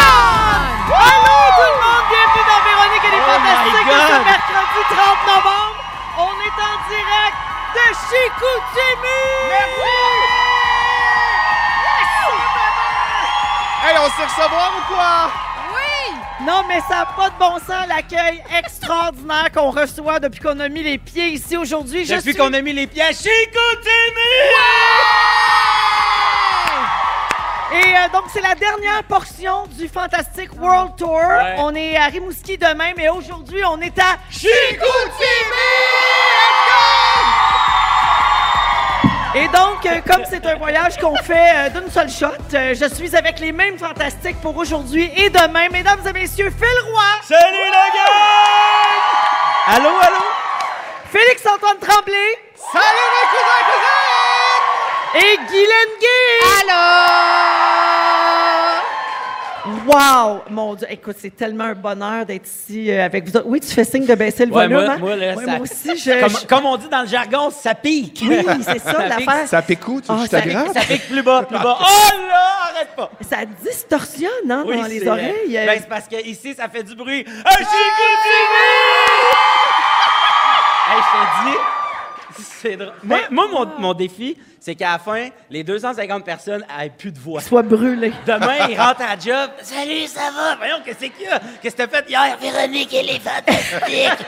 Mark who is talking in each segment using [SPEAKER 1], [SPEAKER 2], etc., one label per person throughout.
[SPEAKER 1] Allô tout le monde, bienvenue dans Véronique et les Fantastiques de ce
[SPEAKER 2] Oh God!
[SPEAKER 1] mercredi 30 novembre. On est en direct de Chicoutimi!
[SPEAKER 2] Hey, on sait recevoir ou quoi?
[SPEAKER 1] Non mais ça n'a pas de bon sens l'accueil extraordinaire qu'on reçoit depuis qu'on a mis les pieds ici aujourd'hui. Je
[SPEAKER 2] Depuis
[SPEAKER 1] suis-
[SPEAKER 2] qu'on a mis les pieds à Chicoutimi!
[SPEAKER 1] Et euh, donc, c'est la dernière portion du Fantastic World Tour.
[SPEAKER 2] Ouais.
[SPEAKER 1] On est à Rimouski demain, mais aujourd'hui, on est à...
[SPEAKER 2] Chicoutimi!
[SPEAKER 1] Et donc, euh, comme c'est un voyage qu'on fait euh, d'une seule shot, euh, je suis avec les mêmes Fantastiques pour aujourd'hui et demain. Mesdames et messieurs, Phil Roy,
[SPEAKER 2] Salut la gang! Allô, allô?
[SPEAKER 1] Félix-Antoine Tremblay
[SPEAKER 2] Salut mes cousins, cousins!
[SPEAKER 1] et Guylaine Guy! Allô! Wow! Mon Dieu, écoute, c'est tellement un bonheur d'être ici euh, avec vous autres. Oui, tu fais signe de baisser le
[SPEAKER 3] Ouais,
[SPEAKER 1] volume,
[SPEAKER 3] moi-
[SPEAKER 1] hein?
[SPEAKER 3] moi, là,
[SPEAKER 1] Ouais,
[SPEAKER 3] ça-
[SPEAKER 1] moi aussi, je...
[SPEAKER 3] Comme,
[SPEAKER 1] je-
[SPEAKER 3] comme on dit dans le jargon, ça pique.
[SPEAKER 1] Oui, c'est ça,
[SPEAKER 3] pique-
[SPEAKER 1] l'affaire.
[SPEAKER 4] Ça t'écoute,
[SPEAKER 1] Ah,
[SPEAKER 4] je
[SPEAKER 1] ça-
[SPEAKER 4] t'aggrave?
[SPEAKER 3] Ça pique plus bas, plus bas. Oh là, arrête pas.
[SPEAKER 1] Ça distorsionne hein, dans
[SPEAKER 3] c'est
[SPEAKER 1] les
[SPEAKER 3] vrai.
[SPEAKER 1] oreilles.
[SPEAKER 3] Ben, c'est parce que ici, ça fait du bruit. Euh, Un Chicoutimi! hey, je te dis, c'est drôle. Moi, moi, mon, mon défi, c'est qu'à la fin, les 250 personnes n'aient plus de voix.
[SPEAKER 1] Soit brûlé.
[SPEAKER 3] Demain, ils rentrent à la job. Salut, ça va? Voyons, qu'est-ce qu'il y a? Qu'est-ce que t'as fait hier? Véronique, elle est fantastique.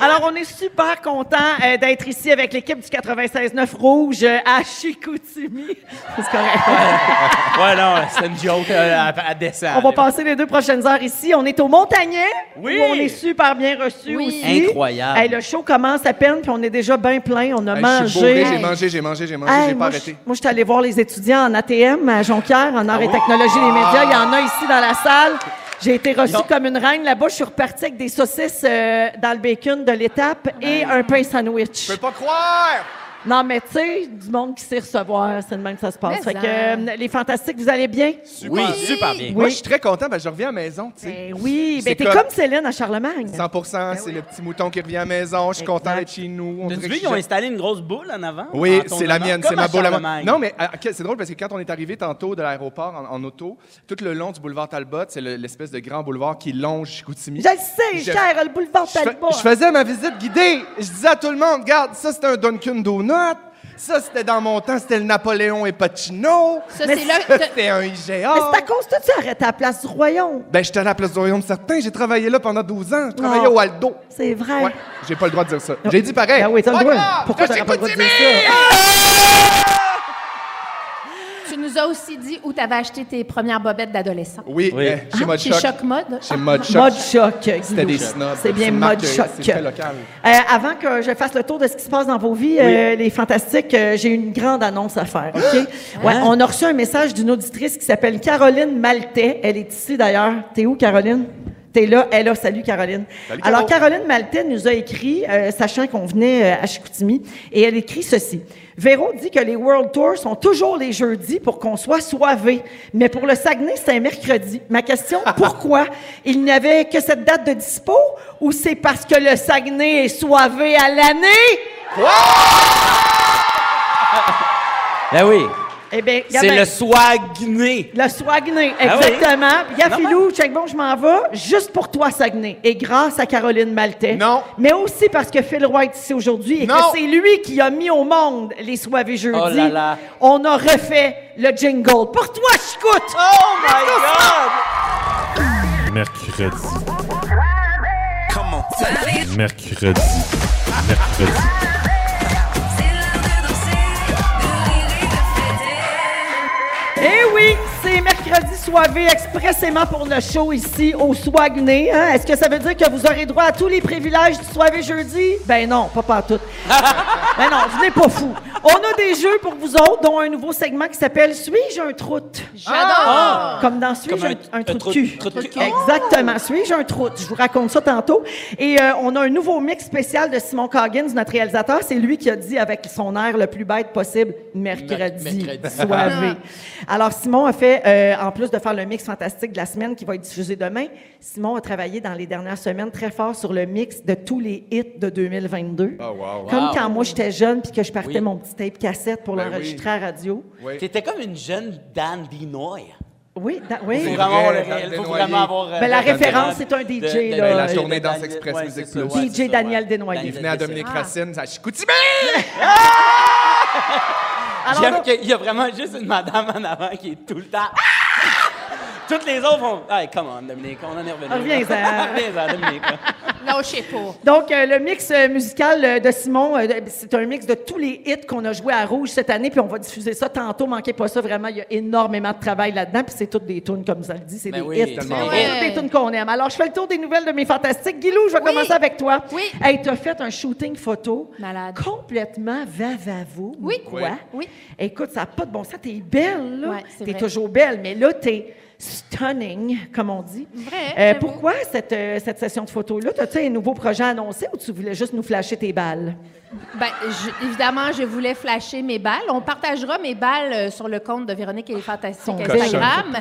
[SPEAKER 1] Alors, on est super content d'être ici avec l'équipe du 96-9 Rouge euh, à Chicoutimi. C'est correct.
[SPEAKER 3] ouais, non, c'est une joke euh, à, à descendre.
[SPEAKER 1] On va passer les deux prochaines heures ici. On est au Montagnet,
[SPEAKER 3] Oui.
[SPEAKER 1] où on est super bien reçus aussi.
[SPEAKER 3] Incroyable.
[SPEAKER 1] Hey, le show commence à peine, puis on est déjà bien plein. On a
[SPEAKER 4] Hey, je suis
[SPEAKER 1] mangé.
[SPEAKER 4] bourré, J'ai mangé, j'ai mangé, j'ai mangé,
[SPEAKER 1] Hey,
[SPEAKER 4] j'ai pas
[SPEAKER 1] moi,
[SPEAKER 4] arrêté. Ah
[SPEAKER 1] je- Moi, je suis allée voir les étudiants en ATM à Jonquière, en arts et technologie des médias. Il y en a ici dans la salle. J'ai été reçue
[SPEAKER 3] Non.
[SPEAKER 1] comme une reine. Là-bas, je suis repartie avec des saucisses euh, dans le bacon de l'étape et un pain sandwich.
[SPEAKER 2] Je peux pas croire!
[SPEAKER 1] Non, mais tu sais, du monde qui sait recevoir, c'est de même que ça se passe. Fait
[SPEAKER 5] Mais ça.
[SPEAKER 1] que, euh, les fantastiques, vous allez bien?
[SPEAKER 2] Super, super bien.
[SPEAKER 4] Moi, je suis très content, ben, je reviens à la maison, tu sais.
[SPEAKER 1] Ben oui, ben
[SPEAKER 4] C'est
[SPEAKER 1] t'es
[SPEAKER 4] comme-
[SPEAKER 1] comme Céline à Charlemagne.
[SPEAKER 2] Ben
[SPEAKER 4] 100 c'est le petit mouton qui revient à la maison, je suis content
[SPEAKER 1] Exact.
[SPEAKER 4] d'être chez nous. on
[SPEAKER 3] T'as-tu
[SPEAKER 4] dirait
[SPEAKER 3] vu
[SPEAKER 4] que
[SPEAKER 3] qu'ils ont
[SPEAKER 4] je-
[SPEAKER 3] installé une grosse boule en avant?
[SPEAKER 4] Oui,
[SPEAKER 3] En ton
[SPEAKER 4] c'est la
[SPEAKER 3] honneur?
[SPEAKER 4] mienne,
[SPEAKER 3] Comme
[SPEAKER 4] c'est ma boule à moi.
[SPEAKER 3] Charlemagne.
[SPEAKER 4] Non, mais ah, ok, c'est drôle parce que quand on est arrivé tantôt de l'aéroport en, en auto, tout le long du boulevard Talbot, c'est le- l'espèce de grand boulevard qui longe Chicoutimi.
[SPEAKER 1] Je le sais,
[SPEAKER 4] Je-
[SPEAKER 1] cher, le boulevard
[SPEAKER 4] Je, fa-
[SPEAKER 1] Talbot.
[SPEAKER 4] je faisais ma visite guidée. Je disais à tout le monde, regarde, ça c'était un Dunkin' Donut. Ça c'était dans mon temps, c'était le Napoléon et Pacino.
[SPEAKER 5] Ça,
[SPEAKER 1] Mais
[SPEAKER 5] c'est là.
[SPEAKER 4] Ça,
[SPEAKER 5] t'as-
[SPEAKER 4] C'était un IGA.
[SPEAKER 1] Mais c'est à cause de toi, tu arrêtes à la place du Royaume.
[SPEAKER 4] Ben, j'étais à la place du Royaume certain. J'ai travaillé là pendant 12 ans. Je travaillais
[SPEAKER 1] Non.
[SPEAKER 4] au Aldo.
[SPEAKER 1] C'est vrai.
[SPEAKER 4] Ouais, j'ai pas le droit de dire ça. J'ai dit pareil.
[SPEAKER 1] Oh. Ben oui, t'as le
[SPEAKER 4] Pas
[SPEAKER 1] droit.
[SPEAKER 4] grave,
[SPEAKER 1] Pourquoi
[SPEAKER 4] je
[SPEAKER 1] t'aurais pas le droit de dire
[SPEAKER 4] t'écoute,
[SPEAKER 1] ça?
[SPEAKER 5] Tu nous as aussi dit où tu avais acheté tes premières bobettes d'adolescent. Ah,
[SPEAKER 4] Jimmy! Oui,
[SPEAKER 3] Oui.
[SPEAKER 4] euh,
[SPEAKER 1] Ah,
[SPEAKER 4] chez Mod
[SPEAKER 5] Chez
[SPEAKER 4] Shock.
[SPEAKER 5] Choc Mode.
[SPEAKER 4] Chez Mod Shock.
[SPEAKER 1] Mode choc. Guido.
[SPEAKER 4] des snobs.
[SPEAKER 1] C'est bien
[SPEAKER 4] C'est une
[SPEAKER 1] mode
[SPEAKER 4] marque,
[SPEAKER 1] choc.
[SPEAKER 4] euh, c'est très local.
[SPEAKER 1] Euh, avant que je fasse le tour de ce qui se passe dans vos vies, euh, les fantastiques, euh, j'ai une grande annonce à faire. Ok.
[SPEAKER 4] Ah.
[SPEAKER 1] Ouais, on a reçu un message d'une auditrice qui s'appelle Caroline Maltais. Elle est ici d'ailleurs. T'es où, Caroline? T'es là, elle a. Salut, Caroline.
[SPEAKER 4] Salut, Caro.
[SPEAKER 1] Alors, Caroline Maltais nous a écrit, euh, sachant qu'on venait euh, à Chicoutimi, et elle écrit ceci. Véro dit que les World Tours sont toujours les jeudis pour qu'on soit soivé, mais pour le Saguenay, c'est un mercredi. Ma question, pourquoi? Il n'y avait que cette date de dispo ou c'est parce que le Saguenay est soivé à l'année?
[SPEAKER 3] Ben oui,
[SPEAKER 1] Eh bien,
[SPEAKER 3] c'est le swagné.
[SPEAKER 1] Le Saguenay,
[SPEAKER 3] Ah oui?
[SPEAKER 1] exactement. Puis,
[SPEAKER 3] Non,
[SPEAKER 1] Yafilou, check bon, je m'en vais, juste pour toi, Saguenay. Et grâce à Caroline Maltais.
[SPEAKER 4] Non.
[SPEAKER 1] Mais aussi parce que Phil Roy est ici aujourd'hui et
[SPEAKER 4] Non.
[SPEAKER 1] que c'est lui qui a mis au monde les soirées jeudi.
[SPEAKER 3] Oh là là.
[SPEAKER 1] On a refait le jingle. Pour toi, Chicoute!
[SPEAKER 3] Oh my God!
[SPEAKER 6] Mercredi. Mercredi. Mercredi.
[SPEAKER 1] Eh oui, c'est mercredi soirée expressément pour le show ici au Soigné. hein. Est-ce que ça veut dire que vous aurez droit à tous les privilèges du soirée jeudi? Ben non, pas partout. ben non, venez pas fou. On a des jeux pour vous autres, dont un nouveau segment qui s'appelle Suis-je un troute? Ah!
[SPEAKER 5] J'adore.
[SPEAKER 1] Comme dans Suis-je
[SPEAKER 3] Comme
[SPEAKER 1] un,
[SPEAKER 3] un-
[SPEAKER 1] un
[SPEAKER 3] un
[SPEAKER 1] trou de
[SPEAKER 3] trou-
[SPEAKER 1] cul.
[SPEAKER 3] trou de cul.
[SPEAKER 1] Exactement. Suis-je un trou? de- Je vous raconte ça tantôt. Et euh, on a un nouveau mix spécial de Simon Coggins, notre réalisateur. C'est lui qui a dit avec son air le plus bête possible mercredi.
[SPEAKER 7] Mercredi.
[SPEAKER 1] Soivé. Alors, Simon a fait, euh, en plus de faire le mix fantastique de la semaine qui va être diffusé demain, Simon a travaillé dans les dernières semaines très fort sur le mix de tous les hits de 2022. Comme
[SPEAKER 3] Wow.
[SPEAKER 1] quand moi j'étais jeune puis que je partais
[SPEAKER 3] Oui.
[SPEAKER 1] mon petit tape cassette pour
[SPEAKER 4] Ben
[SPEAKER 1] l'enregistrer à la radio.
[SPEAKER 4] Oui.
[SPEAKER 3] T'étais comme une jeune Dan Dinoy.
[SPEAKER 1] Oui, da- oui.
[SPEAKER 3] Faut
[SPEAKER 4] vrai,
[SPEAKER 3] vraiment avoir le
[SPEAKER 4] Dan
[SPEAKER 3] réel, faut
[SPEAKER 4] Desnoyers.
[SPEAKER 3] vraiment avoir. euh,
[SPEAKER 1] Ben, la
[SPEAKER 3] Dan
[SPEAKER 1] référence,
[SPEAKER 3] Desnoyers.
[SPEAKER 1] c'est un
[SPEAKER 3] De-
[SPEAKER 1] DJ,
[SPEAKER 3] de-
[SPEAKER 1] là.
[SPEAKER 3] de-
[SPEAKER 1] La
[SPEAKER 4] tournée
[SPEAKER 3] de- de-
[SPEAKER 4] Danse Express
[SPEAKER 3] ouais,
[SPEAKER 4] Music
[SPEAKER 3] c'est ça,
[SPEAKER 4] Plus.
[SPEAKER 3] ouais,
[SPEAKER 1] DJ
[SPEAKER 3] c'est ça,
[SPEAKER 1] Daniel
[SPEAKER 3] ouais.
[SPEAKER 1] Desnoyers.
[SPEAKER 4] Il venait à Dominique
[SPEAKER 1] Ah.
[SPEAKER 4] Racine, à Chicoutimi!
[SPEAKER 1] Alors,
[SPEAKER 3] J'aime
[SPEAKER 1] donc-
[SPEAKER 3] qu'il y a vraiment juste une madame en avant qui est tout le temps. Toutes les autres vont. Hey, come on, Dominique, on en est revenu.
[SPEAKER 1] Reviens-en.
[SPEAKER 3] Reviens-en, Dominique.
[SPEAKER 5] Non, je sais pas.
[SPEAKER 1] Donc, euh, le mix euh, musical euh, de Simon, euh, de- c'est un mix de tous les hits qu'on a joués à Rouge cette année, puis on va diffuser ça tantôt. Manquez pas ça, vraiment, il y a énormément de travail là-dedans, puis c'est toutes des tunes, comme ça le dit, c'est
[SPEAKER 3] Ben
[SPEAKER 1] des
[SPEAKER 3] oui,
[SPEAKER 1] hits.
[SPEAKER 3] tellement.
[SPEAKER 1] C'est
[SPEAKER 5] Ouais.
[SPEAKER 1] toutes des tunes qu'on aime. Alors, je fais le tour des nouvelles de mes fantastiques. Guilou, je vais commencer avec toi.
[SPEAKER 5] Oui.
[SPEAKER 1] Hey, t'as fait un shooting photo.
[SPEAKER 5] Malade.
[SPEAKER 1] Complètement va-va-vous.
[SPEAKER 5] Oui.
[SPEAKER 1] ou Quoi?
[SPEAKER 5] Oui. Oui.
[SPEAKER 1] Écoute, ça n'a pas de bon sens. T'es belle, là.
[SPEAKER 5] Ouais, c'est
[SPEAKER 1] T'es
[SPEAKER 5] vrai.
[SPEAKER 1] toujours belle, mais là, t'es stunning, comme on dit.
[SPEAKER 5] Vrai,
[SPEAKER 1] Euh,
[SPEAKER 5] j'avoue.
[SPEAKER 1] pourquoi cette, euh, cette session de photos-là? T'as-tu un nouveau projet annoncé ou tu voulais juste nous flasher tes balles?
[SPEAKER 5] Ben, je- évidemment, je voulais flasher mes balles. On partagera mes balles euh, sur le compte de Véronique et les Fantastiques
[SPEAKER 1] Cochon.
[SPEAKER 5] Instagram.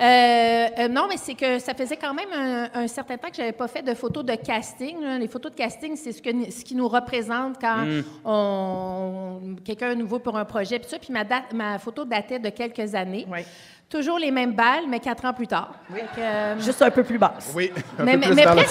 [SPEAKER 5] Euh, euh, non, mais c'est que ça faisait quand même un, un certain temps que j'avais pas fait de photos de casting. là. Les photos de casting, c'est ce, que, ce qui nous représente quand on quelqu'un est nouveau pour un projet. Puis ça, puis ma, date- ma photo datait de quelques années.
[SPEAKER 1] Oui.
[SPEAKER 5] Toujours les mêmes balles, mais quatre ans plus tard. Fait que, euh,
[SPEAKER 1] Juste un peu plus basse.
[SPEAKER 4] Oui, un
[SPEAKER 5] Mais-
[SPEAKER 4] peu
[SPEAKER 5] mais-
[SPEAKER 4] plus
[SPEAKER 5] mais
[SPEAKER 4] dans la-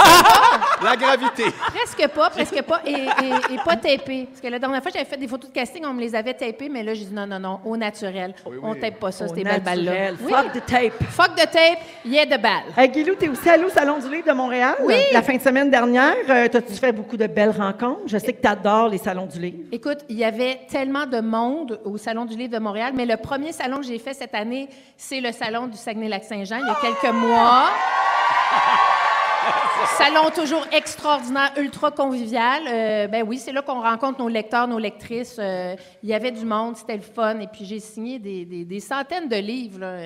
[SPEAKER 4] La gravité.
[SPEAKER 5] Presque pas, presque pas, et, et- et pas tapé. Parce que la dernière fois, j'avais fait des photos de casting, on me les avait tapées, mais là, j'ai dit non, non, non, au naturel. On tape pas ça,
[SPEAKER 1] Au
[SPEAKER 5] c'était belles balles-là.
[SPEAKER 1] naturel.
[SPEAKER 5] Oui.
[SPEAKER 1] Fuck the tape.
[SPEAKER 5] Fuck de tape, yeah de balles.
[SPEAKER 1] Euh, Guilou, t'es aussi allé au Salon du Livre de Montréal
[SPEAKER 5] Oui.
[SPEAKER 1] la fin de semaine dernière. Euh, T'as-tu fait beaucoup de belles rencontres? Je sais que t'adores les Salons du Livre.
[SPEAKER 5] Écoute, il y avait tellement de monde au Salon du Livre de Montréal, mais le premier salon que j'ai fait cette année, c'est le Salon du Saguenay-Lac-Saint-Jean, il y a quelques mois. Salon toujours extraordinaire, ultra convivial. Euh, ben oui, c'est là qu'on rencontre nos lecteurs, nos lectrices. Euh, Il y avait du monde, c'était le fun. Et puis j'ai signé des, des- des centaines de livres. là.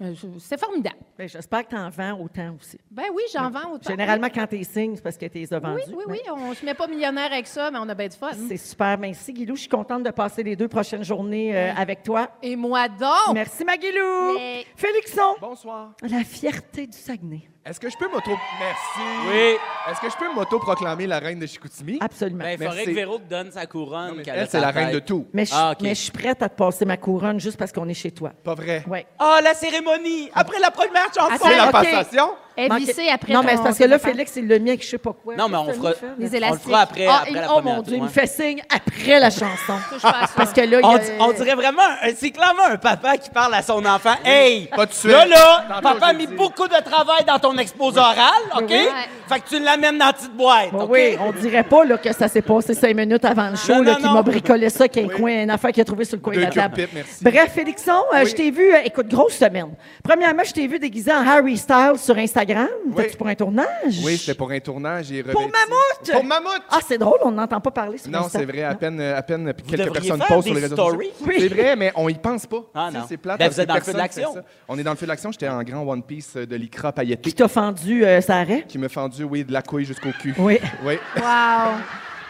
[SPEAKER 5] Euh, c'est formidable.
[SPEAKER 1] Ben, J'espère que t'en vends autant aussi.
[SPEAKER 5] Ben oui, j'en vends autant.
[SPEAKER 1] Généralement, quand t'es signe, c'est parce que t'es as
[SPEAKER 5] Oui,
[SPEAKER 1] vendus.
[SPEAKER 5] oui, oui. On se met pas millionnaire avec ça, mais on a bien du fun.
[SPEAKER 1] C'est super. Merci, Guilou. Je suis contente de passer les deux prochaines journées euh, avec toi.
[SPEAKER 5] Et moi donc!
[SPEAKER 1] Merci, Maguilou.
[SPEAKER 5] Mais-
[SPEAKER 1] Félixon,
[SPEAKER 4] Bonsoir.
[SPEAKER 1] la fierté du Saguenay.
[SPEAKER 4] Est-ce que je peux m'auto... Merci.
[SPEAKER 3] Oui.
[SPEAKER 4] Est-ce que je peux m'auto-proclamer la reine de Chicoutimi?
[SPEAKER 1] Absolument.
[SPEAKER 3] Ben, il faudrait
[SPEAKER 4] Merci.
[SPEAKER 3] que Véro te donne sa couronne. qu'elle a
[SPEAKER 4] Elle, c'est
[SPEAKER 3] sa
[SPEAKER 4] la reine
[SPEAKER 3] tête.
[SPEAKER 4] de tout.
[SPEAKER 1] Mais je,
[SPEAKER 3] Ah, ok.
[SPEAKER 1] mais je suis prête à te passer ma couronne juste parce qu'on est chez toi.
[SPEAKER 4] Pas vrai.
[SPEAKER 1] Ouais.
[SPEAKER 3] Ah, la cérémonie! Après la première chanson!
[SPEAKER 5] Attends,
[SPEAKER 4] C'est la
[SPEAKER 1] ok.
[SPEAKER 4] passation?
[SPEAKER 5] Elle
[SPEAKER 1] Manquait-
[SPEAKER 5] vissée après
[SPEAKER 1] Non, mais c'est
[SPEAKER 5] ton-
[SPEAKER 1] parce que là,
[SPEAKER 5] ton affaire.
[SPEAKER 1] Félix, il le mien que je sais pas quoi.
[SPEAKER 3] Non, mais on
[SPEAKER 1] Qu'est-ce
[SPEAKER 3] fera-
[SPEAKER 1] que ça lui
[SPEAKER 5] Les
[SPEAKER 1] fait, là?
[SPEAKER 3] On le
[SPEAKER 5] élastiques.
[SPEAKER 3] fera après,
[SPEAKER 1] Ah,
[SPEAKER 3] après
[SPEAKER 1] il-
[SPEAKER 3] la
[SPEAKER 1] oh
[SPEAKER 3] première.
[SPEAKER 1] mon Dieu, il
[SPEAKER 3] ouais.
[SPEAKER 1] me fait signe après la chanson.
[SPEAKER 5] Touche pas à ça.
[SPEAKER 1] Parce que là, il y a-
[SPEAKER 3] on, di- on dirait vraiment, un- c'est clairement un papa qui parle à son enfant. Hey,
[SPEAKER 4] Pas de suite.
[SPEAKER 3] là, là,
[SPEAKER 4] Tantôt,
[SPEAKER 3] papa a
[SPEAKER 4] je
[SPEAKER 3] mis
[SPEAKER 4] le dis.
[SPEAKER 3] beaucoup de travail dans ton exposé oral, OK?
[SPEAKER 5] Ouais.
[SPEAKER 3] Fait que tu l'amènes dans la petite boîte,
[SPEAKER 1] Bon,
[SPEAKER 3] OK?
[SPEAKER 1] Oui, on dirait pas là, que ça s'est passé cinq minutes avant le show,
[SPEAKER 3] Non,
[SPEAKER 1] là,
[SPEAKER 3] non,
[SPEAKER 1] qu'il
[SPEAKER 3] non.
[SPEAKER 1] m'a bricolé ça, qu'il y a un coin, une affaire qu'il a trouvé sur le coin de
[SPEAKER 4] Deux
[SPEAKER 1] la table.
[SPEAKER 4] cupides, merci.
[SPEAKER 1] Bref, Félixon, euh, je t'ai vu, euh, écoute, grosse semaine. Premièrement, je t'ai vu déguisé en Harry Styles sur Instagram. T'as-tu pour un tournage?
[SPEAKER 4] Oui, c'était pour un tournage. et
[SPEAKER 1] Pour
[SPEAKER 4] revêti-
[SPEAKER 1] Mammouth!
[SPEAKER 4] Pour Mammouth!
[SPEAKER 1] Ah, c'est drôle, on n'entend pas parler sur
[SPEAKER 4] Non,
[SPEAKER 1] Insta.
[SPEAKER 4] c'est vrai, à
[SPEAKER 1] Non.
[SPEAKER 4] peine, euh, à peine quelques
[SPEAKER 3] devriez
[SPEAKER 4] personnes
[SPEAKER 3] faire
[SPEAKER 4] posent sur
[SPEAKER 3] des
[SPEAKER 4] les réseaux
[SPEAKER 3] stories.
[SPEAKER 4] sociaux.
[SPEAKER 1] Oui.
[SPEAKER 4] C'est vrai, mais on y pense pas.
[SPEAKER 3] Ah,
[SPEAKER 4] Tu sais,
[SPEAKER 3] non.
[SPEAKER 4] C'est plate.
[SPEAKER 3] Ben,
[SPEAKER 4] parce
[SPEAKER 3] vous êtes
[SPEAKER 4] que
[SPEAKER 3] dans le feu de
[SPEAKER 4] personne fait
[SPEAKER 3] l'action.
[SPEAKER 4] ça. On est dans le feu de l'action. J'étais en grand One Piece euh, de l'icra pailleté
[SPEAKER 1] Qui t'a fendu, euh, ça arrête?
[SPEAKER 4] qui me fendu, oui, de la couille jusqu'au cul.
[SPEAKER 1] Oui.
[SPEAKER 4] Oui.
[SPEAKER 5] Wow!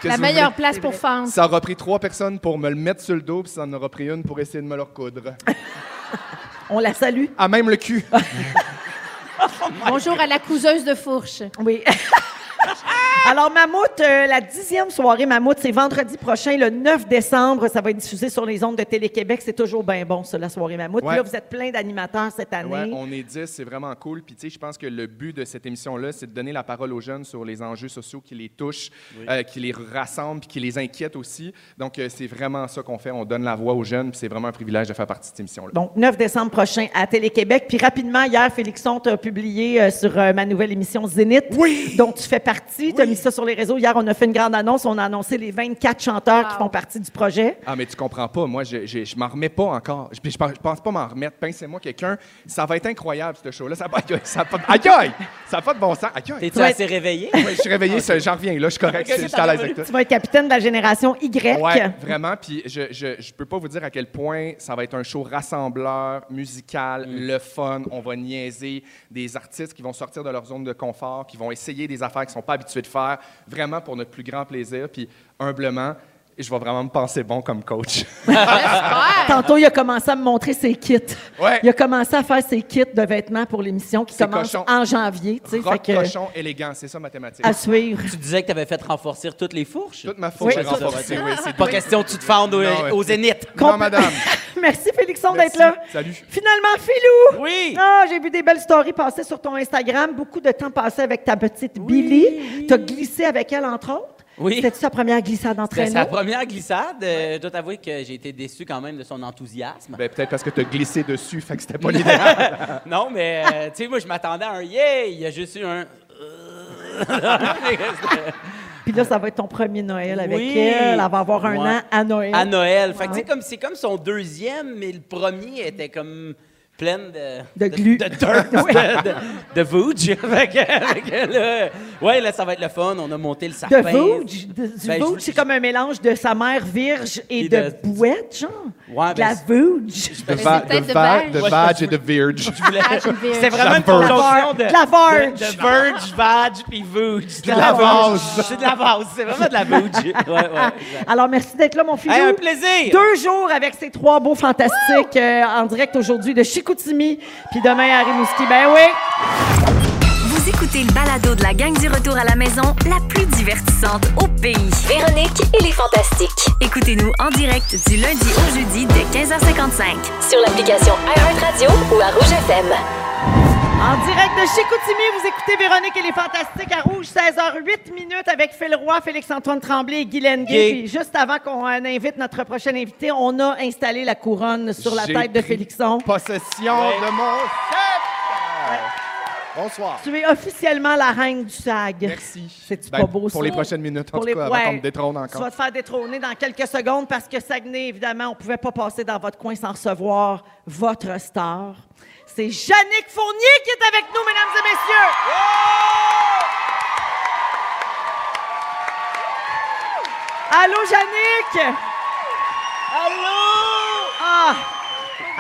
[SPEAKER 4] Qu'est-ce
[SPEAKER 5] La
[SPEAKER 4] que vous
[SPEAKER 5] meilleure
[SPEAKER 4] voulez?
[SPEAKER 5] place pour fendre.
[SPEAKER 4] Ça aura pris trois personnes pour me le mettre sur le dos, puis ça en aura pris une pour essayer de me le recoudre.
[SPEAKER 1] On la salue.
[SPEAKER 4] À même le cul.
[SPEAKER 1] Oh
[SPEAKER 5] Bonjour à la couseuse de fourche.
[SPEAKER 1] Oui. Alors, Mammouth, euh, la dixième soirée Mammouth, c'est vendredi prochain, le 9 décembre. Ça va être diffusé sur les ondes de Télé-Québec. C'est toujours bien bon, ça, la soirée Mammouth. Puis
[SPEAKER 4] Ouais.
[SPEAKER 1] Là, vous êtes plein d'animateurs cette année.
[SPEAKER 4] Ouais, on est 10, c'est vraiment cool. Puis, tu sais, je pense que le but de cette émission-là, c'est de donner la parole aux jeunes sur les enjeux sociaux qui les touchent, euh, qui les rassemblent, puis qui les inquiètent aussi. Donc, euh, c'est vraiment ça qu'on fait. On donne la voix aux jeunes, puis c'est vraiment un privilège de faire partie de cette émission-là.
[SPEAKER 1] Donc, 9 décembre prochain à Télé-Québec. Puis rapidement, hier, Félixon t'a publié euh, sur euh, ma nouvelle émission Zénith, dont tu fais partie. Tu as mis ça sur les réseaux. Hier, on a fait une grande annonce. On a annoncé les 24 chanteurs qui font partie du projet.
[SPEAKER 4] Ah, mais tu comprends pas. Moi, je, je, je m'en remets pas encore. Je, je pense je pense pas m'en remettre. Pincez-moi quelqu'un. Ça va être incroyable, ce show-là. Ça va être. Ça va, aïe, aïe! Ça n'a pas de bon sens. Aïe, aïe.
[SPEAKER 3] T'es-tu assez réveillé?
[SPEAKER 4] Ouais, je suis réveillé, ça- j'en reviens là, je suis correct, je suis à l'aise avec toi.
[SPEAKER 1] Tu vas être capitaine de la génération Y.
[SPEAKER 4] Ouais, vraiment. Puis je, je, je peux pas vous dire à quel point ça va être un show rassembleur, musical,
[SPEAKER 1] Mm.
[SPEAKER 4] le fun. On va niaiser des artistes qui vont sortir de leur zone de confort, qui vont essayer des affaires qu'ils sont pas habitués de faire, vraiment pour notre plus grand plaisir. Puis humblement, je vais vraiment me penser bon comme coach.
[SPEAKER 5] J'espère.
[SPEAKER 1] Tantôt, il a commencé à me montrer ses kits.
[SPEAKER 4] Ouais.
[SPEAKER 1] Il a commencé à faire ses kits de vêtements pour l'émission qui
[SPEAKER 4] Ses
[SPEAKER 1] commence
[SPEAKER 4] cochons.
[SPEAKER 1] en janvier. tu sais,
[SPEAKER 4] Rock,
[SPEAKER 1] fait que- Ah,
[SPEAKER 4] cochon, élégant, c'est ça mathématique.
[SPEAKER 1] à suivre.
[SPEAKER 3] Tu disais que t'avais fait renforcer toutes les fourches.
[SPEAKER 4] Toute ma faute,
[SPEAKER 1] Oui,
[SPEAKER 4] j'ai
[SPEAKER 1] ça,
[SPEAKER 4] renforcé. Oui, c'est
[SPEAKER 3] Pas question que tu te fendes au,
[SPEAKER 4] Non, ouais.
[SPEAKER 3] au zénith.
[SPEAKER 4] Non, madame.
[SPEAKER 1] Merci, Félixon, d'être
[SPEAKER 4] Merci.
[SPEAKER 1] là.
[SPEAKER 4] Salut.
[SPEAKER 1] Finalement, Philou!
[SPEAKER 3] Oui.
[SPEAKER 1] Ah, j'ai vu des belles stories passer sur ton Instagram. Beaucoup de temps passé avec ta petite Billy. T'as glissé avec elle, entre autres.
[SPEAKER 3] Oui.
[SPEAKER 1] C'était-tu sa première glissade en
[SPEAKER 3] C'était sa
[SPEAKER 1] traîneau?
[SPEAKER 3] Ben, première glissade. Euh, Je dois t'avouer que j'ai été déçu quand même de son enthousiasme.
[SPEAKER 4] Ben, peut-être parce que tu as glissé dessus, fait que c'était pas l'idéal.
[SPEAKER 3] Non, mais euh, tu sais, moi, je m'attendais à un yeah. Il y a juste eu un.
[SPEAKER 1] Puis là, ça va être ton premier Noël avec
[SPEAKER 3] Oui.
[SPEAKER 1] elle. Elle va avoir un
[SPEAKER 3] Ouais.
[SPEAKER 1] an à Noël.
[SPEAKER 3] à Noël. Fait que tu sais, comme c'est comme son deuxième, mais le premier était comme plein de
[SPEAKER 1] De glu.
[SPEAKER 3] de, de dirt, de, de, de vooge. Fait que- fait que là, ouais, là ça va être le fun. On a monté le
[SPEAKER 1] De
[SPEAKER 3] sapin.
[SPEAKER 1] vooge? De- du
[SPEAKER 3] Ah, Ben, je-
[SPEAKER 1] vooge, c'est comme un mélange de sa mère vierge et,
[SPEAKER 3] Et
[SPEAKER 1] de,
[SPEAKER 3] de-
[SPEAKER 1] bouette, genre.
[SPEAKER 3] Ouais,
[SPEAKER 1] de la
[SPEAKER 3] ben,
[SPEAKER 1] vooge.
[SPEAKER 4] De,
[SPEAKER 5] Mais
[SPEAKER 4] va-
[SPEAKER 5] c'est peut-être
[SPEAKER 4] de,
[SPEAKER 5] de
[SPEAKER 4] va-
[SPEAKER 5] verge.
[SPEAKER 4] de
[SPEAKER 3] Moi, je
[SPEAKER 4] vage
[SPEAKER 3] me
[SPEAKER 4] et de verge.
[SPEAKER 3] Je voulais-
[SPEAKER 5] Ah, je me-
[SPEAKER 3] C'était vraiment une
[SPEAKER 4] verge.
[SPEAKER 3] conjonction de
[SPEAKER 1] De la verge.
[SPEAKER 3] de, de verge, vage, puis vooge. De
[SPEAKER 4] la vase.
[SPEAKER 3] C'est de la vase. C'est vraiment de la vooge. Ouais, ouais. exact.
[SPEAKER 1] Alors, merci d'être là, mon Philou.
[SPEAKER 3] Hey, un plaisir.
[SPEAKER 1] Deux jours avec ces trois beaux fantastiques euh, en direct aujourd'hui de Chicoutimi, puis demain à Rimouski. Ben oui!
[SPEAKER 8] Vous écoutez le balado de la gang du retour à la maison, la plus divertissante au pays.
[SPEAKER 9] Véronique et les Fantastiques.
[SPEAKER 8] Écoutez-nous en direct du lundi au jeudi dès 15h55.
[SPEAKER 9] Sur l'application iHeartRadio ou à Rouge FM.
[SPEAKER 1] En direct de Chicoutimi, vous écoutez Véronique et les Fantastiques à Rouge, 16h08 minutes avec Phil Roy, Félix-Antoine Tremblay et Guylaine Gay.
[SPEAKER 3] Gay.
[SPEAKER 1] Puis juste avant qu'on euh, invite notre prochain invité, on a installé la couronne sur la
[SPEAKER 4] J'ai
[SPEAKER 1] tête de
[SPEAKER 4] pris
[SPEAKER 1] Félixon.
[SPEAKER 4] Possession de mon set! Bonsoir.
[SPEAKER 1] Tu es officiellement la reine du SAG.
[SPEAKER 4] Merci.
[SPEAKER 1] C'est-tu
[SPEAKER 4] Ben,
[SPEAKER 1] pas beau, ça?
[SPEAKER 4] Pour les prochaines minutes, en
[SPEAKER 1] Pour
[SPEAKER 4] tout
[SPEAKER 1] les-
[SPEAKER 4] cas, avant qu'on
[SPEAKER 1] ouais.
[SPEAKER 4] me détrône
[SPEAKER 1] Tu vas
[SPEAKER 4] encore.
[SPEAKER 1] te faire détrôner dans quelques secondes parce que Saguenay, évidemment, on ne pouvait pas passer dans votre coin sans recevoir votre star. C'est Jannick Fournier qui est avec nous, mesdames et messieurs. Allô, Jannick.
[SPEAKER 3] Allô.
[SPEAKER 1] Ah!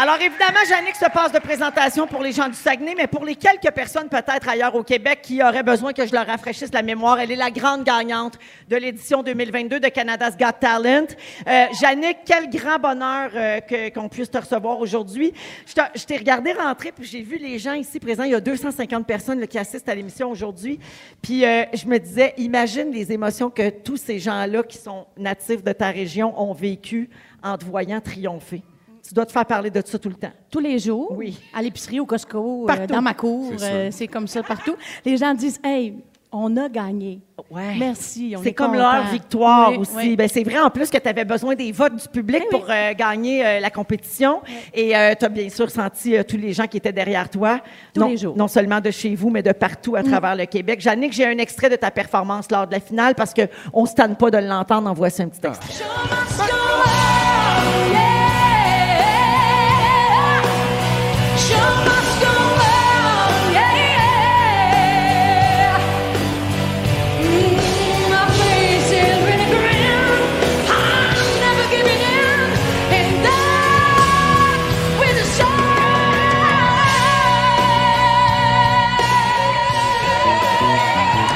[SPEAKER 1] Alors, évidemment, Jannick se passe de présentation pour les gens du Saguenay, mais pour les quelques personnes peut-être ailleurs au Québec qui auraient besoin que je leur rafraîchisse la mémoire, elle est la grande gagnante de l'édition 2022 de Canada's Got Talent. Euh, Jannick, quel grand bonheur euh, que- qu'on puisse te recevoir aujourd'hui. Je t'ai- Je t'ai regardé rentrer, puis j'ai vu les gens ici présents. Il y a 250 personnes là, qui assistent à l'émission aujourd'hui. Puis euh, je me disais, imagine les émotions que tous ces gens-là qui sont natifs de ta région ont vécues en te voyant triompher. Tu dois te faire parler de ça tout le temps.
[SPEAKER 7] Tous les jours,
[SPEAKER 1] Oui.
[SPEAKER 7] à l'épicerie, au Costco, euh,
[SPEAKER 1] Partout.
[SPEAKER 7] dans ma cour, euh, c'est comme ça partout. Les gens disent Hey, on a gagné.
[SPEAKER 1] Ouais.
[SPEAKER 7] Merci. on
[SPEAKER 1] C'est
[SPEAKER 7] est
[SPEAKER 1] comme
[SPEAKER 7] content.
[SPEAKER 1] leur victoire
[SPEAKER 7] Oui,
[SPEAKER 1] aussi.
[SPEAKER 7] oui. Ben
[SPEAKER 1] Ben, c'est vrai en plus que tu avais besoin des votes du public pour euh, gagner euh, la compétition. Et tu as bien sûr senti euh, tous les gens qui étaient derrière toi.
[SPEAKER 7] Tous
[SPEAKER 1] non,
[SPEAKER 7] les jours. Mm.
[SPEAKER 1] Non seulement de chez vous, mais de partout à travers le Québec. Jannick, j'ai un extrait de ta performance lors de la finale parce qu'on ne se tanne pas de l'entendre. En voici un petit extrait. Mm,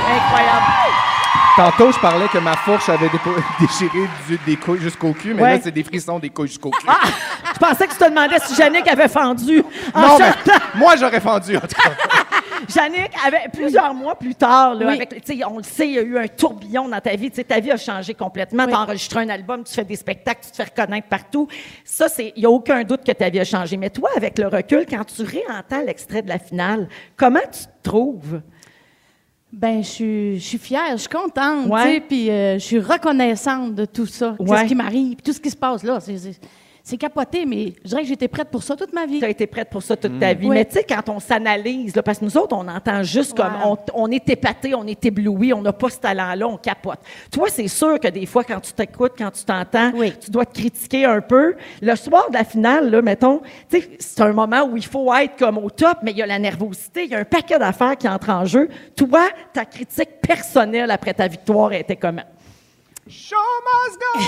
[SPEAKER 7] Ah.
[SPEAKER 1] Incroyable.
[SPEAKER 4] Tantôt, je parlais que ma fourche avait dépo- déchiré du- des couilles jusqu'au cul, mais
[SPEAKER 1] Ouais. Ah,
[SPEAKER 4] là, c'est des frissons des couilles jusqu'au cul.
[SPEAKER 1] Je pensais que tu te demandais si Jannick avait fendu. En
[SPEAKER 4] non, mais
[SPEAKER 1] chantant.
[SPEAKER 4] moi, j'aurais fendu, en tout cas.
[SPEAKER 1] Jannick, avec- plusieurs mois plus tard, là,
[SPEAKER 7] Oui.
[SPEAKER 1] avec- tu sais, on le sait, il y a eu un tourbillon dans ta vie. Tu sais, ta vie a changé complètement. Tu as enregistré un album, tu fais des spectacles, tu te fais reconnaître partout. Ça, c'est- il n'y a aucun doute que ta vie a changé. Mais toi, avec le recul, quand tu réentends l'extrait de la finale, comment tu te trouves?
[SPEAKER 7] Ben, je suis- je suis fière, je suis contente,
[SPEAKER 1] Ouais.
[SPEAKER 7] tu sais, puis euh, je suis reconnaissante de tout ça, de
[SPEAKER 1] Ouais.
[SPEAKER 7] ce qui m'arrive, puis tout ce qui se passe là. C'est- c'est- C'est capoté, mais je dirais que j'étais prête pour ça toute ma vie.
[SPEAKER 1] Tu as été prête pour ça toute ta vie.
[SPEAKER 7] Oui.
[SPEAKER 1] Mais tu sais, quand on s'analyse, là, parce que nous autres, on entend juste comme on, on est épaté, on est ébloui, on n'a pas ce talent-là, on capote. Toi, c'est sûr que des fois, quand tu t'écoutes, quand tu t'entends,
[SPEAKER 7] Oui.
[SPEAKER 1] tu dois te critiquer un peu. Le soir de la finale, là, mettons, tu sais, c'est un moment où il faut être comme au top, mais il y a la nervosité, il y a un paquet d'affaires qui entrent en jeu. Toi, ta critique personnelle après ta victoire elle était comment?
[SPEAKER 4] Show must go!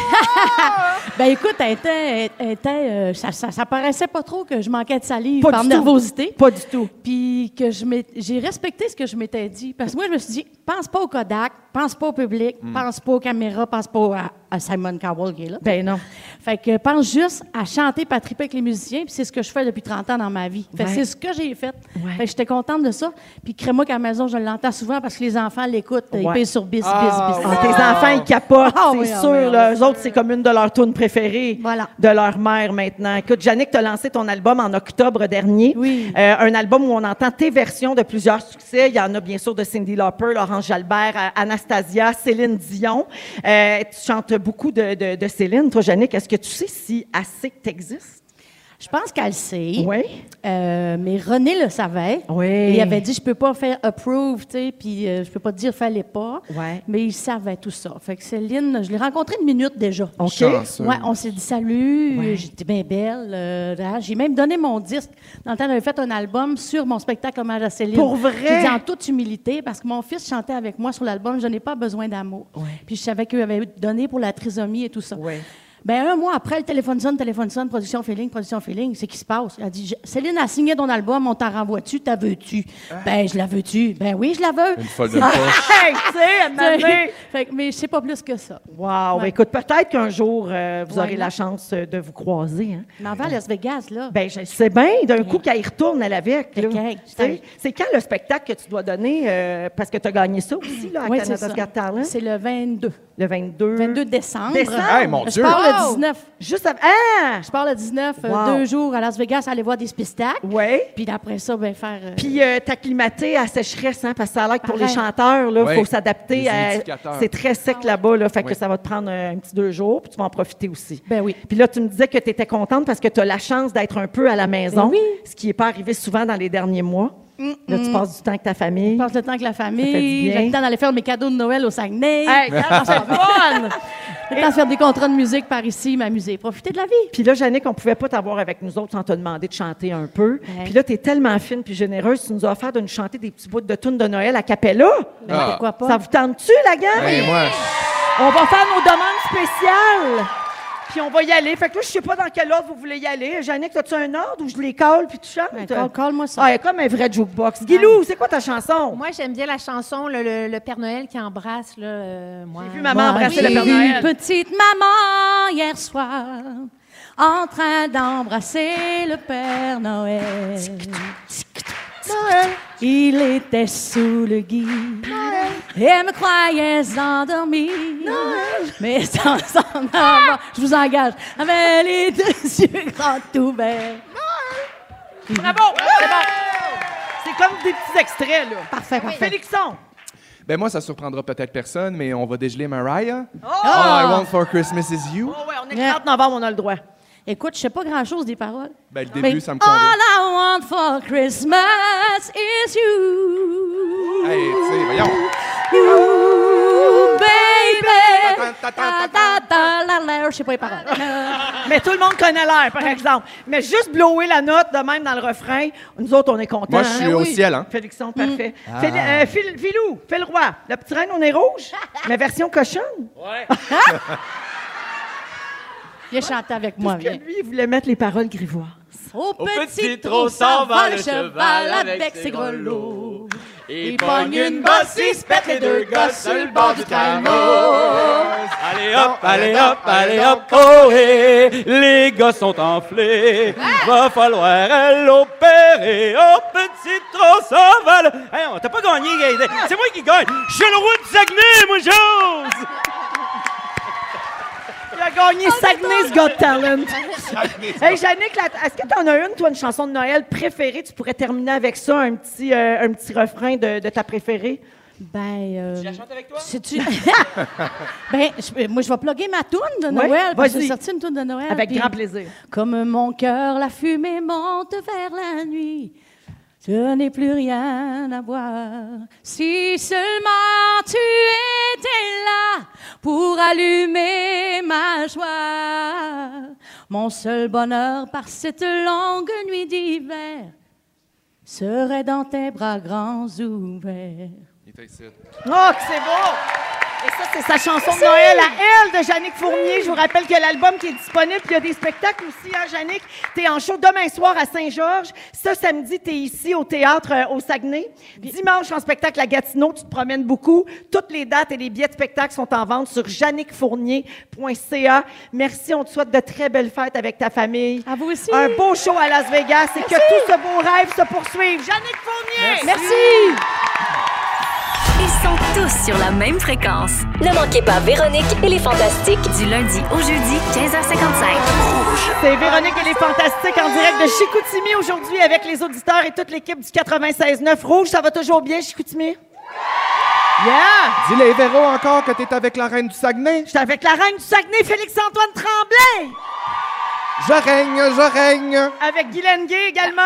[SPEAKER 7] Ben écoute, elle était, elle était, euh, ça, ça, ça paraissait pas trop que je manquais de salive
[SPEAKER 1] Pas
[SPEAKER 7] par
[SPEAKER 1] du tout.
[SPEAKER 7] nervosité.
[SPEAKER 1] Pas du tout.
[SPEAKER 7] Puis que je m'ai- j'ai respecté ce que je m'étais dit. Parce que moi, je me suis dit, pense pas au Kodak, pense pas au public,
[SPEAKER 1] Hmm.
[SPEAKER 7] pense pas aux caméras, pense pas à, à Simon Cowell qui est là.
[SPEAKER 1] Ben non.
[SPEAKER 7] Fait que pense juste à chanter, pas à triper avec les musiciens, puis c'est ce que je fais depuis 30 ans dans ma vie. Fait que
[SPEAKER 1] Ouais.
[SPEAKER 7] c'est ce que j'ai fait.
[SPEAKER 1] Ouais.
[SPEAKER 7] Fait que j'étais contente de ça. Puis crée-moi qu'à la maison, je l'entends souvent parce que les enfants l'écoutent. Ils
[SPEAKER 1] Ouais.
[SPEAKER 7] pèsent sur bis, bis, bis.
[SPEAKER 1] Ah, tes enfants, ils capotent,
[SPEAKER 7] Ah
[SPEAKER 1] c'est
[SPEAKER 7] oui, ah
[SPEAKER 1] sûr.
[SPEAKER 7] oui, ah
[SPEAKER 1] là.
[SPEAKER 7] oui.
[SPEAKER 1] Eux autres, c'est comme une de leurs tunes préférées
[SPEAKER 7] Voilà.
[SPEAKER 1] de leur mère maintenant. Écoute, Yannick, tu as lancé ton album en octobre dernier.
[SPEAKER 7] Oui.
[SPEAKER 1] Euh, un album où on entend tes versions de plusieurs succès. Il y en a bien sûr de Cindy Lauper, Laurence Jalbert, euh, Anastasia, Céline Dion. Euh, tu chantes beaucoup de, de- de Céline. Toi, Yannick, est-ce que tu sais si assez que t'existes?
[SPEAKER 7] Je pense qu'elle le sait.
[SPEAKER 1] Oui.
[SPEAKER 7] Euh, mais René le savait.
[SPEAKER 1] Oui.
[SPEAKER 7] Et Il avait dit je peux pas faire approve, tu sais, puis euh, je peux pas dire fallait pas.
[SPEAKER 1] Ouais.
[SPEAKER 7] Mais il savait tout ça. Fait que Céline, je l'ai rencontrée une minute déjà.
[SPEAKER 1] OK.
[SPEAKER 4] Chanceux.
[SPEAKER 7] Ouais, on s'est dit salut,
[SPEAKER 1] hein. Ouais.
[SPEAKER 7] j'étais bien belle. euh, ah, j'ai même donné mon disque. Dans le temps, j'avais fait un album sur mon spectacle hommage à Céline.
[SPEAKER 1] Pour vrai?
[SPEAKER 7] J'ai dit en toute humilité, parce que mon fils chantait avec moi sur l'album Je n'ai pas besoin d'amour.
[SPEAKER 1] Ouais.
[SPEAKER 7] Puis je savais qu'il avait donné pour la trisomie et tout ça.
[SPEAKER 1] Ouais.
[SPEAKER 7] Ben un mois après, le téléphone sonne, téléphone sonne, production feeling, production feeling, c'est qui se passe? Elle dit, Je- Céline a signé ton album, on t'en renvoie-tu, t'as veux-tu?
[SPEAKER 1] Ah.
[SPEAKER 7] Ben, je la veux-tu? Ben oui, je la veux.
[SPEAKER 4] Une folle de poche.
[SPEAKER 1] Hey, tu sais, à un moment donné,
[SPEAKER 7] Fait que- mais je sais pas plus que ça.
[SPEAKER 1] Wow!
[SPEAKER 7] Ouais.
[SPEAKER 1] Écoute, peut-être qu'un jour, euh, vous
[SPEAKER 7] Ouais.
[SPEAKER 1] aurez la chance euh, de vous croiser. Hein?
[SPEAKER 7] Mais avant Las Vegas, là.
[SPEAKER 1] Ben, je le sais bien. D'un coup, qu'elle y retourne, elle avec. là.
[SPEAKER 7] Fait que,
[SPEAKER 1] Tu sais, C'est quand le spectacle que tu dois donner, euh, parce que tu as gagné ça aussi, là, à
[SPEAKER 7] Oui, c'est
[SPEAKER 1] Canada's
[SPEAKER 7] ça.
[SPEAKER 1] Got Talent,
[SPEAKER 7] C'est le 22.
[SPEAKER 1] le 22.
[SPEAKER 7] 22 décembre.
[SPEAKER 1] Décembre.
[SPEAKER 4] Hey, mon
[SPEAKER 7] Je
[SPEAKER 4] Dieu!
[SPEAKER 7] pars
[SPEAKER 1] Wow!
[SPEAKER 7] le 19.
[SPEAKER 1] Juste avant. Ah!
[SPEAKER 7] Je pars le 19, euh,
[SPEAKER 1] Wow.
[SPEAKER 7] deux jours à Las Vegas, aller voir des spectacles.
[SPEAKER 1] Oui.
[SPEAKER 7] Puis après ça, ben faire... euh,
[SPEAKER 1] Puis euh, t'acclimater à sécheresse, hein, parce que ça a l'air que pour les
[SPEAKER 7] Pareil. Ah
[SPEAKER 1] chanteurs, il
[SPEAKER 4] Ouais.
[SPEAKER 1] faut s'adapter.
[SPEAKER 4] Les
[SPEAKER 1] à-
[SPEAKER 4] humidificateurs.
[SPEAKER 1] C'est très sec là-bas, là, fait que
[SPEAKER 4] Ouais.
[SPEAKER 1] ça va te prendre euh, un, un petit deux jours, puis tu vas en profiter aussi.
[SPEAKER 7] Ben oui.
[SPEAKER 1] Puis là, tu me disais que tu étais contente parce que tu as la chance d'être un peu à la maison,
[SPEAKER 7] Ben oui.
[SPEAKER 1] ce qui n'est pas arrivé souvent dans les derniers mois. Là, tu passes du temps avec ta famille.
[SPEAKER 7] Je passe le temps avec la
[SPEAKER 1] Ça fait du
[SPEAKER 7] famille,
[SPEAKER 1] bien.
[SPEAKER 7] j'ai le temps d'aller faire mes cadeaux de Noël au Saguenay.
[SPEAKER 1] Hey, regarde, c'est fun!
[SPEAKER 7] J'ai le temps de faire des contrats de musique par ici, m'amuser, profiter de la vie.
[SPEAKER 1] Puis là, Jannick, on pouvait pas t'avoir avec nous autres sans te demander de chanter un peu.
[SPEAKER 7] Ouais.
[SPEAKER 1] Puis là, t'es tellement fine puis généreuse, tu nous as offert de nous chanter des petits bouts de tunes de Noël à Capella.
[SPEAKER 7] Ben,
[SPEAKER 4] Ah.
[SPEAKER 7] Pourquoi pas?
[SPEAKER 1] Ça vous tente-tu, la gang?
[SPEAKER 4] Ben, moi,
[SPEAKER 1] On va faire nos demandes spéciales. Puis on va y aller. Fait que là, je sais pas dans quel ordre vous voulez y aller. Jannick, as-tu un ordre où je les colle puis tu chantes?
[SPEAKER 7] Ben, call- call-moi ça.
[SPEAKER 1] Ah, elle est comme un vrai jukebox. Guilou, c'est quoi ta chanson?
[SPEAKER 5] Moi, j'aime bien la chanson, le, le- le Père Noël qui embrasse, là, euh, moi.
[SPEAKER 1] J'ai vu maman embrasser
[SPEAKER 7] J'ai
[SPEAKER 1] le Père
[SPEAKER 7] vu
[SPEAKER 1] Noël.
[SPEAKER 7] petite maman hier soir en train d'embrasser le Père Noël. Il était sous le gui et me croyait endormie. Mais sans s'en avoir, je vous engage, avait les deux yeux grands ouverts.
[SPEAKER 1] Bravo! C'est bon. C'est comme des petits extraits, là.
[SPEAKER 7] Parfait, parfait.
[SPEAKER 1] Félixon!
[SPEAKER 4] ben moi, ça surprendra peut-être personne, mais on va dégeler Mariah. Oh! All I want for Christmas is you.
[SPEAKER 1] Oh ouais, on est le 30 novembre, on a le droit.
[SPEAKER 7] Écoute, je sais pas grand-chose des paroles.
[SPEAKER 4] Ben, le
[SPEAKER 7] Mais
[SPEAKER 4] début,
[SPEAKER 1] ah,
[SPEAKER 4] ça me convient.
[SPEAKER 7] All I want for Christmas is you.
[SPEAKER 4] Hey, tu sais, voyons.
[SPEAKER 7] You, baby.
[SPEAKER 4] Ta, ta, ta, ta, ta.
[SPEAKER 7] Ta, ta, ta, la, la. Je sais pas les paroles.
[SPEAKER 1] Mais tout le monde connaît l'air, par exemple. Mais juste blower la note de même dans le refrain, nous autres, on est contents.
[SPEAKER 4] Moi, je suis Ah.
[SPEAKER 1] hein?
[SPEAKER 4] au ciel, hein.
[SPEAKER 1] Félixon, parfait. Fil- euh, Fil- Filou, fais le roi. La petite reine, on est rouge. Mais version cochonne.
[SPEAKER 7] Viens chanter avec moi,
[SPEAKER 4] Ah,
[SPEAKER 1] Parce que
[SPEAKER 7] viens.
[SPEAKER 1] lui, il voulait mettre les paroles grivoises.
[SPEAKER 7] Au
[SPEAKER 3] petit trot s'en va le cheval avec ses grelots. Il pogne une bosse, il se pète les deux gosses sur le bord du tramway. Allez hop, allez hop, allez hop, oh hé, les gosses sont enflés. Va falloir l'opérer. Oh petit trot s'en va le... Hey, on t'a pas gagné, Gaëtan. c'est moi qui gagne. Je suis le roi du Saguenay, moi j'ose.
[SPEAKER 1] Il a gagné Saguenay's Got Talent. Ah, hey, Jannick, la- est-ce que t'en as une, toi, une chanson de Noël préférée? Tu pourrais terminer avec ça, un petit, euh, un petit refrain de, de ta préférée?
[SPEAKER 7] Ben. euh,
[SPEAKER 3] Tu la chantes avec toi?
[SPEAKER 7] sais-tu- ben, je- moi, je vais plugger ma toune de
[SPEAKER 1] Ouais,
[SPEAKER 7] Noël. parce que
[SPEAKER 1] vas-y.
[SPEAKER 7] J'ai sorti une toune de Noël.
[SPEAKER 1] Avec
[SPEAKER 7] puis-
[SPEAKER 1] grand plaisir.
[SPEAKER 7] Comme mon cœur, la fumée monte vers la nuit. Je n'ai plus rien à boire. Si seulement tu étais là pour allumer ma joie. Mon seul bonheur par cette longue nuit d'hiver serait dans tes bras grands ouverts.
[SPEAKER 4] Il était ici.
[SPEAKER 7] Ah,
[SPEAKER 1] Oh, que c'est beau! Et ça, c'est sa chanson de Noël à elle, de Jannick Fournier. Je vous rappelle que l'album qui est disponible, puis il y a des spectacles aussi, hein, Jannick? T'es en show demain soir à Saint-Georges. Ça, samedi, t'es ici au théâtre euh, au Saguenay. Dimanche, en spectacle à Gatineau, tu te promènes beaucoup. Toutes les dates et les billets de spectacle sont en vente sur jannickfournier.ca. Merci, on te souhaite de très belles fêtes avec ta famille.
[SPEAKER 7] À vous aussi.
[SPEAKER 1] Un beau show à Las Vegas et que tout ce beau rêve se poursuive. Jannick Fournier!
[SPEAKER 7] Merci.
[SPEAKER 8] Ils sont tous sur la même fréquence.
[SPEAKER 9] Ne manquez pas Véronique et les Fantastiques.
[SPEAKER 8] Du lundi au jeudi, 15h55.
[SPEAKER 1] C'est Véronique et les Fantastiques en direct de Chicoutimi aujourd'hui avec les auditeurs et toute l'équipe du 96-9 Rouge. Ça va toujours bien, Chicoutimi? Yeah!
[SPEAKER 4] Dis les Véro encore que t'es avec la reine du Saguenay.
[SPEAKER 1] J'étais avec la reine du Saguenay, Félix-Antoine Tremblay!
[SPEAKER 4] Je règne, je règne.
[SPEAKER 1] Avec Guylaine Gay également.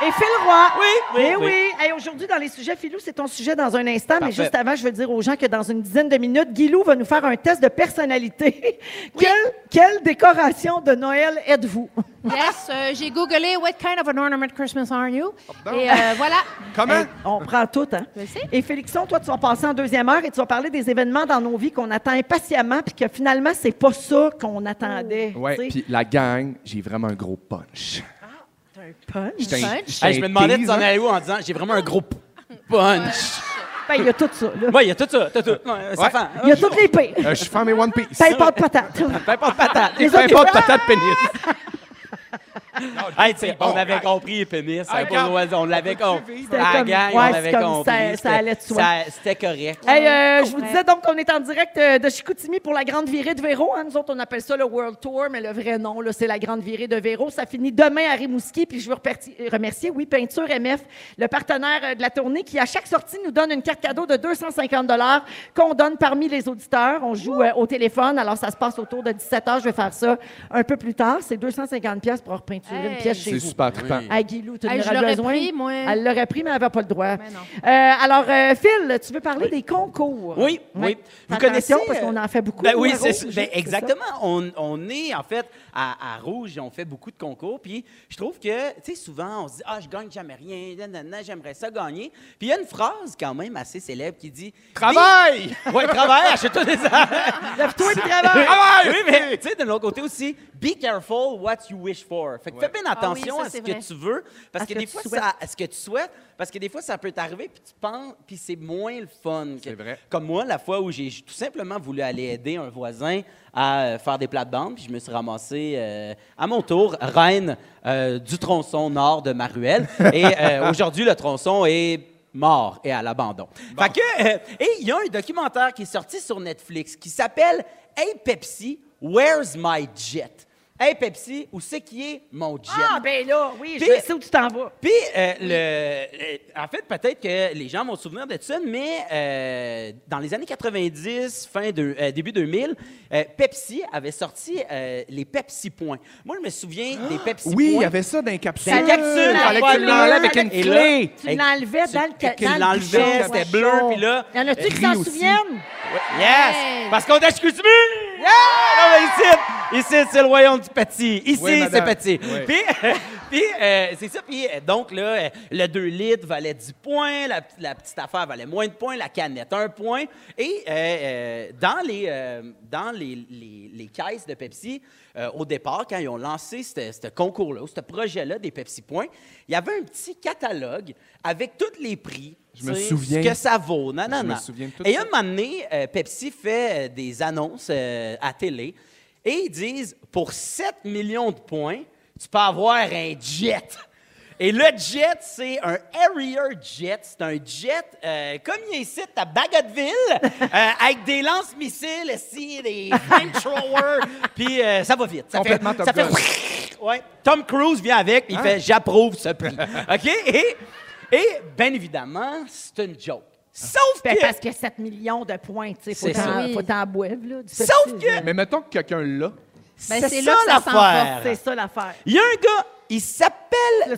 [SPEAKER 1] Et Phil Roy. Oui,
[SPEAKER 3] oui,
[SPEAKER 1] Eh oui.
[SPEAKER 3] oui.
[SPEAKER 1] Hey, Aujourd'hui, dans les sujets, Philou, c'est ton sujet dans un instant, mais
[SPEAKER 3] Parfait.
[SPEAKER 1] juste avant, je veux dire aux gens que dans une dizaine de minutes, Guilou va nous faire un test de personnalité. quelle, quelle décoration de Noël êtes-vous?
[SPEAKER 5] Yes, euh, j'ai googlé What kind of an ornament Christmas are you?
[SPEAKER 4] donc.
[SPEAKER 5] Et euh, voilà.
[SPEAKER 4] Comment?
[SPEAKER 1] Hey, on prend tout, hein?
[SPEAKER 5] Je sais.
[SPEAKER 1] Et Félixon, toi, tu vas passer en deuxième heure et tu vas parler des événements dans nos vies qu'on attend impatiemment puis que finalement, c'est pas ça qu'on attendait.
[SPEAKER 4] Ouais,
[SPEAKER 1] tu sais.
[SPEAKER 4] puis la gang, j'ai vraiment un gros punch.
[SPEAKER 1] Punch.
[SPEAKER 4] J'étais un-
[SPEAKER 5] Punch?
[SPEAKER 4] j'étais
[SPEAKER 3] Hey, je me demandais de
[SPEAKER 4] tease,
[SPEAKER 3] s'en
[SPEAKER 4] hein.
[SPEAKER 3] aller où en disant j'ai vraiment un gros p- punch.
[SPEAKER 1] Ben, il y a tout ça, là.
[SPEAKER 3] Ouais, il y a tout ça, tout ça. Ouais, ça
[SPEAKER 4] Ouais.
[SPEAKER 3] fend.
[SPEAKER 1] Il y a toutes les pires.
[SPEAKER 4] Euh, je suis fermé One Piece.
[SPEAKER 1] Paye pas de patate.
[SPEAKER 3] Pain pas de patate.
[SPEAKER 1] Les autres,
[SPEAKER 4] Pas de patate pénis.
[SPEAKER 3] Hey, tu sais,
[SPEAKER 4] bon.
[SPEAKER 3] on avait compris les pénis, hein, pour
[SPEAKER 4] regarde.
[SPEAKER 3] nous, on l'avait compris.
[SPEAKER 1] C'était
[SPEAKER 3] La
[SPEAKER 1] comme-
[SPEAKER 3] gang,
[SPEAKER 1] ouais,
[SPEAKER 3] on
[SPEAKER 1] c'est
[SPEAKER 3] l'avait
[SPEAKER 1] comme
[SPEAKER 3] compris.
[SPEAKER 1] ça- ça
[SPEAKER 3] C'était-
[SPEAKER 1] allait de soi.
[SPEAKER 3] ça- C'était correct.
[SPEAKER 1] Hey, euh, je vous disais donc qu'on est en direct euh, de Chicoutimi pour la Grande Virée de Véro. hein. Nous autres, on appelle ça le World Tour, mais le vrai nom, là, c'est la Grande Virée de Véro. Ça finit demain à Rimouski. Puis je veux reparti- euh, remercier, oui, Peinture MF, le partenaire euh, de la tournée, qui à chaque sortie nous donne une carte cadeau de 250 dollars qu'on donne parmi les auditeurs. On joue euh, au téléphone. Alors, ça se passe autour de 17 h Je vais faire ça un peu plus tard. C'est 250 pièces pour repeinturer une
[SPEAKER 5] Hey.
[SPEAKER 1] pièce chez
[SPEAKER 4] C'est
[SPEAKER 1] vous.
[SPEAKER 4] super trippant.
[SPEAKER 1] Hey, Guilou, tu
[SPEAKER 5] Hey,
[SPEAKER 1] n'auras
[SPEAKER 5] je l'aurais
[SPEAKER 1] besoin.
[SPEAKER 5] pris, moi.
[SPEAKER 1] Elle l'aurait pris, mais elle n'avait pas le droit.
[SPEAKER 5] Mais non.
[SPEAKER 1] Euh, alors, euh, Phil, tu veux parler des concours?
[SPEAKER 3] Oui,
[SPEAKER 1] Ouais.
[SPEAKER 3] oui. Vous
[SPEAKER 1] Attention,
[SPEAKER 3] connaissez.
[SPEAKER 1] parce
[SPEAKER 3] euh,
[SPEAKER 1] qu'on en fait beaucoup.
[SPEAKER 3] Ben oui,
[SPEAKER 1] nous, à
[SPEAKER 3] c'est
[SPEAKER 1] Rouge,
[SPEAKER 3] ça.
[SPEAKER 1] juste,
[SPEAKER 3] Ben
[SPEAKER 1] c'est
[SPEAKER 3] exactement. On, on est, en fait, à, à Rouge, on fait beaucoup de concours. Puis je trouve que, tu sais, souvent, on se dit Ah, je gagne jamais rien, nanana, j'aimerais ça gagner. Puis il y a une phrase, quand même, assez célèbre qui dit
[SPEAKER 4] Travail!
[SPEAKER 3] Oui, travaille, achète-toi des
[SPEAKER 1] ça. Lève-toi et travaille.
[SPEAKER 3] Ah ouais, Oui, mais tu sais, de l'autre côté aussi, be careful what you wish for. Fait que fais bien
[SPEAKER 5] Ah oui,
[SPEAKER 3] attention
[SPEAKER 5] ça,
[SPEAKER 3] à ce
[SPEAKER 5] c'est
[SPEAKER 3] que
[SPEAKER 5] vrai.
[SPEAKER 3] tu veux, parce
[SPEAKER 1] À ce
[SPEAKER 3] que
[SPEAKER 1] que
[SPEAKER 3] des
[SPEAKER 1] tu
[SPEAKER 3] fois,
[SPEAKER 1] souhaites.
[SPEAKER 3] ça, à ce que tu souhaites, parce que des fois, ça peut t'arriver, puis tu penses, puis c'est moins le fun. que-
[SPEAKER 4] C'est vrai.
[SPEAKER 3] Comme moi, la fois où j'ai tout simplement voulu aller aider un voisin à euh, faire des plates-bandes, puis je me suis ramassé euh, à mon tour, reine euh, du tronçon nord de ma ruelle. Et euh, aujourd'hui, le tronçon est mort et à l'abandon. Fait que, euh, et il y a un documentaire qui est sorti sur Netflix qui s'appelle Hey Pepsi, Where's My Jet? Hey Pepsi, où c'est qui est mon jet?
[SPEAKER 1] Ah, ben là, oui,
[SPEAKER 3] Puis-
[SPEAKER 1] je sais où tu t'en vas.
[SPEAKER 3] Puis, euh, le, euh, en fait, peut-être que les gens vont se souvenir de ça, mais euh, dans les années 90, fin de, euh, début 2000, euh, Pepsi avait sorti euh, les Pepsi Points. Moi, je me souviens des Pepsi Points.
[SPEAKER 4] Ah! Oui, il y avait ça dans les capsules.
[SPEAKER 3] Dans la capsule,
[SPEAKER 4] Il fallait que
[SPEAKER 3] la
[SPEAKER 4] tu l'enlèves avec
[SPEAKER 3] boîte,
[SPEAKER 4] une
[SPEAKER 3] et là,
[SPEAKER 4] clé.
[SPEAKER 1] Tu l'enlevais dans le
[SPEAKER 3] Et
[SPEAKER 1] ca-
[SPEAKER 3] tu
[SPEAKER 1] dans le
[SPEAKER 3] l'enlevais,
[SPEAKER 1] bouchon.
[SPEAKER 3] c'était bleu, puis là... euh,
[SPEAKER 1] Y en a-tu qui
[SPEAKER 4] Gris
[SPEAKER 1] s'en
[SPEAKER 4] aussi.
[SPEAKER 1] souviennent?
[SPEAKER 3] Yes! Parce qu'on est à Chicoutimi! Yeah! Non, mais ici, ici c'est le royaume du petit. Ici,
[SPEAKER 4] Oui, madame.
[SPEAKER 3] c'est petit.
[SPEAKER 4] Oui.
[SPEAKER 3] Puis, puis, euh, c'est ça. Puis, euh, donc, là, euh, le 2 litres valait 10 points, la, la petite affaire valait moins de points, la canette 1 point. Et euh, euh, dans, les, euh, dans les, les- les caisses de Pepsi, euh, au départ, quand ils ont lancé ce ce concours-là, ou ce projet-là des Pepsi Points, il y avait un petit catalogue avec tous les prix.
[SPEAKER 4] Je me
[SPEAKER 3] tu sais,
[SPEAKER 4] souviens.
[SPEAKER 3] Ce que ça vaut. Non, non,
[SPEAKER 4] Je me
[SPEAKER 3] non.
[SPEAKER 4] souviens de tout
[SPEAKER 3] Et
[SPEAKER 4] ça.
[SPEAKER 3] un moment donné, euh, Pepsi fait euh, des annonces euh, à télé et ils disent pour 7 millions de points, tu peux avoir un jet. Et le jet, c'est un Harrier jet. C'est un jet, euh, comme il est ici à Bagotville, euh, avec des lance-missiles ici, des flamethrowers, puis euh, ça va vite. Ça
[SPEAKER 4] Complètement
[SPEAKER 3] fait,
[SPEAKER 4] Top
[SPEAKER 3] ça fait
[SPEAKER 4] Gun.
[SPEAKER 3] Ouais. Tom Cruise vient avec, puis il fait j'approuve ce prix. OK? Et, et bien évidemment, c'est une joke.
[SPEAKER 10] Sauf
[SPEAKER 1] Ben,
[SPEAKER 10] que.
[SPEAKER 1] parce que 7 millions de points, tu sais, faut
[SPEAKER 3] C'est
[SPEAKER 1] t'en-
[SPEAKER 3] ça.
[SPEAKER 1] faut t'en boive, là. du
[SPEAKER 10] Sauf
[SPEAKER 1] Pepsi,
[SPEAKER 10] que.
[SPEAKER 1] là.
[SPEAKER 4] Mais mettons que quelqu'un l'a.
[SPEAKER 5] Ben,
[SPEAKER 10] c'est
[SPEAKER 5] c'est
[SPEAKER 10] ça
[SPEAKER 5] là que ça s'en va.
[SPEAKER 10] l'affaire.
[SPEAKER 1] C'est ça l'affaire.
[SPEAKER 10] Il y a un gars, il s'appelle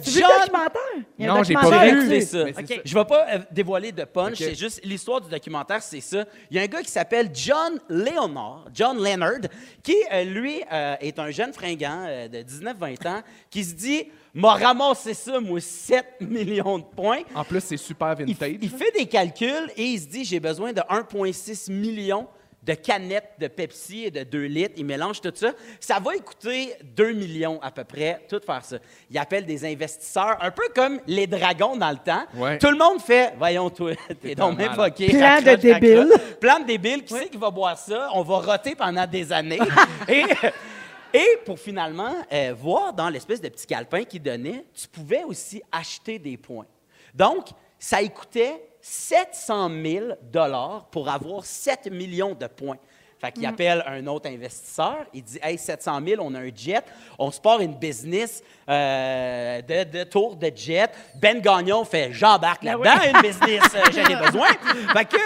[SPEAKER 1] Tu veux le
[SPEAKER 10] John.
[SPEAKER 1] documentaire? Il y a un
[SPEAKER 4] Non, j'ai pas
[SPEAKER 1] documentaire
[SPEAKER 4] vu.
[SPEAKER 3] C'est
[SPEAKER 1] là-dessus.
[SPEAKER 3] ça.
[SPEAKER 4] Mais c'est
[SPEAKER 3] Ok. Je vais pas euh, dévoiler de punch,
[SPEAKER 4] Ok.
[SPEAKER 3] c'est juste l'histoire du documentaire, c'est ça. Il y a un gars qui s'appelle John Leonard, John Leonard, qui euh, lui euh, est un jeune fringant euh, de 19-20 ans qui se dit m'a ramassé ça moi 7 millions de points.
[SPEAKER 4] En plus, c'est super
[SPEAKER 3] Il,
[SPEAKER 4] vintage.
[SPEAKER 3] il fait des calculs et il se dit j'ai besoin de 1,6 million de canettes de Pepsi et de 2 litres. Il mélange tout ça. Ça va coûter 2 millions à peu près, tout faire ça. Il appelle des investisseurs, un peu comme les dragons dans le temps.
[SPEAKER 4] Ouais.
[SPEAKER 3] Tout le monde fait Voyons, toi, t'es donc
[SPEAKER 4] pas mal.
[SPEAKER 3] même pas OK.
[SPEAKER 1] Plan de
[SPEAKER 3] Raccroche,
[SPEAKER 1] débile.
[SPEAKER 3] raccroche. Plan de débile. Qui c'est qui va boire ça? On va roter pendant des années. et. Et pour finalement euh, voir dans l'espèce de petit calepin qu'il donnait, tu pouvais aussi acheter des points. Donc, ça y coûtait 700 000 dollars pour avoir 7 millions de points. Fait
[SPEAKER 1] Mm.
[SPEAKER 3] qu'il appelle un autre investisseur, il dit Hey, 700 000, on a un jet, on se part une business euh, de, de tour de jet. Ben Gagnon fait J'embarque
[SPEAKER 1] Ben
[SPEAKER 3] là-dedans, une business, euh, j'en ai besoin. Fait que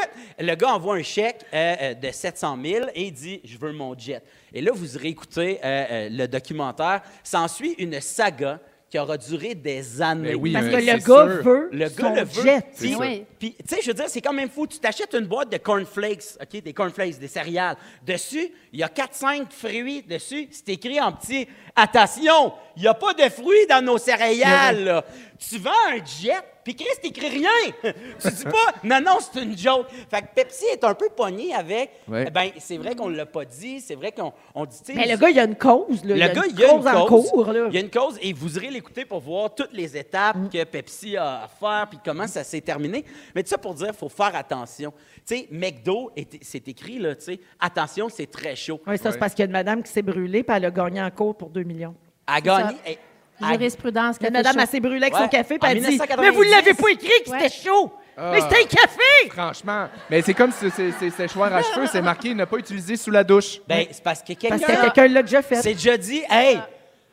[SPEAKER 3] le gars envoie un chèque euh, euh, de 700 000 et il dit Je veux mon jet. Et là, vous réécoutez euh, euh, le documentaire. S'ensuit une saga qui aura duré des années.
[SPEAKER 4] Ben oui,
[SPEAKER 1] Parce
[SPEAKER 4] euh,
[SPEAKER 1] que le gars
[SPEAKER 4] c'est sûr.
[SPEAKER 1] veut
[SPEAKER 3] Le
[SPEAKER 1] son
[SPEAKER 3] gars le veut.
[SPEAKER 1] jet.
[SPEAKER 3] Puis,
[SPEAKER 5] sûr. Oui.
[SPEAKER 3] puis, tu sais, je veux dire, c'est quand même fou. Tu t'achètes une boîte de cornflakes, OK, des cornflakes, des céréales. Dessus, il y a 4-5 fruits. Dessus, c'est écrit en petit Attention, il n'y a pas de fruits dans nos céréales. là. Tu vends un jet, puis Chris, t'écris rien. tu dis pas, non, non, c'est une joke. Fait que Pepsi est un peu pogné avec.
[SPEAKER 4] Ouais.
[SPEAKER 3] Ben, c'est vrai qu'on ne l'a pas dit, c'est vrai qu'on on dit, tu sais,
[SPEAKER 1] Mais le gars, il y a une cause, là.
[SPEAKER 3] le gars, il y a une cause.
[SPEAKER 1] en cours, là.
[SPEAKER 3] Il y a une cause et vous irez l'écouter pour voir toutes les étapes que Pepsi a à faire puis comment ça s'est terminé. Mais tout ça pour dire, faut faire attention. Tu sais, McDo, est- c'est écrit là, tu sais, attention, c'est très chaud.
[SPEAKER 1] Oui, ça, c'est
[SPEAKER 4] Ouais.
[SPEAKER 1] parce qu'il y a une madame qui s'est brûlée, puis elle a gagné en cours pour 2 millions.
[SPEAKER 3] À gagner. eh, à-
[SPEAKER 5] Jurisprudence,
[SPEAKER 1] La
[SPEAKER 5] quelque
[SPEAKER 1] madame,
[SPEAKER 5] chose.
[SPEAKER 1] elle s'est brûlée avec
[SPEAKER 3] Ouais.
[SPEAKER 1] son café,
[SPEAKER 3] En
[SPEAKER 1] puis elle dit
[SPEAKER 3] 1990.
[SPEAKER 1] Mais vous ne l'avez pas écrit que
[SPEAKER 5] Ouais.
[SPEAKER 1] c'était chaud
[SPEAKER 4] Ah.
[SPEAKER 1] Mais c'était un café
[SPEAKER 4] Franchement, mais c'est comme si c'est- c'est séchoir à cheveux, c'est marqué ne pas utiliser sous la douche.
[SPEAKER 3] ben, c'est parce que
[SPEAKER 1] Parce que
[SPEAKER 3] quelqu'un.
[SPEAKER 1] quelqu'un l'a déjà fait.
[SPEAKER 3] C'est déjà dit, hey,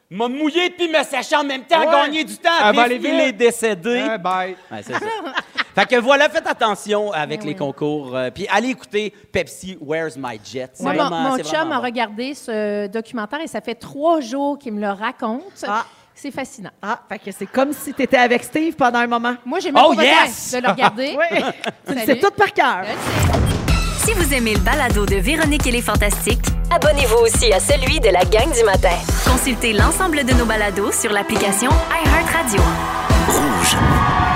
[SPEAKER 3] m'a mouillé puis m'a séché en même temps,
[SPEAKER 4] Ouais.
[SPEAKER 3] gagner du temps.
[SPEAKER 4] Elle va
[SPEAKER 3] Vif,
[SPEAKER 4] aller
[SPEAKER 3] il
[SPEAKER 4] vite.
[SPEAKER 3] est décédé.
[SPEAKER 4] Hein, bye.
[SPEAKER 3] Ouais, c'est ça. fait que voilà, faites attention avec les concours. euh, puis allez écouter Pepsi Where's My Jet. C'est
[SPEAKER 5] Moi, mon-
[SPEAKER 3] vraiment-
[SPEAKER 5] mon
[SPEAKER 3] c'est
[SPEAKER 5] chum
[SPEAKER 3] vraiment
[SPEAKER 5] a
[SPEAKER 3] bon.
[SPEAKER 5] regardé ce documentaire et ça fait trois jours qu'il me le raconte.
[SPEAKER 1] Ah.
[SPEAKER 5] C'est fascinant.
[SPEAKER 1] Ah, fait que c'est comme si tu étais avec Steve pendant un moment.
[SPEAKER 5] Moi, j'ai même
[SPEAKER 3] Oh,
[SPEAKER 5] pas
[SPEAKER 3] yes!
[SPEAKER 5] besoin de le regarder. Euh,
[SPEAKER 1] Oui. tu le sais
[SPEAKER 5] Salut.
[SPEAKER 1] tout par cœur.
[SPEAKER 8] Si vous aimez le balado de Véronique et les Fantastiques,
[SPEAKER 9] Abonnez-vous aussi à celui de la gang du matin.
[SPEAKER 8] consultez l'ensemble de nos balados sur l'application iHeartRadio.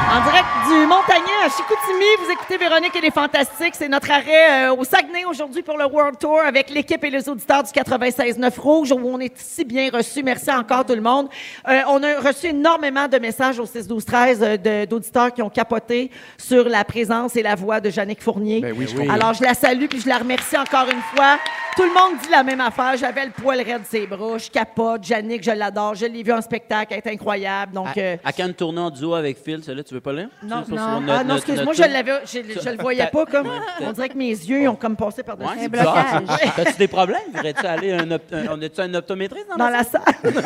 [SPEAKER 1] En direct du Montagnan à Chicoutimi, vous écoutez Véronique et les Fantastiques. C'est notre arrêt euh, au Saguenay aujourd'hui pour le World Tour avec l'équipe et les auditeurs du 96-9 Rouge où on est si bien reçus. Merci encore tout le monde. Euh, on a reçu énormément de messages au 6-12-13 euh, de- d'auditeurs qui ont capoté sur la présence et la voix de Jannick Fournier.
[SPEAKER 4] Ben oui, je comprends.
[SPEAKER 1] Alors, je la salue puis je la remercie encore une fois. Tout le monde dit la même affaire. J'avais le poil raide de ses bras. Je capote. Jannick, je l'adore. Je l'ai vu en spectacle. Elle est incroyable. Donc, euh,
[SPEAKER 3] À, à quand une tournée en duo avec Phil, celle-là, tu veux pas lire?
[SPEAKER 1] non,
[SPEAKER 3] Tu veux pas sur
[SPEAKER 1] non.
[SPEAKER 3] notre-
[SPEAKER 1] Ah non,
[SPEAKER 3] notre-
[SPEAKER 1] excuse-moi,
[SPEAKER 3] notre-
[SPEAKER 1] je l'avais, je, je le voyais pas comme.
[SPEAKER 3] Ouais.
[SPEAKER 1] On dirait que mes yeux ont comme passé
[SPEAKER 3] Ouais,
[SPEAKER 1] par-dessus.
[SPEAKER 3] c'est
[SPEAKER 1] Bloc-
[SPEAKER 3] bizarre, ça. T'as-tu des problèmes? Voudrais-tu aller à un, op- un- on a-tu un optométriste dans,
[SPEAKER 1] Dans
[SPEAKER 3] la
[SPEAKER 1] la salle.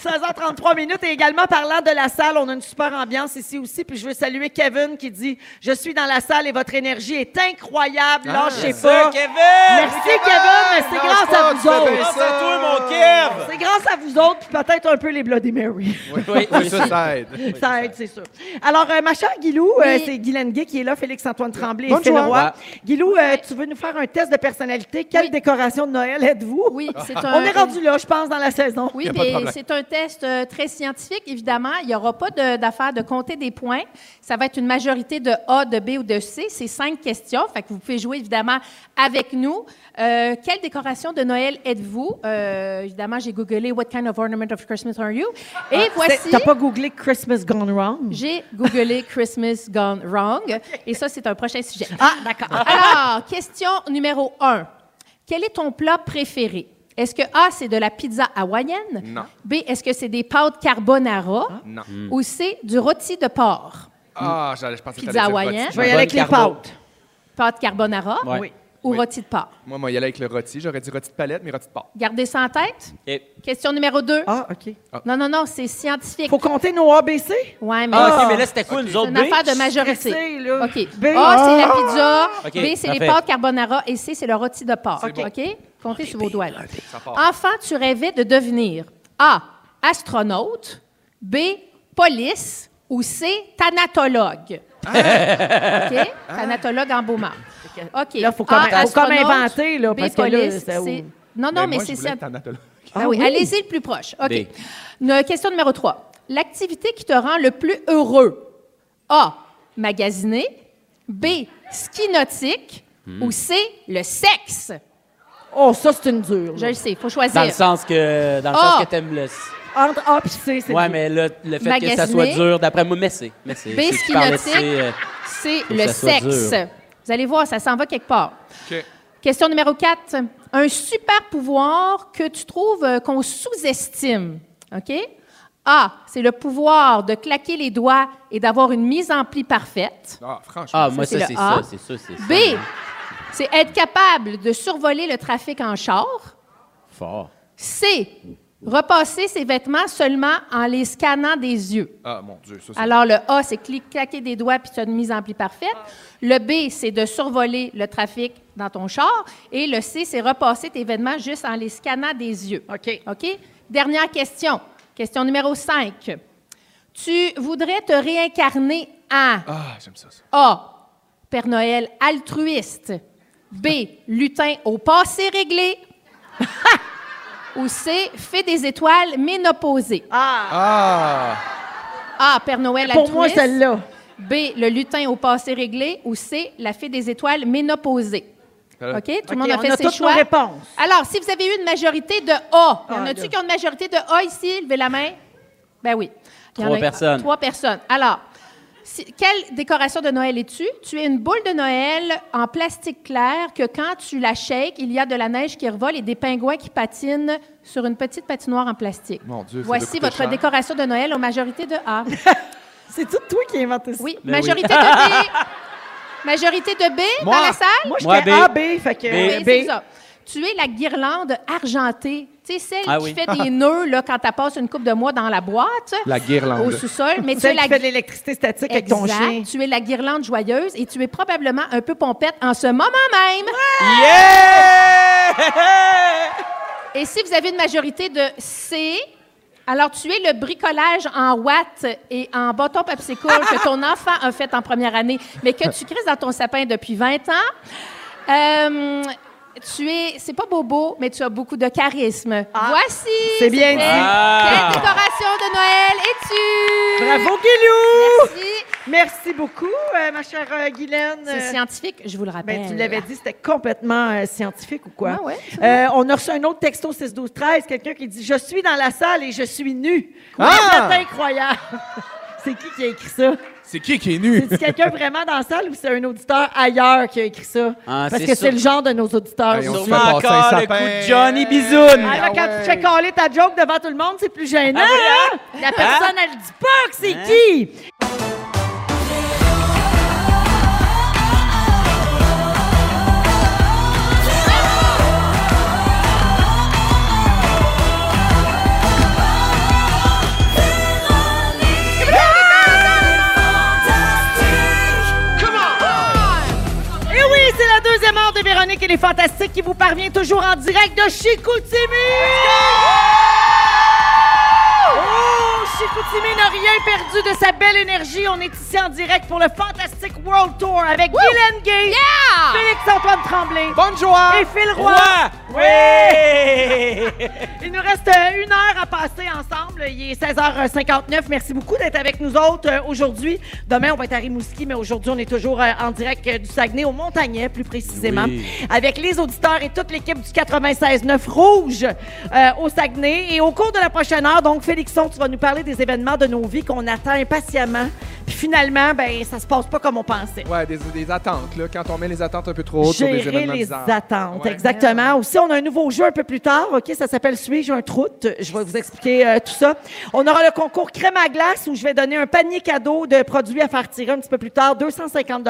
[SPEAKER 1] 16h33 minutes. Et également, parlant de la salle, on a une super ambiance ici aussi. Puis je veux saluer Kevin qui dit Je suis dans la salle et votre énergie est incroyable. Lâchez pas.
[SPEAKER 3] Ça, Ah, Kevin!
[SPEAKER 1] Merci, Kevin. C'est
[SPEAKER 4] Lâche
[SPEAKER 1] grâce à
[SPEAKER 4] pas,
[SPEAKER 1] Ah, vous
[SPEAKER 4] Oh, tu
[SPEAKER 1] autres.
[SPEAKER 4] fais bien
[SPEAKER 3] Grâce Ah, à toi, mon Kev!
[SPEAKER 1] C'est grâce à vous autres, puis peut-être un peu les Bloody Mary.
[SPEAKER 3] Oui, oui,
[SPEAKER 4] Ça, ça aide.
[SPEAKER 1] Ça aide, c'est sûr. Alors, euh, ma chère Guilou, euh,
[SPEAKER 5] Oui.
[SPEAKER 1] c'est Guylaine Gay qui est là, Félix-Antoine Tremblay
[SPEAKER 4] Bonne
[SPEAKER 1] et Phil
[SPEAKER 4] joie.
[SPEAKER 1] Roy.
[SPEAKER 3] Ouais.
[SPEAKER 1] Guilou, euh, tu veux nous faire un test de personnalité. Quelle
[SPEAKER 5] Oui.
[SPEAKER 1] décoration de Noël êtes-vous?
[SPEAKER 5] Oui, c'est un.
[SPEAKER 1] On est rendu là, je pense, dans la saison.
[SPEAKER 5] Oui,
[SPEAKER 4] Y a pas de
[SPEAKER 5] mais
[SPEAKER 4] problème.
[SPEAKER 5] c'est un test euh, très scientifique, évidemment. Il n'y aura pas de- d'affaire de compter des points. Ça va être une majorité de A, de B ou de C. C'est cinq questions. Fait que vous pouvez jouer, évidemment, avec nous. Euh, quelle décoration de Noël êtes-vous? Euh, évidemment, j'ai googlé What kind of ornament of Christmas are you?
[SPEAKER 4] Ah,
[SPEAKER 5] Et
[SPEAKER 1] C'est-
[SPEAKER 5] voici.
[SPEAKER 1] T'as pas googlé Christmas Gone Wrong?
[SPEAKER 5] J'ai googlé Christmas Gone Wrong. Et ça, c'est un prochain sujet.
[SPEAKER 1] Ah, d'accord.
[SPEAKER 5] Alors, question numéro un. Quel est ton plat préféré? Est-ce que A, c'est de la pizza hawaïenne?
[SPEAKER 4] Non.
[SPEAKER 5] B, est-ce que c'est des pâtes carbonara?
[SPEAKER 4] Non.
[SPEAKER 5] Ou C, du rôti de porc?
[SPEAKER 4] Ah, j'allais- je pensais que
[SPEAKER 5] Pizza
[SPEAKER 4] t'allais dire
[SPEAKER 5] hawaïenne.
[SPEAKER 4] rôti.
[SPEAKER 1] Je vais y aller
[SPEAKER 3] Bonne
[SPEAKER 1] avec les
[SPEAKER 3] carbo.
[SPEAKER 1] pâtes.
[SPEAKER 5] Pâtes carbonara
[SPEAKER 3] Ouais.
[SPEAKER 1] Oui.
[SPEAKER 5] ou
[SPEAKER 4] Oui.
[SPEAKER 5] rôti de porc?
[SPEAKER 4] Moi, moi, y aller avec le rôti. J'aurais dit rôti de palette, mais rôti de porc.
[SPEAKER 5] Gardez ça en tête.
[SPEAKER 3] Et-
[SPEAKER 5] Question numéro deux.
[SPEAKER 1] Ah, OK.
[SPEAKER 5] Non, non, non, c'est scientifique.
[SPEAKER 1] Faut compter nos ABC?
[SPEAKER 5] Ouais, mais
[SPEAKER 3] Ah, OK, mais là, c'était quoi, nous
[SPEAKER 5] Oh. c'est
[SPEAKER 3] autres?
[SPEAKER 5] une
[SPEAKER 3] B?
[SPEAKER 5] affaire de majorité.
[SPEAKER 1] Stressé, là. là.
[SPEAKER 5] OK.
[SPEAKER 1] B. Ah.
[SPEAKER 5] A, c'est la pizza.
[SPEAKER 3] OK,
[SPEAKER 5] B, c'est les
[SPEAKER 3] parfait.
[SPEAKER 5] pâtes carbonara. Et C, c'est le rôti de porc.
[SPEAKER 4] C'est bon.
[SPEAKER 5] OK? Comptez sur vos doigts. là.
[SPEAKER 4] Ça part.
[SPEAKER 5] Enfant, tu rêvais de devenir A, astronaute, B, police ou C, thanatologue.
[SPEAKER 4] Ah.
[SPEAKER 5] OK? Thanatologue en beau marbre. OK.
[SPEAKER 1] Là, faut comme-
[SPEAKER 5] A,
[SPEAKER 1] faut comme
[SPEAKER 5] astronaute,
[SPEAKER 1] inventer, là,
[SPEAKER 5] B,
[SPEAKER 1] parce que là,
[SPEAKER 5] police,
[SPEAKER 1] c'est-
[SPEAKER 5] C. Non, non,
[SPEAKER 4] Ben,
[SPEAKER 5] mais
[SPEAKER 4] moi, je
[SPEAKER 5] c'est
[SPEAKER 4] voulais
[SPEAKER 5] ça.
[SPEAKER 4] être thanatologue.
[SPEAKER 5] Ah oui,
[SPEAKER 1] Ah oui.
[SPEAKER 5] allez-y le plus proche. OK.
[SPEAKER 3] Des.
[SPEAKER 5] Une question numéro 3. L'activité qui te rend le plus heureux. A. Magasiner. B. Ski nautique.
[SPEAKER 3] Hmm.
[SPEAKER 5] Ou C. Le sexe.
[SPEAKER 1] Oh, ça, c'est une dure.
[SPEAKER 5] Je le sais, il faut choisir.
[SPEAKER 3] Dans le sens que, dans le
[SPEAKER 5] Ah!
[SPEAKER 3] sens que t'aimes le.
[SPEAKER 1] Entre A puis C, c'est
[SPEAKER 3] Ouais,
[SPEAKER 1] dur.
[SPEAKER 3] mais le, le fait que ça
[SPEAKER 5] Magasiner.
[SPEAKER 3] soit dur, d'après moi, mais c'est. Mais c'est.
[SPEAKER 5] B.
[SPEAKER 3] c'est
[SPEAKER 5] Ski
[SPEAKER 3] par le
[SPEAKER 5] nautique.
[SPEAKER 3] C, euh,
[SPEAKER 5] C'est
[SPEAKER 3] Faut que
[SPEAKER 5] le
[SPEAKER 3] ça soit
[SPEAKER 5] sexe.
[SPEAKER 3] dur.
[SPEAKER 5] Vous allez voir, ça s'en va quelque part.
[SPEAKER 4] OK.
[SPEAKER 5] Question numéro 4. Un super pouvoir que tu trouves euh, qu'on sous-estime. OK? A. C'est le pouvoir de claquer les doigts et d'avoir une mise en pli parfaite.
[SPEAKER 4] Ah, franchement.
[SPEAKER 3] Ah, moi,
[SPEAKER 5] c'est
[SPEAKER 3] ça,
[SPEAKER 5] le
[SPEAKER 3] c'est
[SPEAKER 5] A.
[SPEAKER 3] ça, c'est ça, c'est ça.
[SPEAKER 5] B, c'est être capable de survoler le trafic en char.
[SPEAKER 3] Fort.
[SPEAKER 5] C, repasser ses vêtements seulement en les scannant des yeux.
[SPEAKER 4] Ah, mon Dieu, ça, c'est...
[SPEAKER 5] Alors, le A, c'est cli- claquer des doigts puis tu as une mise en pli parfaite. Le B, c'est de survoler le trafic dans ton char. Et le C, c'est repasser tes vêtements juste en les scannant des yeux.
[SPEAKER 1] OK.
[SPEAKER 5] OK? Dernière question. Question numéro 5. Tu voudrais te réincarner en
[SPEAKER 4] Ah, j'aime ça, ça.
[SPEAKER 5] A. Père Noël altruiste. B. Lutin au passé réglé. Ou C. Fait des étoiles ménopausées.
[SPEAKER 1] Ah,
[SPEAKER 4] Ah!
[SPEAKER 5] A. Père Noël altruiste.
[SPEAKER 1] pour moi, celle-là.
[SPEAKER 5] B. Le lutin au passé réglé. Ou C. La fée des étoiles ménopausées.
[SPEAKER 4] Euh,
[SPEAKER 5] OK? Tout le
[SPEAKER 1] OK,
[SPEAKER 5] monde a
[SPEAKER 1] on
[SPEAKER 5] fait
[SPEAKER 1] a
[SPEAKER 5] ses
[SPEAKER 1] toutes
[SPEAKER 5] choix.
[SPEAKER 1] nos réponses.
[SPEAKER 5] Alors, si vous avez eu une majorité de A, y en
[SPEAKER 1] Ah,
[SPEAKER 5] a-tu
[SPEAKER 1] là.
[SPEAKER 5] qui ont une majorité de A ici? Levez la main. Ben oui. Il y en
[SPEAKER 3] Trois
[SPEAKER 5] a-
[SPEAKER 3] personnes.
[SPEAKER 5] Trois personnes. Alors, si- quelle décoration de Noël es-tu? Tu es une boule de Noël en plastique clair que quand tu la shakes, il y a de la neige qui revole et des pingouins qui patinent sur une petite patinoire en plastique.
[SPEAKER 4] Mon Dieu, ça doit
[SPEAKER 5] Voici
[SPEAKER 4] coûter
[SPEAKER 5] votre
[SPEAKER 4] cher.
[SPEAKER 5] décoration de Noël en majorité de A.
[SPEAKER 1] C'est tout toi qui as inventé ça.
[SPEAKER 5] Oui,
[SPEAKER 3] Ben oui.
[SPEAKER 5] majorité de B. Majorité de B
[SPEAKER 3] Moi.
[SPEAKER 5] dans la salle?
[SPEAKER 1] Moi,
[SPEAKER 3] Moi,
[SPEAKER 1] j'étais
[SPEAKER 3] B.
[SPEAKER 1] A, B, fait
[SPEAKER 5] Oui,
[SPEAKER 1] que
[SPEAKER 5] c'est
[SPEAKER 1] B.
[SPEAKER 5] ça. Tu es la guirlande argentée. Tu sais, celle
[SPEAKER 3] Ah
[SPEAKER 5] qui
[SPEAKER 3] oui.
[SPEAKER 5] fait des nœuds là, quand tu passes une coupe de mois dans la boîte.
[SPEAKER 4] La guirlande.
[SPEAKER 1] Oh,
[SPEAKER 5] Au sous-sol. Mais tu es
[SPEAKER 1] Celle
[SPEAKER 5] la
[SPEAKER 1] qui fait de l'électricité statique avec ton
[SPEAKER 5] Exact.
[SPEAKER 1] chien.
[SPEAKER 5] Tu es la guirlande joyeuse et tu es probablement un peu pompette en ce moment même.
[SPEAKER 3] Yeah!
[SPEAKER 5] Et si vous avez une majorité de C, alors tu es le bricolage en watts et en bâton popsicle que ton enfant a fait en première année, mais que tu crises dans ton sapin depuis 20 ans. Euh, tu es, c'est pas bobo, mais tu as beaucoup de charisme. Voici.
[SPEAKER 1] Ah, c'est bien
[SPEAKER 5] c'était
[SPEAKER 1] dit.
[SPEAKER 3] Ah!
[SPEAKER 5] Quelle décoration de Noël es-tu?
[SPEAKER 1] Bravo, Guilou!
[SPEAKER 5] Merci.
[SPEAKER 1] Merci beaucoup, euh, ma chère euh, Guylaine.
[SPEAKER 5] C'est
[SPEAKER 1] Euh,
[SPEAKER 5] scientifique, je vous le rappelle.
[SPEAKER 1] Ben, tu l'avais dit, c'était complètement euh, scientifique ou quoi?
[SPEAKER 5] Ah ouais, c'est
[SPEAKER 1] Euh, on a reçu un autre texto 6 12 13 quelqu'un qui dit Je suis dans la salle et je suis nu.
[SPEAKER 4] Ah!
[SPEAKER 1] C'est incroyable! c'est qui qui a écrit ça?
[SPEAKER 4] C'est qui qui est nu?
[SPEAKER 1] C'est quelqu'un vraiment dans la salle ou c'est un auditeur ailleurs qui a écrit ça?
[SPEAKER 3] Ah,
[SPEAKER 1] Parce
[SPEAKER 3] c'est
[SPEAKER 1] que
[SPEAKER 3] sûr.
[SPEAKER 1] c'est le genre de nos auditeurs.
[SPEAKER 4] Hey, on se
[SPEAKER 3] Sûrement
[SPEAKER 4] fait passer un
[SPEAKER 3] encore le
[SPEAKER 4] sapin.
[SPEAKER 3] coup de Johnny Bisoun.
[SPEAKER 1] Ah, là,
[SPEAKER 4] Ah
[SPEAKER 1] quand
[SPEAKER 4] ouais.
[SPEAKER 1] tu fais caler ta joke devant tout le monde, c'est plus gênant.
[SPEAKER 5] Ah,
[SPEAKER 1] hein? La personne, elle dit pas que
[SPEAKER 5] Hein?
[SPEAKER 3] Hein?
[SPEAKER 1] c'est qui. Et Eh oui, c'est la deuxième heure de Véronique et les Fantastiques qui vous parvient toujours en direct de Chicoutimi. Oh, Chicoutimi n'a rien perdu de sa belle énergie. On est ici en direct pour le Fantastic World Tour avec Guylaine Gay, Félix-Antoine Tremblay
[SPEAKER 4] Bonne joie!
[SPEAKER 1] et Phil Roy.
[SPEAKER 3] Roi! Oui!
[SPEAKER 1] Il nous reste euh, une heure à passer ensemble. Il est 16h59. Merci beaucoup d'être avec nous autres euh, aujourd'hui. Demain, on va être à Rimouski, mais aujourd'hui, on est toujours euh, en direct euh, du Saguenay, au Montagnet, plus précisément,
[SPEAKER 3] Oui.
[SPEAKER 1] avec les auditeurs et toute l'équipe du 96-9 Rouge euh, au Saguenay. Et au cours de la prochaine heure, donc, Félixon, tu vas nous parler des événements de nos vies qu'on attend impatiemment. Puis finalement, ben, ça se passe pas comme on pensait.
[SPEAKER 4] Ouais, des, des attentes, là. Quand on met les attentes un peu trop hautes sur des
[SPEAKER 1] Gérer
[SPEAKER 4] événements
[SPEAKER 1] les
[SPEAKER 4] bizarres.
[SPEAKER 1] attentes,
[SPEAKER 4] Ouais.
[SPEAKER 1] exactement. Aussi, on a un nouveau jeu un peu plus tard, OK? Ça s'appelle Suis-je un troute? Je vais vous expliquer euh, tout ça. On aura le concours crème à glace où je vais donner un panier cadeau de produits à faire tirer un petit peu plus tard, 250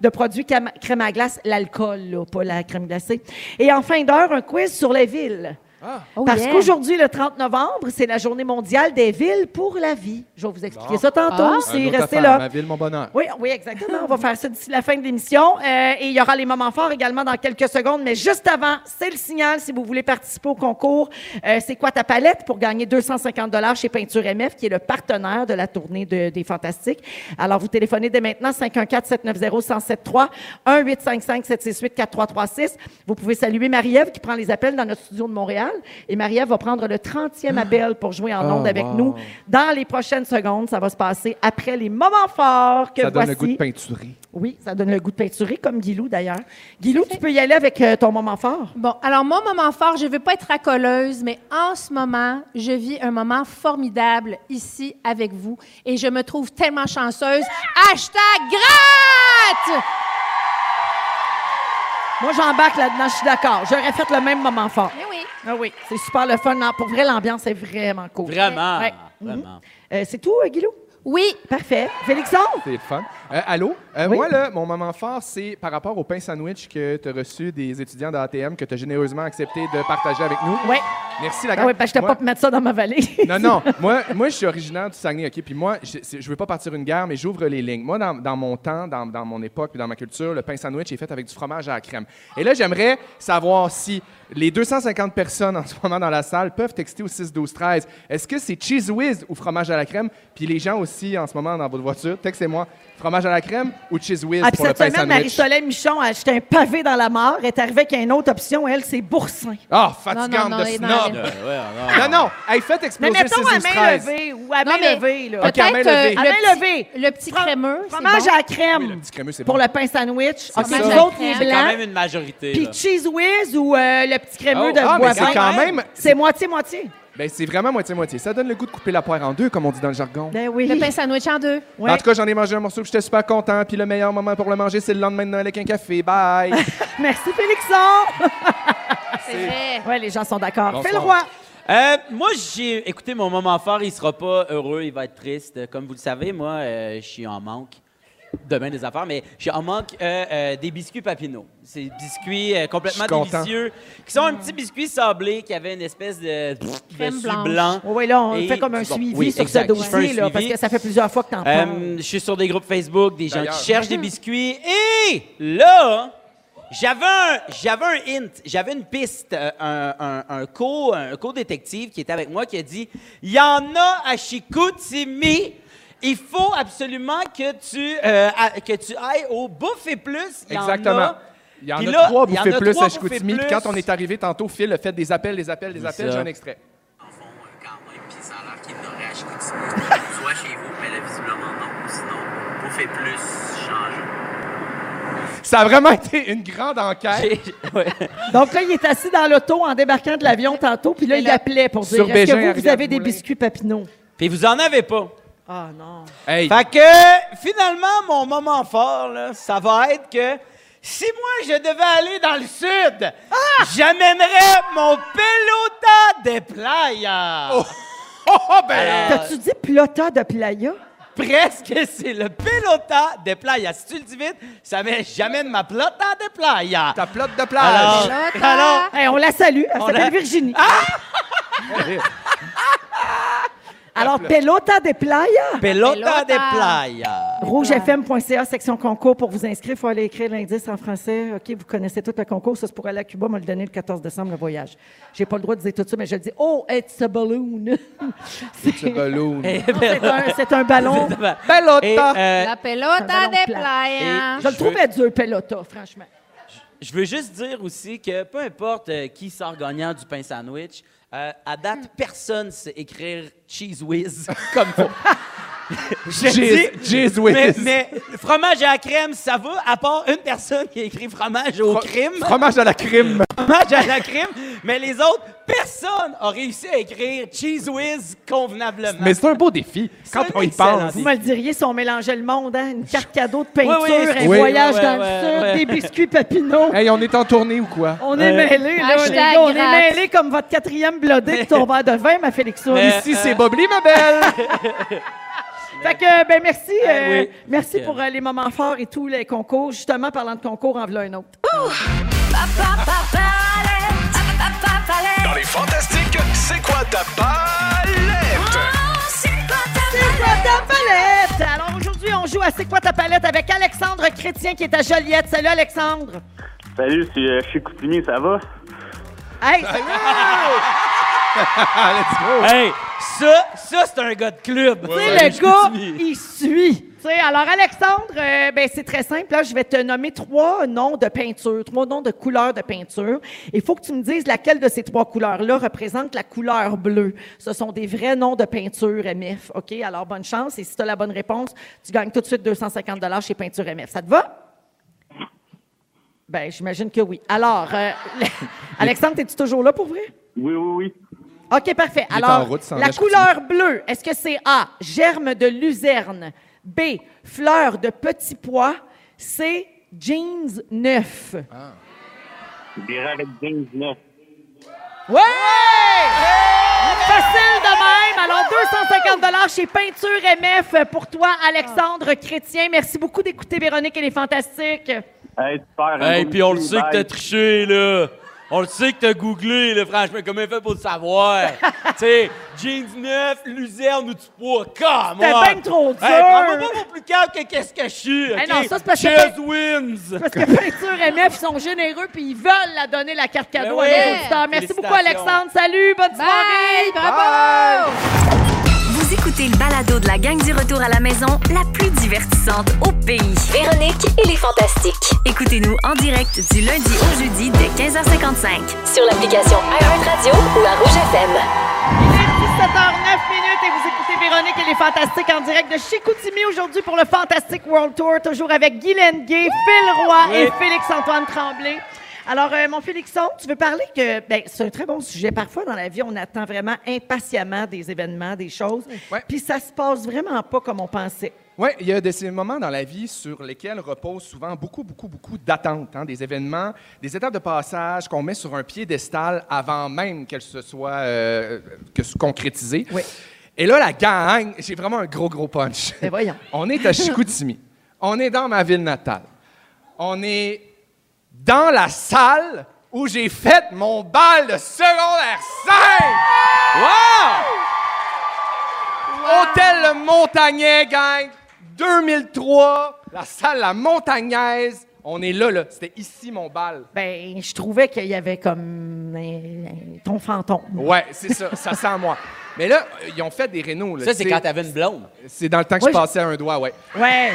[SPEAKER 1] de produits cam- crème à glace, l'alcool, là, pas la crème glacée. Et en fin d'heure, un quiz sur les villes.
[SPEAKER 4] Ah.
[SPEAKER 7] Oh,
[SPEAKER 1] Parce
[SPEAKER 7] yeah.
[SPEAKER 1] qu'aujourd'hui, le 30 novembre, c'est la journée mondiale des villes pour la vie. Je vais vous expliquer ça tantôt.
[SPEAKER 7] Ah.
[SPEAKER 1] aussi.
[SPEAKER 4] Un autre
[SPEAKER 1] Restez
[SPEAKER 4] affaire,
[SPEAKER 1] là.
[SPEAKER 4] Ma ville, mon bonheur.
[SPEAKER 1] Oui, oui, exactement. On va faire ça d'ici la fin de l'émission. Euh, et il y aura les moments forts également dans quelques secondes. Mais juste avant, c'est le signal si vous voulez participer au concours. Euh, c'est quoi ta palette pour gagner 250 chez Peinture MF, qui est le partenaire de la tournée de- des Fantastiques. Alors, vous téléphonez dès maintenant 514-790-1073, 1-855-768-4336. Vous pouvez saluer Marie-Ève qui prend les appels dans notre studio de Montréal. Et Marie-Ève va prendre le 30e appel pour jouer
[SPEAKER 4] Ah,
[SPEAKER 1] en ondes avec nous dans les prochaines secondes. Ça va se passer après les moments forts que
[SPEAKER 4] Ça donne
[SPEAKER 1] voici.
[SPEAKER 4] le goût de peinturer.
[SPEAKER 1] Oui, ça donne le goût de peinturer, comme Guilou d'ailleurs. Guilou, tu peux y aller avec euh, ton moment fort.
[SPEAKER 5] Bon, alors mon moment fort, je ne veux pas être racoleuse, mais en ce moment, je vis un moment formidable ici avec vous et je me trouve tellement chanceuse.
[SPEAKER 1] Ah!
[SPEAKER 5] Hashtag gratte!
[SPEAKER 1] Moi, j'embarque là-dedans, je suis d'accord. J'aurais fait le même moment fort.
[SPEAKER 5] Mais oui.
[SPEAKER 1] Ah oui, c'est super le fun. Non, pour vrai, l'ambiance est vraiment cool.
[SPEAKER 3] Vraiment.
[SPEAKER 1] Ouais.
[SPEAKER 3] Vraiment.
[SPEAKER 1] Euh, c'est tout, euh, Guilou?
[SPEAKER 5] Oui,
[SPEAKER 1] Parfait. Félixon?
[SPEAKER 4] C'est le fun. Euh, allô? Euh, Moi, là, mon moment fort, c'est par rapport au pain sandwich que tu as reçu des étudiants d'ATM que tu as généreusement accepté de partager avec nous.
[SPEAKER 1] Oui.
[SPEAKER 4] Merci, la
[SPEAKER 1] Ah oui, ben, je t'ai
[SPEAKER 4] Moi-
[SPEAKER 1] pas pu mettre ça dans ma vallée.
[SPEAKER 4] Non, non. Moi, moi, je suis originaire du Saguenay, OK? Puis moi, je c'est- je veux pas partir une guerre, mais j'ouvre les lignes. Moi, dans, dans mon temps, dans, dans mon époque, puis dans ma culture, le pain sandwich est fait avec du fromage à la crème. Et là, j'aimerais savoir si les 250 personnes en ce moment dans la salle peuvent texter au 6-12-13. Est-ce que c'est Cheese Whiz ou fromage à la crème? Puis les gens aussi, en ce moment, dans votre voiture, textez-moi fromage à la crème ou Cheese Whiz
[SPEAKER 1] Ah, puis
[SPEAKER 4] pour le
[SPEAKER 1] cette
[SPEAKER 4] pain
[SPEAKER 1] semaine,
[SPEAKER 4] sandwich.
[SPEAKER 1] Marie-Soleil Michon a acheté un pavé dans la mort. Elle est arrivée avec une autre option. Elle, c'est boursin.
[SPEAKER 4] Ah,
[SPEAKER 5] Non,
[SPEAKER 4] fatigante
[SPEAKER 5] non, non,
[SPEAKER 4] de
[SPEAKER 5] il est dans
[SPEAKER 4] snob!
[SPEAKER 3] Euh,
[SPEAKER 5] la
[SPEAKER 4] Non, non! Hey, faites
[SPEAKER 1] Mais
[SPEAKER 4] exploser le
[SPEAKER 1] mettons à main
[SPEAKER 4] 6-12-13.
[SPEAKER 1] levée ou à
[SPEAKER 5] Non,
[SPEAKER 1] main
[SPEAKER 5] mais-
[SPEAKER 1] levée. Là.
[SPEAKER 4] OK, à main
[SPEAKER 5] peut-être euh,
[SPEAKER 1] À
[SPEAKER 4] levée.
[SPEAKER 5] le,
[SPEAKER 1] main
[SPEAKER 5] petit,
[SPEAKER 1] levée.
[SPEAKER 5] le petit crémeux. c'est
[SPEAKER 1] Fromage
[SPEAKER 5] bon.
[SPEAKER 1] à la crème
[SPEAKER 4] Le petit crémeux, c'est
[SPEAKER 1] pour
[SPEAKER 4] bon.
[SPEAKER 1] le pain sandwich.
[SPEAKER 4] Ah,
[SPEAKER 1] OK,
[SPEAKER 4] ça.
[SPEAKER 1] Vous autres, les
[SPEAKER 5] C'est
[SPEAKER 3] C'est quand
[SPEAKER 1] blancs.
[SPEAKER 3] même une majorité.
[SPEAKER 1] Puis
[SPEAKER 3] là.
[SPEAKER 1] cheese whiz ou euh, le petit crémeux
[SPEAKER 4] Oh,
[SPEAKER 1] de
[SPEAKER 4] ah, mais
[SPEAKER 1] voisin.
[SPEAKER 4] c'est quand même-
[SPEAKER 1] C'est moitié-moitié.
[SPEAKER 4] Ben, c'est vraiment moitié-moitié. Ça donne le goût de couper la poire en deux, comme on dit dans le jargon.
[SPEAKER 1] Ben oui.
[SPEAKER 5] Le pain sandwich en deux.
[SPEAKER 1] Ouais.
[SPEAKER 4] En tout cas, j'en ai mangé un morceau, puis j'étais super content. Puis le meilleur moment pour le manger, c'est le lendemain de Noël avec un café. Bye!
[SPEAKER 1] Merci, Félixon.
[SPEAKER 5] C'est vrai.
[SPEAKER 1] ouais, les gens sont d'accord.
[SPEAKER 4] Bonsoir.
[SPEAKER 1] Fais le roi.
[SPEAKER 3] Euh, moi, j'ai. Écoutez, mon moment fort, il sera pas heureux, il va être triste. Comme vous le savez, moi, euh, je suis en manque. Demain des affaires, mais je suis en manque euh, euh, des biscuits Papineau. C'est des biscuits euh, complètement
[SPEAKER 4] Je suis content.
[SPEAKER 3] délicieux, qui sont un petit biscuit sablé qui avait une espèce de, de
[SPEAKER 5] Crème
[SPEAKER 3] suie
[SPEAKER 5] blanche.
[SPEAKER 3] blanc.
[SPEAKER 1] Oui, là, on
[SPEAKER 3] Et-
[SPEAKER 1] fait comme un
[SPEAKER 3] bon,
[SPEAKER 1] suivi
[SPEAKER 3] oui,
[SPEAKER 1] sur ce
[SPEAKER 3] exact. Je fais un
[SPEAKER 1] dossier, là,
[SPEAKER 3] suivi.
[SPEAKER 1] parce que ça fait plusieurs fois que t'en parles.
[SPEAKER 3] Euh, je suis sur des groupes Facebook, des gens
[SPEAKER 4] D'ailleurs.
[SPEAKER 3] qui cherchent des biscuits. Et là, j'avais un, j'avais un hint, j'avais une piste, euh, un, un, un co, un co-détective qui était avec moi qui a dit Il y en a à Chicoutimi. Il faut absolument que tu, euh, à- que tu ailles au Bouffé Plus. Il y en a.
[SPEAKER 4] Exactement. Il y en
[SPEAKER 3] Puis
[SPEAKER 4] a
[SPEAKER 3] là,
[SPEAKER 4] trois
[SPEAKER 3] il y en
[SPEAKER 4] bouffées
[SPEAKER 3] a
[SPEAKER 4] plus
[SPEAKER 3] trois
[SPEAKER 4] à Chicoutimi.
[SPEAKER 3] bouffées
[SPEAKER 4] Puis quand
[SPEAKER 3] plus.
[SPEAKER 4] on est arrivé tantôt, Phil a fait des appels, des appels, des appels.
[SPEAKER 3] ça.
[SPEAKER 4] J'ai un extrait.
[SPEAKER 11] soit chez vous, mais là, visiblement, non. Sinon, vous faites plus changer.
[SPEAKER 4] Ça a vraiment été une grande enquête.
[SPEAKER 3] J'ai- ouais.
[SPEAKER 1] Donc là, il est assis dans l'auto en débarquant de l'avion tantôt, puis là, il appelait pour dire
[SPEAKER 4] Sur
[SPEAKER 1] Est-ce
[SPEAKER 4] Bégin,
[SPEAKER 1] que vous, vous
[SPEAKER 4] Ariane
[SPEAKER 1] avez des
[SPEAKER 4] Moulin.
[SPEAKER 1] biscuits Papineau
[SPEAKER 3] Puis vous en avez pas.
[SPEAKER 1] Ah non.
[SPEAKER 4] Hey,
[SPEAKER 3] Fait que finalement, mon moment fort, là, ça va être que si moi je devais aller dans le sud, j'amènerais mon pelota des playas.
[SPEAKER 4] oh, oh, ben,
[SPEAKER 3] Alors,
[SPEAKER 1] T'as-tu dit pilota de playa
[SPEAKER 3] presque, c'est le pelota des playas. Si tu le dis vite, ça met j'amène ma pelota des playas.
[SPEAKER 4] ta plate de
[SPEAKER 3] Alors,
[SPEAKER 4] plage.
[SPEAKER 3] alors,
[SPEAKER 1] Hey, On la salue. Elle
[SPEAKER 3] On
[SPEAKER 1] s'appelle
[SPEAKER 3] la-
[SPEAKER 1] Virginie. Alors, pelota de playa.
[SPEAKER 3] pelota des
[SPEAKER 5] Pelota.
[SPEAKER 3] playas.
[SPEAKER 1] rougefm.ca, section concours pour vous inscrire. Il faut aller écrire l'indice en français. OK, vous connaissez tout le concours. Ça, c'est pour aller à Cuba. On me le donner le 14 décembre, le voyage. J'ai pas le droit de dire tout ça, mais je le dis. Oh, it's a balloon. C'est-
[SPEAKER 4] C'est ballon.
[SPEAKER 1] c'est un, c'est un ballon.
[SPEAKER 3] Et, euh,
[SPEAKER 5] La pelota
[SPEAKER 1] Eh. ballon
[SPEAKER 5] des
[SPEAKER 1] plat.
[SPEAKER 5] playas.
[SPEAKER 1] Je le trouvais dur, pelota, franchement.
[SPEAKER 3] Je veux juste dire aussi que peu importe euh, qui sort gagnant du pain sandwich, euh, à date,
[SPEAKER 1] Mm.
[SPEAKER 3] personne sait écrire cheese whiz comme faut. Je
[SPEAKER 4] Cheese-
[SPEAKER 3] dis-
[SPEAKER 4] cheese whiz.
[SPEAKER 3] Mais, mais fromage à la crème, ça va, à part une personne qui a écrit fromage au
[SPEAKER 4] Fro-
[SPEAKER 3] crime.
[SPEAKER 4] Fromage à la crime.
[SPEAKER 3] Fromage à la crime. Mais les autres, personne a réussi à écrire cheese whiz convenablement.
[SPEAKER 4] Mais c'est un beau défi quand
[SPEAKER 3] C'est
[SPEAKER 4] on y
[SPEAKER 3] excellent.
[SPEAKER 4] pense.
[SPEAKER 1] Vous me le diriez si on mélangeait le monde, hein? Une carte cadeau de
[SPEAKER 3] oui,
[SPEAKER 1] peinture, un
[SPEAKER 3] oui,
[SPEAKER 4] oui,
[SPEAKER 1] voyage
[SPEAKER 3] oui,
[SPEAKER 1] dans
[SPEAKER 3] oui,
[SPEAKER 1] le sud,
[SPEAKER 3] oui.
[SPEAKER 1] des biscuits papineaux.
[SPEAKER 4] Hey, on est en tournée ou quoi?
[SPEAKER 1] On est mêlés, là, les
[SPEAKER 5] Hashtag
[SPEAKER 1] gars, On est
[SPEAKER 5] gratte.
[SPEAKER 1] mêlés comme votre quatrième blodé de ton verre de vin, ma Félixon.
[SPEAKER 3] Mais-
[SPEAKER 4] Ici, c'est Bobli, ma belle! Ah
[SPEAKER 1] Fait que, ben merci. euh,
[SPEAKER 3] oui.
[SPEAKER 1] Merci
[SPEAKER 3] Ok.
[SPEAKER 1] pour euh, les moments forts et tous les concours. Justement, parlant de concours, en voilà un autre.
[SPEAKER 8] Pa, pa, pa, palette. Pa, pa, pa,
[SPEAKER 12] palette? Dans les fantastiques, c'est quoi ta palette?
[SPEAKER 1] C'est quoi ta palette? Alors aujourd'hui, on joue à C'est quoi ta palette avec Alexandre Chrétien qui est à Joliette. Salut Alexandre.
[SPEAKER 13] Salut, c'est euh, Chicoutimi, ça va?
[SPEAKER 1] Hey, salut!
[SPEAKER 3] Hey, ça, ça c'est un gars de club.
[SPEAKER 1] Tu sais, le gars, il suit. Tu sais, alors, Alexandre, euh, ben, c'est très simple. Là, je vais te nommer trois noms de peinture, trois noms de couleurs de peinture. Il faut que tu me dises laquelle de ces trois couleurs-là représente la couleur bleue. Ce sont des vrais noms de peinture MF. OK? Alors, bonne chance. Et si tu as la bonne réponse, tu gagnes tout de suite 250 chez Peinture MF. Ça te va? Ben, j'imagine que oui. Alors, euh, Alexandre, es-tu toujours là pour vrai?
[SPEAKER 13] Oui, oui, oui.
[SPEAKER 1] OK, parfait.
[SPEAKER 13] Il est
[SPEAKER 1] Alors,
[SPEAKER 13] en route, s'en
[SPEAKER 1] la
[SPEAKER 13] va, je
[SPEAKER 1] couleur bleue, est-ce que c'est A, germe de luzerne, B, fleur de petit pois, C, jeans neuf?
[SPEAKER 13] Je dirais avec 19.
[SPEAKER 1] Ouais! Facile de même. Alors, 250 chez Peinture MF pour toi, Alexandre Chrétien. Merci beaucoup d'écouter Véronique et les Fantastiques.
[SPEAKER 13] Hey, super.
[SPEAKER 3] Hey,
[SPEAKER 13] bon
[SPEAKER 3] puis on le
[SPEAKER 13] petit
[SPEAKER 3] sait que
[SPEAKER 13] bye.
[SPEAKER 3] t'as triché, là. On le sait que t'as googlé, là, franchement. Comment il fait pour le savoir? tu sais, jeans neuf, luzerne ou du poids. Come
[SPEAKER 1] C'était
[SPEAKER 3] on!
[SPEAKER 1] ben trop dur.
[SPEAKER 3] Hey, prends-moi pas pour plus calme que qu'est-ce que je suis,
[SPEAKER 1] Hey,
[SPEAKER 3] OK?
[SPEAKER 1] non, ça, c'est parce que-
[SPEAKER 3] Cheers wins!
[SPEAKER 1] Parce que Peinture MF, ils sont généreux puis ils veulent la donner, la carte cadeau
[SPEAKER 3] Ben oui.
[SPEAKER 1] à nos auditeurs. Merci beaucoup,
[SPEAKER 8] Félicitations.
[SPEAKER 1] Alexandre. Salut, bonne soirée. Bravo!
[SPEAKER 8] Vous écoutez le balado de la gang du retour à la maison, la plus divertissante au pays. Véronique et les Fantastiques. Écoutez-nous en direct du lundi au jeudi dès 15h55 sur l'application iHeartRadio ou à Rouge FM.
[SPEAKER 1] 17h09 minutes et vous écoutez Véronique et les Fantastiques en direct de Chicoutimi aujourd'hui pour le Fantastic World Tour, toujours avec Guy Lenguet, Phil Roy
[SPEAKER 14] Oui.
[SPEAKER 1] et Félix-Antoine Tremblay. Alors, euh, mon Félixon, tu veux parler que ben, c'est un très bon sujet. Parfois, dans la vie, on attend vraiment impatiemment des événements, des choses, puis ça se passe vraiment pas comme on pensait.
[SPEAKER 4] Oui, il y a de ces moments dans la vie sur lesquels reposent souvent beaucoup, beaucoup, beaucoup d'attentes, hein, des événements, des étapes de passage qu'on met sur un piédestal avant même qu'elles se soient euh, que se concrétisées. Et là, la gang, j'ai vraiment un gros, gros punch.
[SPEAKER 1] voyons.
[SPEAKER 4] On est à Chicoutimi. On est dans ma ville natale. On est dans la salle où j'ai fait mon bal de secondaire 5! Wow! Hôtel Le Montagnet, gang! 2003, la salle La Montagnaise. On est là, là. C'était ici mon bal.
[SPEAKER 1] Ben, je trouvais qu'il y avait comme euh, ton fantôme.
[SPEAKER 4] Ouais, c'est ça. ça sent à moi. Mais là, euh, ils ont fait des rénaux.
[SPEAKER 3] Ça, c'est quand t'avais une blonde.
[SPEAKER 4] C'est dans le temps que
[SPEAKER 3] Ouais,
[SPEAKER 4] je passais à un doigt, ouais.
[SPEAKER 1] Ouais.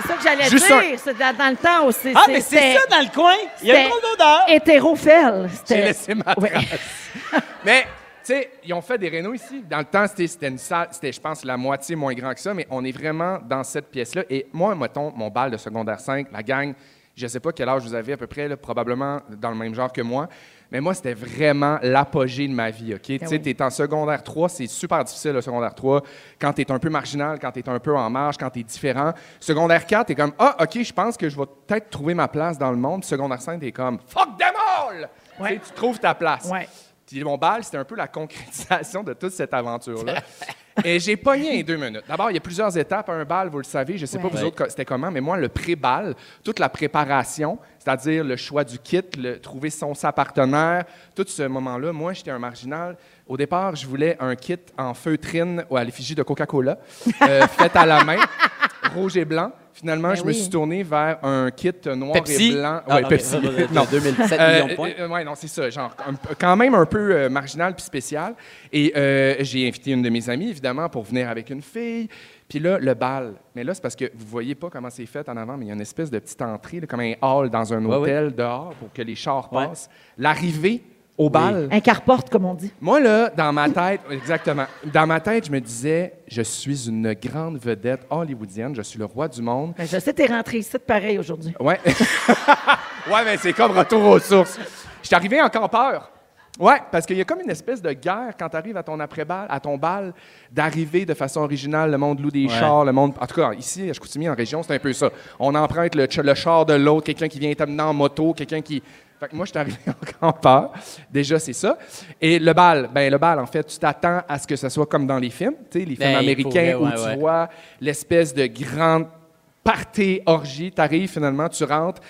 [SPEAKER 1] C'est ça que j'allais
[SPEAKER 4] Juste
[SPEAKER 1] dire. C'est dans, dans le temps aussi.
[SPEAKER 3] Ah, mais c'est ça dans le coin. Il y a une drôle d'odeur.
[SPEAKER 1] Hétérophile.
[SPEAKER 4] J'ai
[SPEAKER 1] C'était-
[SPEAKER 4] laissé ma trace. mais, tu sais, ils ont fait des rénaux ici. Dans le temps, c'était- c'était une salle, c'était, je pense, la moitié moins grand que ça, mais on est vraiment dans cette pièce-là. Et moi, mettons, mon bal de secondaire 5, la gang, je sais pas quel âge vous avez à peu près, là, probablement dans le même genre que moi, mais moi, c'était vraiment l'apogée de ma vie, OK? tu sais,
[SPEAKER 15] oui.
[SPEAKER 4] t'es t'es en secondaire 3, c'est super difficile le secondaire 3 quand tu es un peu marginal, quand tu es un peu en marge, quand tu es différent. Secondaire 4, tu es comme ah OK, je pense que je vais peut-être trouver ma place dans le monde. Secondaire 5, tu es comme fuck them all. Tu sais, Tu trouves ta place. Puis mon bal, c'était un peu la concrétisation de toute cette aventure-là. Et j'ai pogné en deux minutes. D'abord, il y a plusieurs étapes à un bal, vous le savez. Je sais pas
[SPEAKER 15] Ouais.
[SPEAKER 4] vous
[SPEAKER 15] Ouais.
[SPEAKER 4] autres, c'était comment, mais moi, le pré-bal, toute la préparation, c'est-à-dire le choix du kit, le, trouver son sa partenaire, tout ce moment-là, moi, j'étais un marginal. Au départ, je voulais un kit en feutrine ou à l'effigie de Coca-Cola, euh, fait à la main, rouge et blanc. Finalement,
[SPEAKER 15] Ben
[SPEAKER 4] je me
[SPEAKER 15] oui.
[SPEAKER 4] suis tourné vers un kit noir
[SPEAKER 3] Pepsi.
[SPEAKER 4] et blanc.
[SPEAKER 3] Ah,
[SPEAKER 4] Ouais,
[SPEAKER 3] non,
[SPEAKER 4] Pepsi.
[SPEAKER 3] mais-
[SPEAKER 4] Non.
[SPEAKER 3] 2007
[SPEAKER 4] Euh,
[SPEAKER 3] millions de points.
[SPEAKER 4] euh, euh, ouais, non, c'est ça. Genre, un- quand même un peu euh, marginal puis spécial. Et euh, j'ai invité une de mes amies, évidemment, pour venir avec une fille. Puis là, le bal. Mais là, c'est parce que vous voyez pas comment c'est fait en avant, mais il y a une espèce de petite entrée, là, comme un hall dans un
[SPEAKER 15] Ouais,
[SPEAKER 4] hôtel dehors pour que les chars passent. L'arrivée au bal.
[SPEAKER 1] Un carporte, comme on dit.
[SPEAKER 4] Moi, là, dans ma tête, exactement, dans ma tête, je me disais, je suis une grande vedette hollywoodienne, je suis le roi du monde.
[SPEAKER 1] Ben, je sais, t'es rentré ici de pareil aujourd'hui.
[SPEAKER 4] Ouais. ouais, mais c'est comme retour aux sources. Je suis arrivé en campeur. Ouais, parce qu'il y a comme une espèce de guerre quand tu arrives à ton après-bal, à ton bal, d'arriver de façon originale, le monde loue des
[SPEAKER 15] Ouais.
[SPEAKER 4] chars, le monde... En tout cas, ici, à Chicoutimi, en région, c'est un peu ça. On emprunte le, ch- le char de l'autre, quelqu'un qui vient t'amener en moto, quelqu'un qui... Fait que moi, je suis arrivé en campeur. Déjà, c'est ça. Et le bal, ben le bal, en fait, tu t'attends à ce que ça soit comme dans les films, tu sais, les films
[SPEAKER 3] Ben, il
[SPEAKER 4] américains
[SPEAKER 3] pourrait,
[SPEAKER 4] où
[SPEAKER 3] ouais,
[SPEAKER 4] tu
[SPEAKER 3] ouais.
[SPEAKER 4] vois l'espèce de grande party orgie. T'arrives finalement, tu rentres.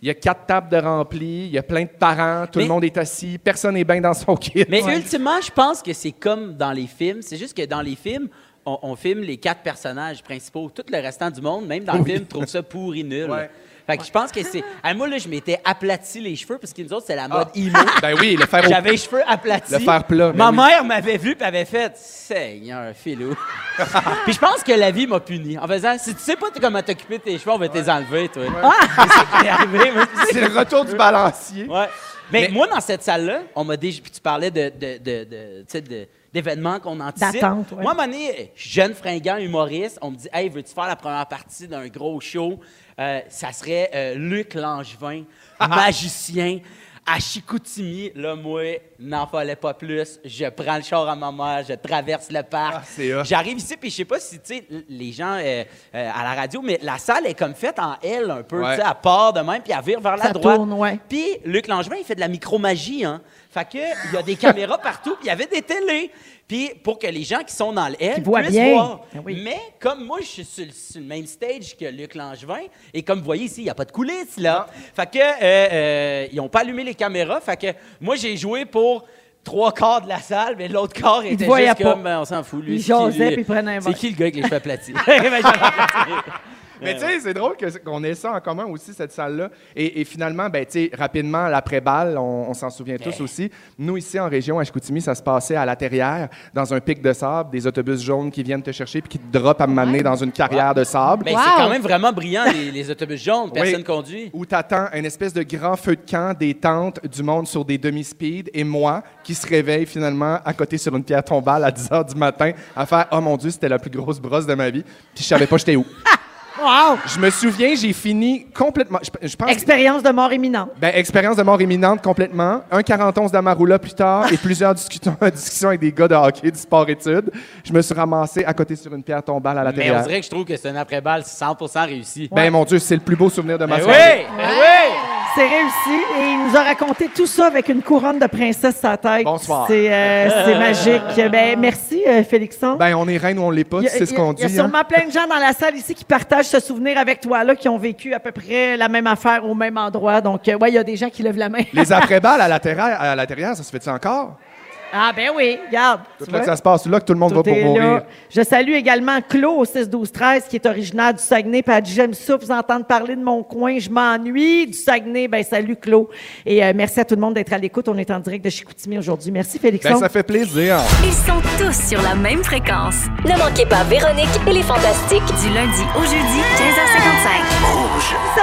[SPEAKER 4] Il y a quatre tables de remplis, il y a plein de parents, tout le
[SPEAKER 3] Mais-
[SPEAKER 4] monde est assis, personne n'est bien dans son kit.
[SPEAKER 3] Mais ultimement, je pense que c'est comme dans les films. C'est juste que dans les films, on, on filme les quatre personnages principaux. Tout le restant du monde, même dans le
[SPEAKER 4] Oui.
[SPEAKER 3] film, trouve ça pourri nul.
[SPEAKER 4] Ouais.
[SPEAKER 3] Fait que je pense que c'est. Ah, moi, là, je m'étais aplati les cheveux parce que nous autres, c'est la mode
[SPEAKER 4] Ah.
[SPEAKER 3] emo.
[SPEAKER 4] Ben oui, le faire au-
[SPEAKER 3] J'avais les cheveux aplatis.
[SPEAKER 4] Le faire plat, ben
[SPEAKER 3] Ma
[SPEAKER 4] oui.
[SPEAKER 3] mère m'avait vu et avait fait Seigneur, filou. puis je pense que la vie m'a puni en faisant Si tu sais pas comment t'occuper de tes cheveux, on va te les enlever, toi. C'est ça qui est arrivé. moi.
[SPEAKER 4] C'est le retour du balancier.
[SPEAKER 3] Ouais. Mais, moi, dans cette salle-là, on m'a déjà. Puis tu parlais de, de- de- de- tu sais, de- d'événements qu'on anticipe.
[SPEAKER 1] D'attente, ouais.
[SPEAKER 3] Moi, à un moment donné, jeune fringant humoriste, on me dit Hey, veux-tu faire la première partie d'un gros show Euh, Ça serait euh, Luc Langevin, magicien. À Chicoutimi, là, moi, n'en fallait pas plus. Je prends le char à ma mère, je traverse le parc.
[SPEAKER 4] c'est hot.
[SPEAKER 3] J'arrive ici, puis je sais pas si, tu sais, l- les gens euh, euh, à la radio, mais la salle est comme faite en L un peu,
[SPEAKER 4] Ouais.
[SPEAKER 3] tu sais, à part de même, puis à vire vers la
[SPEAKER 1] Ça
[SPEAKER 3] droite.
[SPEAKER 1] tourne, ouais.
[SPEAKER 3] Puis Luc Langevin, il fait de la micromagie, hein. Fait que il y a des caméras partout, puis il y avait des télés. Puis pour que les gens qui sont dans le L
[SPEAKER 1] Qui voient
[SPEAKER 3] puissent
[SPEAKER 1] bien.
[SPEAKER 3] voir.
[SPEAKER 1] Ben oui.
[SPEAKER 3] Mais comme moi, je suis sur, le- sur le même stage que Luc Langevin, et comme vous voyez ici, il n'y a pas de coulisses, là. Fait que euh, euh, ils n'ont pas allumé les caméras. Fait que moi, j'ai joué pour trois quarts de la salle, mais l'autre quart était
[SPEAKER 1] voyaient
[SPEAKER 3] juste
[SPEAKER 1] pas.
[SPEAKER 3] comme, Ben, on s'en fout, lui.
[SPEAKER 1] Ils
[SPEAKER 3] c'est qui, lui?
[SPEAKER 1] jasaient, puis ils prenaient un
[SPEAKER 3] C'est
[SPEAKER 1] verre.
[SPEAKER 3] qui le gars avec les cheveux aplatis? Ben, j'en ai aplatis.
[SPEAKER 4] Mais tu sais, c'est drôle que- qu'on ait ça en commun aussi, cette salle-là. Et, et finalement, ben, tu sais, rapidement, l'après-balle, on, on s'en souvient tous aussi. Nous, ici, en région, à Chicoutimi, ça se passait à la Terrière, dans un pic de sable, des autobus jaunes qui viennent te chercher puis qui te droppent à m'amener dans une carrière de sable.
[SPEAKER 3] Ben, c'est quand même vraiment brillant, les, les autobus jaunes.
[SPEAKER 4] Oui.
[SPEAKER 3] Personne conduit.
[SPEAKER 4] Où t'attends un espèce de grand feu de camp, des tentes, du monde sur des demi-speed et moi qui se réveille finalement à côté sur une pierre tombale à 10 h du matin à faire Oh mon Dieu, c'était la plus grosse brosse de ma vie. Puis je savais pas j'étais où. Je me souviens, j'ai fini complètement. Je, je pense.
[SPEAKER 1] Expérience de mort imminente.
[SPEAKER 4] Ben, expérience de mort imminente complètement. Un 41 d'Amarula plus tard et plusieurs discutons- discussions avec des gars de hockey du sport-études. Je me suis ramassé à côté sur une pierre tombale à la
[SPEAKER 3] Mais on
[SPEAKER 4] Terrière.
[SPEAKER 3] dirait que je trouve que c'est un après-balle 100 réussi.
[SPEAKER 4] Ben, mon Dieu, c'est le plus beau souvenir de ma
[SPEAKER 3] Ben
[SPEAKER 4] soirée.
[SPEAKER 3] oui! Ben oui!
[SPEAKER 1] C'est réussi et il nous a raconté tout ça avec une couronne de princesse sur la tête.
[SPEAKER 4] Bonsoir.
[SPEAKER 1] C'est euh, c'est magique. Ben, merci, euh, Félixon.
[SPEAKER 4] Ben, on est reine ou on l'est pas,
[SPEAKER 1] Il y a-
[SPEAKER 4] c'est
[SPEAKER 1] il
[SPEAKER 4] ce
[SPEAKER 1] y a-
[SPEAKER 4] qu'on dit.
[SPEAKER 1] Il y a
[SPEAKER 4] hein.
[SPEAKER 1] sûrement plein de gens dans la salle ici qui partagent ce souvenir avec toi, là, qui ont vécu à peu près la même affaire au même endroit. Donc, euh, ouais, il y a des gens qui lèvent la main.
[SPEAKER 4] Les après-balles à la terraire, à la terrière, ça se fait-tu encore?
[SPEAKER 1] ah, ben oui, regarde.
[SPEAKER 4] Tout
[SPEAKER 1] tu
[SPEAKER 4] là que
[SPEAKER 1] vois.
[SPEAKER 4] ça se passe, là que tout le monde va
[SPEAKER 1] Tout
[SPEAKER 4] pour
[SPEAKER 1] est
[SPEAKER 4] mourir. Ben,
[SPEAKER 1] là. Je salue également Claude au 6-12-13, qui est originaire du Saguenay. Puis elle dit, j'aime ça, vous entendre parler de mon coin. Je m'ennuie du Saguenay. Ben, salut, Claude. Et euh, merci à tout le monde d'être à l'écoute. On est en direct de Chicoutimi aujourd'hui. Merci, Félix.
[SPEAKER 4] Ben, ça fait plaisir.
[SPEAKER 8] Ils sont tous sur la même fréquence. Ne manquez pas Véronique et les Fantastiques du lundi au jeudi 15h55.
[SPEAKER 1] 7h25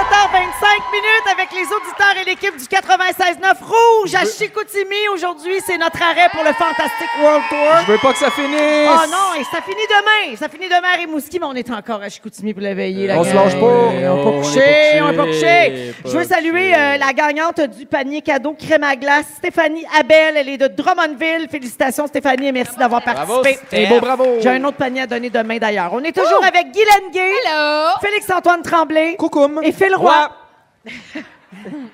[SPEAKER 1] minutes avec les auditeurs et l'équipe du 96.9 Rouge à Chicoutimi. Aujourd'hui, c'est notre arrêt pour le Fantastic World
[SPEAKER 4] Je
[SPEAKER 1] Tour.
[SPEAKER 4] veux pas que ça finisse.
[SPEAKER 1] Oh non, et ça finit demain. Ça finit demain à Rimouski, mais on est encore à Chicoutimi pour le veiller. la
[SPEAKER 4] On se
[SPEAKER 1] gang.
[SPEAKER 4] lâche pas.
[SPEAKER 1] On
[SPEAKER 3] Oh,
[SPEAKER 1] peut
[SPEAKER 3] on
[SPEAKER 1] coucher,
[SPEAKER 3] est pas
[SPEAKER 1] on peut coucher.
[SPEAKER 3] couché, pas
[SPEAKER 1] Je veux saluer euh, la gagnante du panier cadeau crème à glace, Stéphanie Abel. Elle est de Drummondville. Félicitations, Stéphanie, et merci d'avoir
[SPEAKER 3] Bravo,
[SPEAKER 1] participé.
[SPEAKER 3] Steph.
[SPEAKER 4] Et beau bravo.
[SPEAKER 1] J'ai un autre panier à donner demain, d'ailleurs. On est toujours avec Guy Lenguet,
[SPEAKER 5] Hello!
[SPEAKER 1] Félix-Antoine Tremblay
[SPEAKER 4] Coucoum.
[SPEAKER 1] et Phil Roy.
[SPEAKER 3] Roy.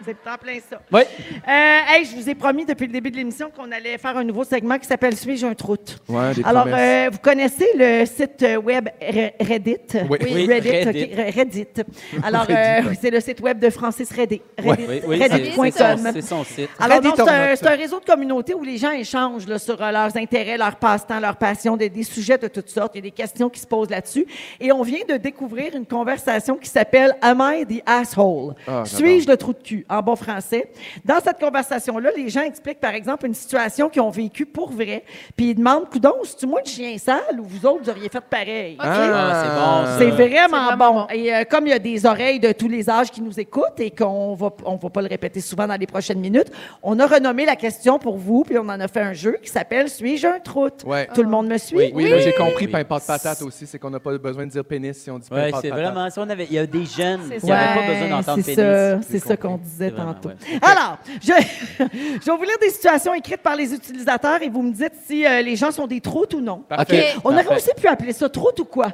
[SPEAKER 1] C'est en plein ça.
[SPEAKER 3] Oui.
[SPEAKER 1] Euh, hey, je vous ai promis depuis le début de l'émission qu'on allait faire un nouveau segment qui s'appelle Suis-je un troute?
[SPEAKER 4] Ouais, des
[SPEAKER 1] Alors,
[SPEAKER 4] promesses.
[SPEAKER 1] euh, vous connaissez le site euh, web Re- Reddit?
[SPEAKER 4] Oui.
[SPEAKER 3] Oui,
[SPEAKER 1] Reddit.
[SPEAKER 3] Reddit.
[SPEAKER 1] ok, Re- Reddit. Alors, euh, c'est le site web de Francis Reddit. Reddit.
[SPEAKER 3] Oui, oui, c'est-
[SPEAKER 1] Reddit.com.
[SPEAKER 3] c'est son- c'est son site.
[SPEAKER 1] Alors,
[SPEAKER 4] Reddit
[SPEAKER 1] donc, c'est un,
[SPEAKER 4] Ornotte.
[SPEAKER 1] c'est un réseau de communauté où les gens échangent là, sur euh, leurs intérêts, leurs passe-temps, leurs passions, des, des sujets de toutes sortes. Il y a des questions qui se posent là-dessus. Et on vient de découvrir une conversation qui s'appelle Am I the asshole?
[SPEAKER 4] Ah,
[SPEAKER 1] Suis-je le trou de cul, en bon français? Dans cette conversation-là, les gens expliquent, par exemple, une situation qu'ils ont vécue pour vrai. Puis ils demandent, coudon, c'est-tu moi le chien sale ou vous autres, vous auriez fait pareil?
[SPEAKER 3] Ah,
[SPEAKER 1] C'est
[SPEAKER 3] c'est
[SPEAKER 1] vraiment,
[SPEAKER 3] bon. ça.
[SPEAKER 5] C'est
[SPEAKER 1] bon.
[SPEAKER 5] vraiment bon.
[SPEAKER 1] Et euh, comme il y a des oreilles de tous les âges qui nous écoutent et qu'on va, on va pas le répéter souvent dans les prochaines minutes, on a renommé la question pour vous, puis on en a fait un jeu qui s'appelle Suis-je un troute?
[SPEAKER 4] Ouais.
[SPEAKER 1] Tout le monde me suit?
[SPEAKER 4] Oui, là, j'ai compris.
[SPEAKER 3] oui.
[SPEAKER 4] Pain pâte patate aussi, c'est qu'on n'a pas besoin de dire pénis si on dit pain
[SPEAKER 3] Ouais,
[SPEAKER 4] pâte
[SPEAKER 3] c'est
[SPEAKER 4] patate.
[SPEAKER 3] vraiment ça. On avait, il y a des jeunes
[SPEAKER 5] C'est
[SPEAKER 3] qui n'avaient
[SPEAKER 1] Ouais,
[SPEAKER 3] pas besoin d'entendre
[SPEAKER 1] c'est
[SPEAKER 3] pénis.
[SPEAKER 1] ça,
[SPEAKER 3] J'ai
[SPEAKER 1] C'est ça
[SPEAKER 3] compris.
[SPEAKER 1] qu'on disait
[SPEAKER 3] C'est vraiment,
[SPEAKER 1] tantôt.
[SPEAKER 3] ouais.
[SPEAKER 1] Alors, je, je vais vous lire des situations écrites par les utilisateurs et vous me dites si euh, les gens sont des troutes ou non.
[SPEAKER 4] Parfait.
[SPEAKER 1] On aurait
[SPEAKER 3] Parfait.
[SPEAKER 1] aussi pu appeler ça troute ou quoi?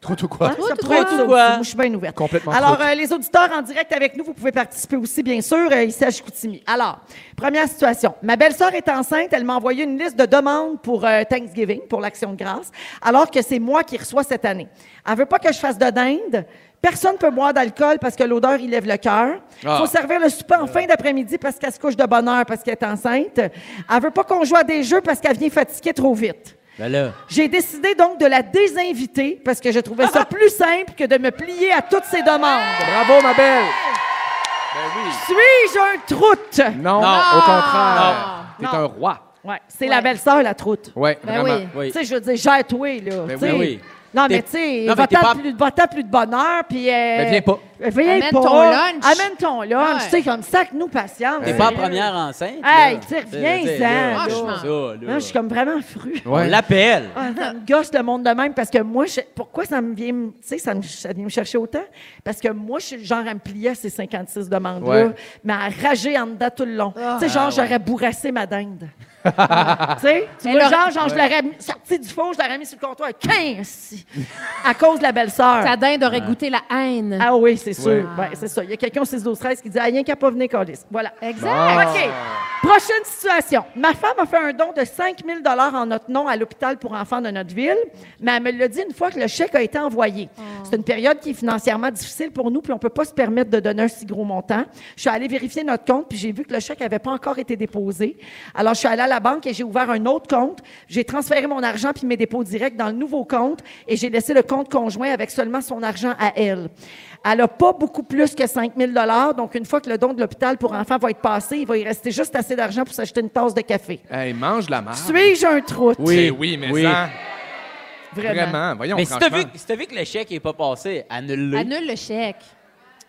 [SPEAKER 4] Trop ou quoi?
[SPEAKER 1] Hein, ça
[SPEAKER 5] Troute ou
[SPEAKER 1] pourrait
[SPEAKER 5] quoi?
[SPEAKER 1] être ça
[SPEAKER 3] Quoi?
[SPEAKER 1] aussi. Moi, je suis bien ouverte.
[SPEAKER 4] Complètement
[SPEAKER 1] Alors,
[SPEAKER 4] troute.
[SPEAKER 1] euh, les auditeurs en direct avec nous, vous pouvez participer aussi, bien sûr, euh, ici à Chicoutimi. Alors, première situation. Ma belle-sœur est enceinte. Elle m'a envoyé une liste de demandes pour euh, Thanksgiving, pour l'Action de grâce, alors que c'est moi qui reçois cette année. Elle veut pas que je fasse de dinde, Personne ne peut boire d'alcool parce que l'odeur, il lève le cœur. Il
[SPEAKER 14] Ah.
[SPEAKER 1] faut servir le souper en fin d'après-midi parce qu'elle se couche de bonne heure parce qu'elle est enceinte. Elle veut pas qu'on joue à des jeux parce qu'elle vient fatiguée trop vite.
[SPEAKER 3] Ben là.
[SPEAKER 1] J'ai décidé donc de la désinviter parce que je trouvais ça plus simple que de me plier à toutes ses demandes. Bravo, ma belle!
[SPEAKER 3] Ben
[SPEAKER 1] Suis-je un troute?
[SPEAKER 4] Non, au contraire. T'es
[SPEAKER 1] Non.
[SPEAKER 4] un roi.
[SPEAKER 1] Ouais, c'est la belle-sœur, la troute.
[SPEAKER 4] Ouais,
[SPEAKER 1] Ben
[SPEAKER 4] vraiment.
[SPEAKER 1] oui. Tu sais, je veux dire, gère-toi, là.
[SPEAKER 4] Ben
[SPEAKER 1] tu sais.
[SPEAKER 4] oui, oui.
[SPEAKER 1] Non,
[SPEAKER 4] T'es-
[SPEAKER 1] mais tu sais,
[SPEAKER 4] Non, mais t'es
[SPEAKER 1] va-t'en
[SPEAKER 4] pas- Ben,
[SPEAKER 1] plus, va-t'en plus de bonheur, puis... euh,
[SPEAKER 3] Mais viens pas.
[SPEAKER 1] Viens
[SPEAKER 5] Amène
[SPEAKER 1] pas.
[SPEAKER 5] ton lunch.
[SPEAKER 1] Amène ton lunch.
[SPEAKER 5] Ouais.
[SPEAKER 1] Tu sais, comme ça, que nous patience.
[SPEAKER 3] T'es pas en
[SPEAKER 1] sérieux.
[SPEAKER 3] première enceinte.
[SPEAKER 1] Hey,
[SPEAKER 3] là.
[SPEAKER 1] tu sais,
[SPEAKER 3] Tu sais, tu sais, là,
[SPEAKER 1] reviens-en.
[SPEAKER 3] là, ça, là.
[SPEAKER 1] Là, je suis comme vraiment fru.
[SPEAKER 3] On l'appelle.
[SPEAKER 1] Ah, ça me gosse le monde de même parce que moi, je- pourquoi ça me vient, me- tu sais, ça, me- ça vient me chercher autant? Parce que moi, je suis le genre à me plier à ces 56 demandes-là,
[SPEAKER 4] Ouais.
[SPEAKER 1] mais à rager en dedans tout le long. Tu sais, genre, j'aurais bourrassé ma dinde. tu sais, tu
[SPEAKER 5] Mais
[SPEAKER 1] vois, genre,
[SPEAKER 5] le-
[SPEAKER 1] genre, je
[SPEAKER 5] Ouais.
[SPEAKER 1] l'aurais mis- sorti du four, je l'aurais mis sur le comptoir à 15 à cause de la belle-sœur.
[SPEAKER 5] Ta dinde aurait goûté la haine.
[SPEAKER 1] Ah oui, c'est sûr.
[SPEAKER 5] Ouais.
[SPEAKER 1] Ouais, c'est ça. Il y a quelqu'un au 6 12 13 qui dit ah, rien qu'à pas venir coller. Voilà. Ah.
[SPEAKER 5] Exact.
[SPEAKER 4] Bon.
[SPEAKER 1] OK. Prochaine situation. Ma femme a fait un don de 5 000 en notre nom à l'hôpital pour enfants de notre ville, mais elle me l'a dit une fois que le chèque a été envoyé. C'est une période qui est financièrement difficile pour nous, puis on ne peut pas se permettre de donner un si gros montant. Je suis allée vérifier notre compte, puis j'ai vu que le chèque n'avait pas encore été déposé. Alors, je suis allée à la banque et j'ai ouvert un autre compte. J'ai transféré mon argent puis mes dépôts directs dans le nouveau compte et j'ai laissé le compte conjoint avec seulement son argent à elle. Elle n'a pas beaucoup plus que 5 000 donc une fois que le don de l'hôpital pour enfants va être passé, il va y rester juste assez d'argent pour s'acheter une tasse de café.
[SPEAKER 4] Hey, mange la marde.
[SPEAKER 1] Ah. Suis-je un troute?
[SPEAKER 4] Oui, oui, mais ça.
[SPEAKER 1] Vraiment.
[SPEAKER 4] Vraiment, voyons,
[SPEAKER 3] Mais si t'as vu,
[SPEAKER 4] franchement.
[SPEAKER 3] si t'as vu que le chèque n'est pas passé, annule-le.
[SPEAKER 5] Annule le chèque.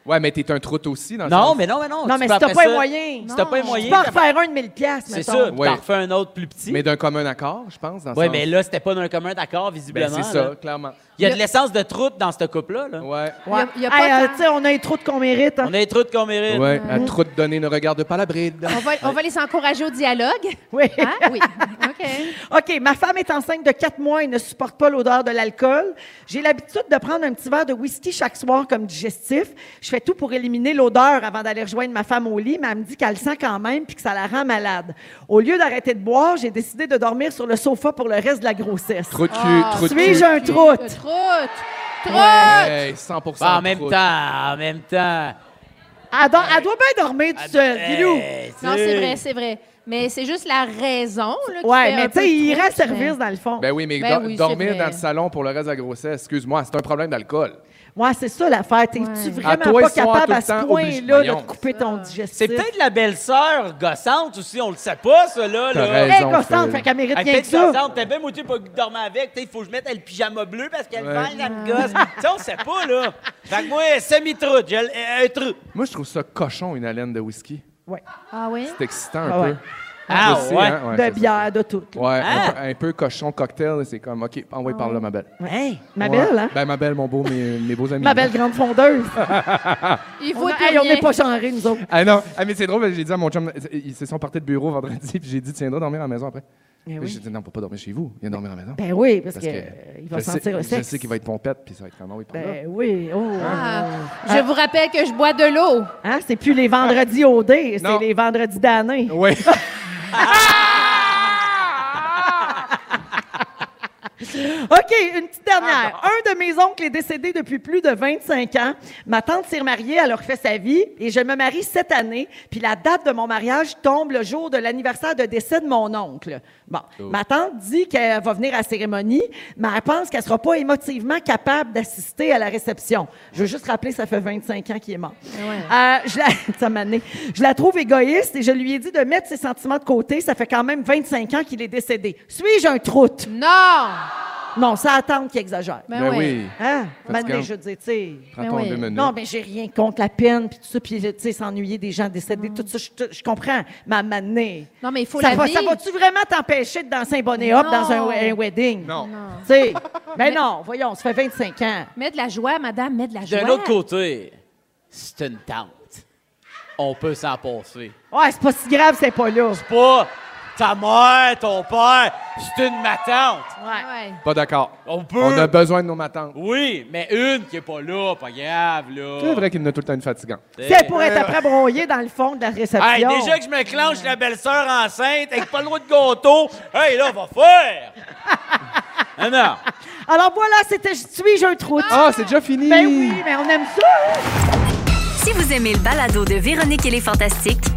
[SPEAKER 4] Ouais, mais t'es un troute aussi dans le
[SPEAKER 3] Non,
[SPEAKER 4] sens-
[SPEAKER 3] mais non, mais non.
[SPEAKER 1] Non,
[SPEAKER 3] tu
[SPEAKER 1] mais
[SPEAKER 3] peux
[SPEAKER 1] si t'as
[SPEAKER 3] après
[SPEAKER 1] pas
[SPEAKER 3] ça-
[SPEAKER 1] un moyen.
[SPEAKER 3] Si t'as pas un
[SPEAKER 1] Tu
[SPEAKER 3] moyen.
[SPEAKER 1] peux en refaire un de 1000 piastres,
[SPEAKER 3] C'est
[SPEAKER 1] mettons.
[SPEAKER 3] ça, puis
[SPEAKER 4] Ouais.
[SPEAKER 3] t'en refais un autre plus petit.
[SPEAKER 4] Mais d'un commun accord, je pense. Dans le
[SPEAKER 3] Oui,
[SPEAKER 4] sens-
[SPEAKER 3] mais là, c'était pas d'un commun d'accord, visiblement.
[SPEAKER 4] Ben, c'est ça,
[SPEAKER 3] là.
[SPEAKER 4] clairement.
[SPEAKER 3] Il y a de l'essence de troute dans ce couple-là. Là.
[SPEAKER 4] Ouais.
[SPEAKER 1] Ouais.
[SPEAKER 5] Il y a- il y a pas
[SPEAKER 1] Hey, euh,
[SPEAKER 5] tant-
[SPEAKER 1] tu sais, on a un troute qu'on mérite. hein.
[SPEAKER 3] On a des troutes qu'on mérite.
[SPEAKER 4] Ouais,
[SPEAKER 5] Ouais.
[SPEAKER 4] la troute donnée ne regarde pas la
[SPEAKER 1] Ah,
[SPEAKER 4] bride.
[SPEAKER 5] On va, on va les encourager au dialogue.
[SPEAKER 1] Oui.
[SPEAKER 5] Hein? Oui. OK.
[SPEAKER 1] OK, ma femme est enceinte de quatre mois et ne supporte pas l'odeur de l'alcool. J'ai l'habitude de prendre un petit verre de whisky chaque soir comme digestif. Je fais tout pour éliminer l'odeur avant d'aller rejoindre ma femme au lit, mais elle me dit qu'elle le sent quand même puis que ça la rend malade. Au lieu d'arrêter de boire, j'ai décidé de dormir sur le sofa pour le reste de la grossesse.
[SPEAKER 4] Trou de cul, trou de cul.
[SPEAKER 1] Suis-je un troute?
[SPEAKER 5] Troute. Troute.
[SPEAKER 4] Hey, 100
[SPEAKER 3] Bah, en même
[SPEAKER 4] troute.
[SPEAKER 3] temps, en même temps.
[SPEAKER 1] Elle, do- elle doit bien dormir toute
[SPEAKER 3] Ah,
[SPEAKER 1] seule,
[SPEAKER 3] ben.
[SPEAKER 1] Guilou.
[SPEAKER 3] Eh,
[SPEAKER 5] Non, c'est vrai, c'est vrai. Mais c'est juste la raison. Là, qui
[SPEAKER 1] Ouais,
[SPEAKER 5] fait un
[SPEAKER 1] mais tu
[SPEAKER 5] peu
[SPEAKER 1] sais, il
[SPEAKER 5] troute,
[SPEAKER 1] reste
[SPEAKER 5] mais-
[SPEAKER 1] service dans le fond.
[SPEAKER 4] Ben oui, mais
[SPEAKER 5] Ben
[SPEAKER 4] do-
[SPEAKER 5] oui, c'est
[SPEAKER 4] dormir
[SPEAKER 5] vrai.
[SPEAKER 4] dans le salon pour le reste de la grossesse, excuse-moi, c'est un problème d'alcool.
[SPEAKER 1] Ouais, c'est ça l'affaire. T'es-tu
[SPEAKER 4] À
[SPEAKER 1] vraiment
[SPEAKER 4] toi,
[SPEAKER 1] pas
[SPEAKER 4] ils sont tout
[SPEAKER 1] capable
[SPEAKER 4] le
[SPEAKER 1] à ce
[SPEAKER 4] temps
[SPEAKER 1] point-là
[SPEAKER 4] obligés.
[SPEAKER 1] de te couper ton digestif?
[SPEAKER 3] C'est peut-être la belle-sœur gossante aussi, on le sait pas, ça, là.
[SPEAKER 4] T'as
[SPEAKER 3] là.
[SPEAKER 4] raison,
[SPEAKER 1] Elle est gossante, Phil. fait qu'elle mérite
[SPEAKER 3] Elle est
[SPEAKER 1] rien
[SPEAKER 3] Ah, peut-être
[SPEAKER 1] que ça.
[SPEAKER 3] gossante, T'as bien moitié pas dormir avec. peut-être Il faut que je mette le pyjama bleu parce qu'elle
[SPEAKER 4] Ouais.
[SPEAKER 3] vend la
[SPEAKER 1] Ah.
[SPEAKER 3] gosse. tu sais, on sait pas, là. Fait que moi, semi-troute, j'ai l- euh, un trou.
[SPEAKER 4] Moi, je trouve ça cochon, une haleine de whisky.
[SPEAKER 5] Ah oui?
[SPEAKER 4] C'est excitant un
[SPEAKER 1] Ah ouais.
[SPEAKER 4] peu.
[SPEAKER 3] Ah,
[SPEAKER 4] Je sais,
[SPEAKER 3] ouais.
[SPEAKER 4] hein, ouais,
[SPEAKER 1] de
[SPEAKER 4] c'est ça.
[SPEAKER 1] bière, de tout. là.
[SPEAKER 4] Ouais, un
[SPEAKER 3] Hein?
[SPEAKER 4] peu- un, peu cochon cocktail, c'est comme, OK, envoie par là, ma belle.
[SPEAKER 1] Hey, Ah ma
[SPEAKER 4] Ouais.
[SPEAKER 1] belle, hein?
[SPEAKER 4] Ben, Ah. ma belle, mon beau, mes, mes beaux amis.
[SPEAKER 1] Ma belle grande fondeuse.
[SPEAKER 5] Il
[SPEAKER 1] On
[SPEAKER 5] faut
[SPEAKER 1] a- hey, on n'est pas genrés, nous autres.
[SPEAKER 4] Ah non, ah, mais c'est drôle, parce que j'ai dit à mon chum, ils se sont partis de bureau vendredi, puis j'ai dit, tiens, dois dormir à la maison après.
[SPEAKER 1] Ben
[SPEAKER 4] Puis
[SPEAKER 1] oui.
[SPEAKER 4] J'ai dit, non, on peut pas dormir chez vous, viens dormir à la maison.
[SPEAKER 1] Ben oui, parce,
[SPEAKER 4] Parce
[SPEAKER 1] que,
[SPEAKER 4] que
[SPEAKER 1] euh, il va
[SPEAKER 4] je sais-
[SPEAKER 1] sentir le sexe.
[SPEAKER 4] Je sais qu'il va être pompette, puis ça va être comment, oui, par là.
[SPEAKER 1] Ben oui, oh.
[SPEAKER 5] Ah. Je vous rappelle que je bois de l'eau.
[SPEAKER 1] Hein, c'est plus les vendredis au dé, c'est
[SPEAKER 4] Non.
[SPEAKER 1] les vendredis d'année.
[SPEAKER 4] Oui.
[SPEAKER 1] OK, une petite dernière. un de mes oncles est décédé depuis plus de 25 ans. Ma tante s'est remariée, elle a refait sa vie et je me marie cette année. Puis la date de mon mariage tombe le jour de l'anniversaire de décès de mon oncle. Bon, ma tante dit qu'elle va venir à la cérémonie, mais elle pense qu'elle sera pas émotivement capable d'assister à la réception. Je veux juste rappeler, ça fait 25 ans qu'il est mort. Euh, je, la... ça m'a amené. je la trouve égoïste et je lui ai dit de mettre ses sentiments de côté. Ça fait quand même 25 ans qu'il est décédé. Suis-je un troute?
[SPEAKER 5] Non!
[SPEAKER 1] Non, ça attend qu'il exagère.
[SPEAKER 5] Ben,
[SPEAKER 4] Ben
[SPEAKER 5] oui.
[SPEAKER 4] oui.
[SPEAKER 1] Hein?
[SPEAKER 4] Fatigant.
[SPEAKER 1] Mané, je dis, tu sais.
[SPEAKER 4] Prends
[SPEAKER 5] Ben
[SPEAKER 4] ton
[SPEAKER 5] oui.
[SPEAKER 4] deux minutes.
[SPEAKER 1] Non, mais j'ai rien contre la peine, puis tout ça, puis, tu sais, s'ennuyer des gens décédés, tout ça, je, tout- je comprends. Mais mané.
[SPEAKER 5] Mm. Non, mais il faut
[SPEAKER 1] ça
[SPEAKER 5] la
[SPEAKER 1] va,
[SPEAKER 5] vivre.
[SPEAKER 1] ça va-tu vraiment t'empêcher de danser un bonnet hop
[SPEAKER 5] Non.
[SPEAKER 1] dans un, un wedding?
[SPEAKER 4] Non.
[SPEAKER 1] Tu sais. Mais non, voyons, ça fait 25 ans.
[SPEAKER 5] Mets de la joie, madame, mets de la joie.
[SPEAKER 3] D'un autre côté, c'est une tante. On peut s'en passer.
[SPEAKER 1] Ouais, c'est pas si grave, c'est pas là.
[SPEAKER 3] C'est pas ta mère, ton père, c'est une ma tante.
[SPEAKER 1] Ouais.
[SPEAKER 5] Ouais.
[SPEAKER 4] Pas d'accord.
[SPEAKER 3] On peut.
[SPEAKER 4] On a besoin de nos matantes.
[SPEAKER 3] Oui, mais une qui est pas là, pas grave, là.
[SPEAKER 4] C'est vrai qu'il y en a tout le temps une fatigante.
[SPEAKER 1] Si elle pourrait être après broyer dans le fond de la réception.
[SPEAKER 3] Hey, déjà que je me clenche la belle-sœur enceinte avec pas le droit de gâteau, hey, là, va faire! Ah non,
[SPEAKER 1] Alors voilà, c'était Je suis un trou.
[SPEAKER 4] Ah, c'est déjà fini.
[SPEAKER 1] Ben oui, mais on aime ça. hein?
[SPEAKER 8] Si vous aimez le balado de Véronique et les Fantastiques,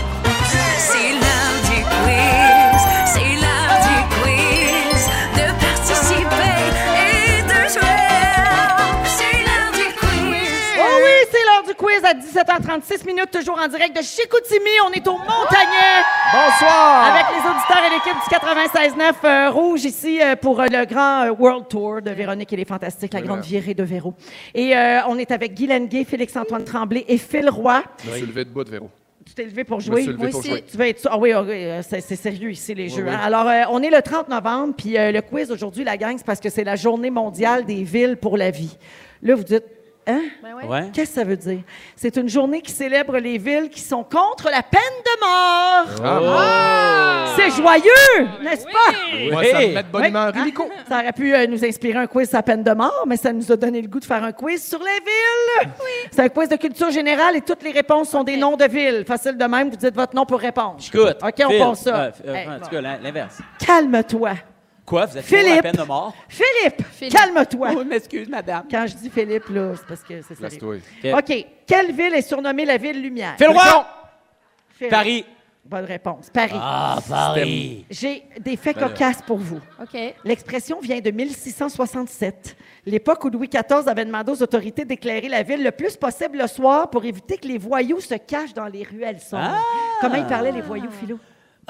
[SPEAKER 14] C'est l'heure du quiz, c'est l'heure du quiz, de participer et de jouer. C'est l'heure du quiz.
[SPEAKER 1] Oh oui, c'est l'heure du quiz à 17h36 minutes, toujours en direct de Chicoutimi. On est au Montagnet.
[SPEAKER 4] Bonsoir.
[SPEAKER 1] Avec les auditeurs et l'équipe du 96.9 euh, Rouge ici euh, pour euh, le grand euh, World Tour de Véronique et les Fantastiques, la grande virée de Véro. Et euh, on est avec Guy Lenguet, Félix-Antoine Tremblay et Phil Roy.
[SPEAKER 4] Je me suis levé de bout, Véro.
[SPEAKER 3] Oh,
[SPEAKER 1] Tu t'es levé pour
[SPEAKER 4] Je me
[SPEAKER 1] jouer.
[SPEAKER 4] suis levé Moi pour aussi. jouer.
[SPEAKER 1] Tu vas être. Ah oui, ah oui, euh, c'est c'est sérieux ici, les
[SPEAKER 4] Oui,
[SPEAKER 1] jeux.
[SPEAKER 4] oui.
[SPEAKER 1] hein. Alors, euh, on est le 30 novembre, puis euh, le quiz aujourd'hui, la gang, c'est parce que c'est la journée mondiale des villes pour la vie. Là, vous dites. Hein?
[SPEAKER 3] ouais. Ouais.
[SPEAKER 1] Qu'est-ce que ça veut dire? C'est une journée qui célèbre les villes qui sont contre la peine de mort.
[SPEAKER 3] Oh.
[SPEAKER 1] Ah! C'est joyeux, n'est-ce pas?
[SPEAKER 4] Ah, Moi, ça me met de bonne
[SPEAKER 1] Oui.
[SPEAKER 4] humeur.
[SPEAKER 1] Hein? Ça aurait pu euh, nous inspirer un quiz à peine de mort, mais ça nous a donné le goût de faire un quiz sur les villes. C'est un quiz de culture générale et toutes les réponses sont des noms de villes. Facile de même, vous dites votre nom pour répondre.
[SPEAKER 3] Écoute.
[SPEAKER 1] OK, on
[SPEAKER 3] Phil.
[SPEAKER 1] pense ça.
[SPEAKER 3] Ouais, euh,
[SPEAKER 1] Hey,
[SPEAKER 3] en tout cas, l'in- l'inverse.
[SPEAKER 1] Calme-toi.
[SPEAKER 3] Quoi? Vous êtes toujours à
[SPEAKER 1] Philippe.
[SPEAKER 3] peine de mort?
[SPEAKER 1] Philippe, calme-toi.
[SPEAKER 3] Oui, m'excuse, madame.
[SPEAKER 1] Quand je dis Philippe, là, c'est parce que c'est ça.
[SPEAKER 3] Place-toi.
[SPEAKER 1] OK. Quelle ville est surnommée la ville lumière?
[SPEAKER 3] Phil Roy!
[SPEAKER 1] Phil.
[SPEAKER 3] Paris.
[SPEAKER 1] Bonne réponse. Paris.
[SPEAKER 3] Ah, Paris.
[SPEAKER 1] J'ai des faits
[SPEAKER 3] Ben là.
[SPEAKER 1] cocasses pour vous.
[SPEAKER 5] OK.
[SPEAKER 1] L'expression vient de 1667, l'époque où Louis XIV avait demandé aux autorités d'éclairer la ville le plus possible le soir pour éviter que les voyous se cachent dans les ruelles sombres. Comment ils parlaient, les voyous, Philo?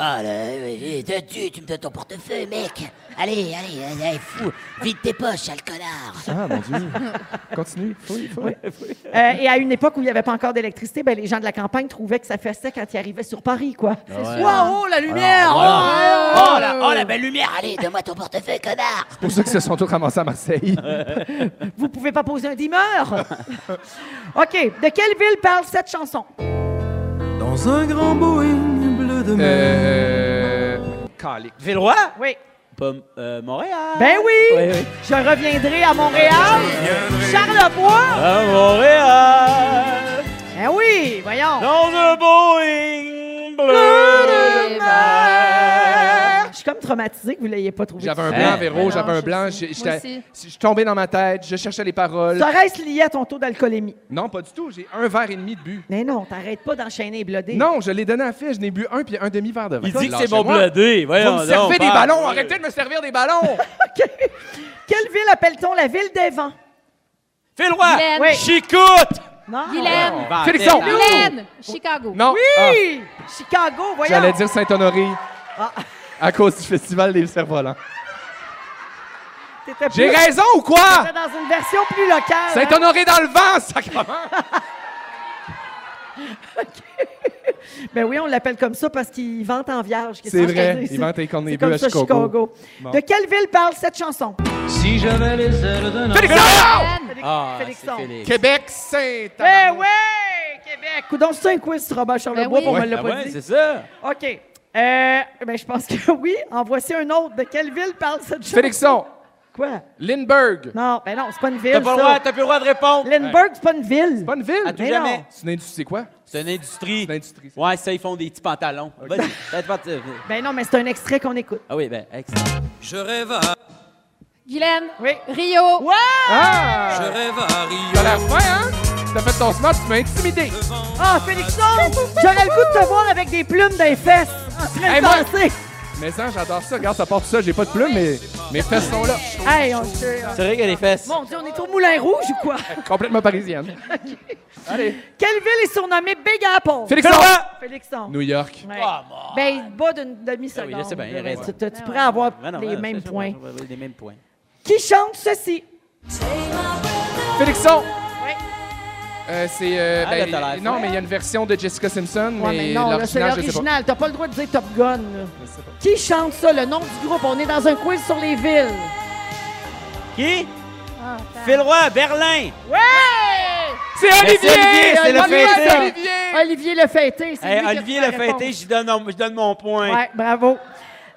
[SPEAKER 15] Ah là, euh, t'as dû, tu me donnes ton portefeuille, mec. Allez, allez, allez, allez, fou. Vide tes poches, sale connard.
[SPEAKER 4] Ah, mon Dieu. Continue. Fouille, fouille.
[SPEAKER 1] Euh, et à une époque où il n'y avait pas encore d'électricité, ben, les gens de la campagne trouvaient que ça faisait quand ils arrivaient sur Paris, quoi.
[SPEAKER 15] sûr.
[SPEAKER 1] Wow, oh, la lumière!
[SPEAKER 15] Voilà.
[SPEAKER 1] oh,
[SPEAKER 15] Oh,
[SPEAKER 1] euh,
[SPEAKER 15] la, oh, la belle lumière. Allez, donne-moi ton portefeuille, connard.
[SPEAKER 4] C'est pour ça qu'ils se sont tous ramassés à Marseille.
[SPEAKER 1] Vous pouvez pas poser un dimeur! OK. De quelle ville parle cette chanson?
[SPEAKER 12] Dans un grand Boeing bleu de mer.
[SPEAKER 4] Euh, Calique.
[SPEAKER 3] Villeroy?
[SPEAKER 1] Oui.
[SPEAKER 3] Pas euh, Montréal.
[SPEAKER 1] Ben oui!
[SPEAKER 3] Oui, oui.
[SPEAKER 1] Je reviendrai à Montréal! Charlevoix!
[SPEAKER 3] À Ah, Montréal.
[SPEAKER 1] Ben oui, voyons!
[SPEAKER 3] Dans un Boeing bleu
[SPEAKER 1] de
[SPEAKER 3] mer.
[SPEAKER 1] Je suis comme traumatisée que vous ne l'ayez pas trouvé.
[SPEAKER 4] J'avais un
[SPEAKER 1] Hein?
[SPEAKER 4] blanc, Véro,
[SPEAKER 1] Ben non,
[SPEAKER 4] j'avais un
[SPEAKER 1] je
[SPEAKER 4] blanc.
[SPEAKER 1] sais.
[SPEAKER 4] J'ai-
[SPEAKER 1] Moi
[SPEAKER 4] j'étais-
[SPEAKER 1] aussi.
[SPEAKER 4] Je suis tombé dans ma tête, je cherchais les paroles.
[SPEAKER 1] Ça reste lié à ton taux d'alcoolémie.
[SPEAKER 4] Non, pas du tout. J'ai un verre et demi de bu.
[SPEAKER 1] Mais non, t'arrêtes pas d'enchaîner les blodés.
[SPEAKER 4] Non, je l'ai donné à Phil. Je n'ai bu un puis un demi-verre de vin.
[SPEAKER 3] Il dit que c'est
[SPEAKER 4] Lâchez-moi.
[SPEAKER 3] mon blodé. Voyons
[SPEAKER 4] Vous me servez
[SPEAKER 3] donc, Ah,
[SPEAKER 4] des
[SPEAKER 3] parle.
[SPEAKER 4] ballons. Arrêtez de me servir des ballons.
[SPEAKER 1] Quelle ville appelle-t-on la ville des vents?
[SPEAKER 3] Phil Roy.
[SPEAKER 5] Guylaine.
[SPEAKER 1] Oui.
[SPEAKER 3] Chicoute.
[SPEAKER 1] Non.
[SPEAKER 5] Guylaine.
[SPEAKER 3] va
[SPEAKER 4] Félixon.
[SPEAKER 3] arrêter, là.
[SPEAKER 5] Guylaine, Chicago.
[SPEAKER 4] Non.
[SPEAKER 1] Ah,
[SPEAKER 4] ah,
[SPEAKER 1] Oui! Chicago, voyons!
[SPEAKER 4] J'allais dire Saint-Honoré
[SPEAKER 1] Ah,
[SPEAKER 4] à cause du festival des cerfs-volants.
[SPEAKER 1] t'étais plus-
[SPEAKER 4] J'ai raison ou quoi?
[SPEAKER 1] T'étais dans une version plus locale. hein?
[SPEAKER 4] Saint-Honoré dans le vent, sacrement.
[SPEAKER 1] Ben oui, on l'appelle comme ça parce qu'il vante en vierge. Qu'est-ce
[SPEAKER 4] C'est
[SPEAKER 1] que
[SPEAKER 4] vrai,
[SPEAKER 1] je te dis?
[SPEAKER 4] il vante les cornes des
[SPEAKER 1] C'est
[SPEAKER 4] bœufs
[SPEAKER 1] comme
[SPEAKER 4] à
[SPEAKER 1] ça,
[SPEAKER 4] Chicago. Bon.
[SPEAKER 1] De quelle ville parle cette chanson?
[SPEAKER 3] Si j'avais les ailes d'un
[SPEAKER 4] Félixon!
[SPEAKER 1] Félix-
[SPEAKER 3] Ah,
[SPEAKER 1] Félixon.
[SPEAKER 3] c'est Félix.
[SPEAKER 4] Québec, saint
[SPEAKER 1] Ben ouais! Québec! Ben Coudon, c'est un quiz sur Robert Charlebois,
[SPEAKER 5] oui.
[SPEAKER 1] pour on me
[SPEAKER 3] Ah
[SPEAKER 1] l'a pas
[SPEAKER 3] ouais,
[SPEAKER 1] dit.
[SPEAKER 3] c'est ça.
[SPEAKER 1] OK. Euh, ben, je pense que oui. En voici un autre. De quelle ville parle cette chanson?
[SPEAKER 4] Félixon,
[SPEAKER 1] Quoi?
[SPEAKER 4] Lindbergh.
[SPEAKER 1] Non, ben non, c'est pas une ville,
[SPEAKER 3] T'as pas, le droit-
[SPEAKER 1] ça.
[SPEAKER 3] t'as plus le droit de répondre.
[SPEAKER 1] Lindbergh, c'est pas une ville.
[SPEAKER 4] Bonne
[SPEAKER 3] À
[SPEAKER 4] ville.
[SPEAKER 3] tout
[SPEAKER 1] Mais
[SPEAKER 3] jamais.
[SPEAKER 1] non.
[SPEAKER 4] C'est une industrie, c'est quoi?
[SPEAKER 3] C'est une industrie.
[SPEAKER 4] C'est une industrie.
[SPEAKER 3] Ouais, ça, ils font des petits pantalons. Vas-y, faites partie.
[SPEAKER 1] Ben non, mais c'est un extrait qu'on écoute.
[SPEAKER 3] Ah oui, ben, excellent.
[SPEAKER 12] Je rêve à.
[SPEAKER 5] Guylaine,
[SPEAKER 1] Oui.
[SPEAKER 5] Rio.
[SPEAKER 1] Ouais!
[SPEAKER 12] Je
[SPEAKER 4] Ah!
[SPEAKER 12] rêve à Rio.
[SPEAKER 4] T'as la fin, hein? T'as fait ton smart, tu m'as intimidé.
[SPEAKER 1] Ah, Félixon! J'aurais le goût de te voir avec des plumes dans les fesses. En train
[SPEAKER 4] Hey,
[SPEAKER 1] de
[SPEAKER 4] moi-
[SPEAKER 1] danser.
[SPEAKER 4] Mais ça, j'adore ça. Regarde, ça part tout ça. J'ai pas de plumes, mais mes fesses sont là.
[SPEAKER 1] Hey, on se...
[SPEAKER 3] C'est vrai qu'il y a des fesses.
[SPEAKER 1] Mon Dieu, on est au Moulin Rouge ou quoi?
[SPEAKER 4] Complètement parisienne. Allez.
[SPEAKER 1] Quelle ville est surnommée Big Apple?
[SPEAKER 4] Félixon!
[SPEAKER 1] Félixon.
[SPEAKER 4] New York.
[SPEAKER 1] Ouais. ben, il bat d'une demi-seconde.
[SPEAKER 3] Ah oui, je sais bien, il a
[SPEAKER 1] Là,
[SPEAKER 3] raison.
[SPEAKER 1] Tu, tu- tu pourrais avoir
[SPEAKER 3] Ben non,
[SPEAKER 1] les
[SPEAKER 3] ben non,
[SPEAKER 1] mêmes
[SPEAKER 3] c'est ça,
[SPEAKER 1] points.
[SPEAKER 3] ouais, ouais, Les mêmes points.
[SPEAKER 1] Qui chante ceci?
[SPEAKER 4] Félixon!
[SPEAKER 1] Oui.
[SPEAKER 4] Euh, c'est. euh,
[SPEAKER 3] Ah,
[SPEAKER 4] ben,
[SPEAKER 3] là, t'as l'air
[SPEAKER 4] non,
[SPEAKER 3] fin.
[SPEAKER 4] mais il y a une version de Jessica Simpson,
[SPEAKER 1] Ouais, mais
[SPEAKER 4] mais
[SPEAKER 1] non, là, c'est
[SPEAKER 4] l'original, je sais pas.
[SPEAKER 1] l'original. T'as pas le droit de dire Top Gun. là.
[SPEAKER 4] Je sais pas.
[SPEAKER 1] Qui chante ça? Le nom du groupe. On est dans un quiz sur les villes.
[SPEAKER 3] Qui? Ah, Phil Roy, Berlin.
[SPEAKER 1] Ouais!
[SPEAKER 4] C'est
[SPEAKER 3] Mais c'est
[SPEAKER 4] Olivier!
[SPEAKER 3] Olivier, c'est le
[SPEAKER 4] Olivier,
[SPEAKER 3] fêté.
[SPEAKER 4] c'est Olivier!
[SPEAKER 1] Olivier Le Fêté. c'est
[SPEAKER 3] Hey,
[SPEAKER 1] lui qui a
[SPEAKER 3] Olivier
[SPEAKER 1] fait
[SPEAKER 3] le
[SPEAKER 1] la réponse.
[SPEAKER 3] fêté, je donne, je donne mon point.
[SPEAKER 1] Ouais, bravo.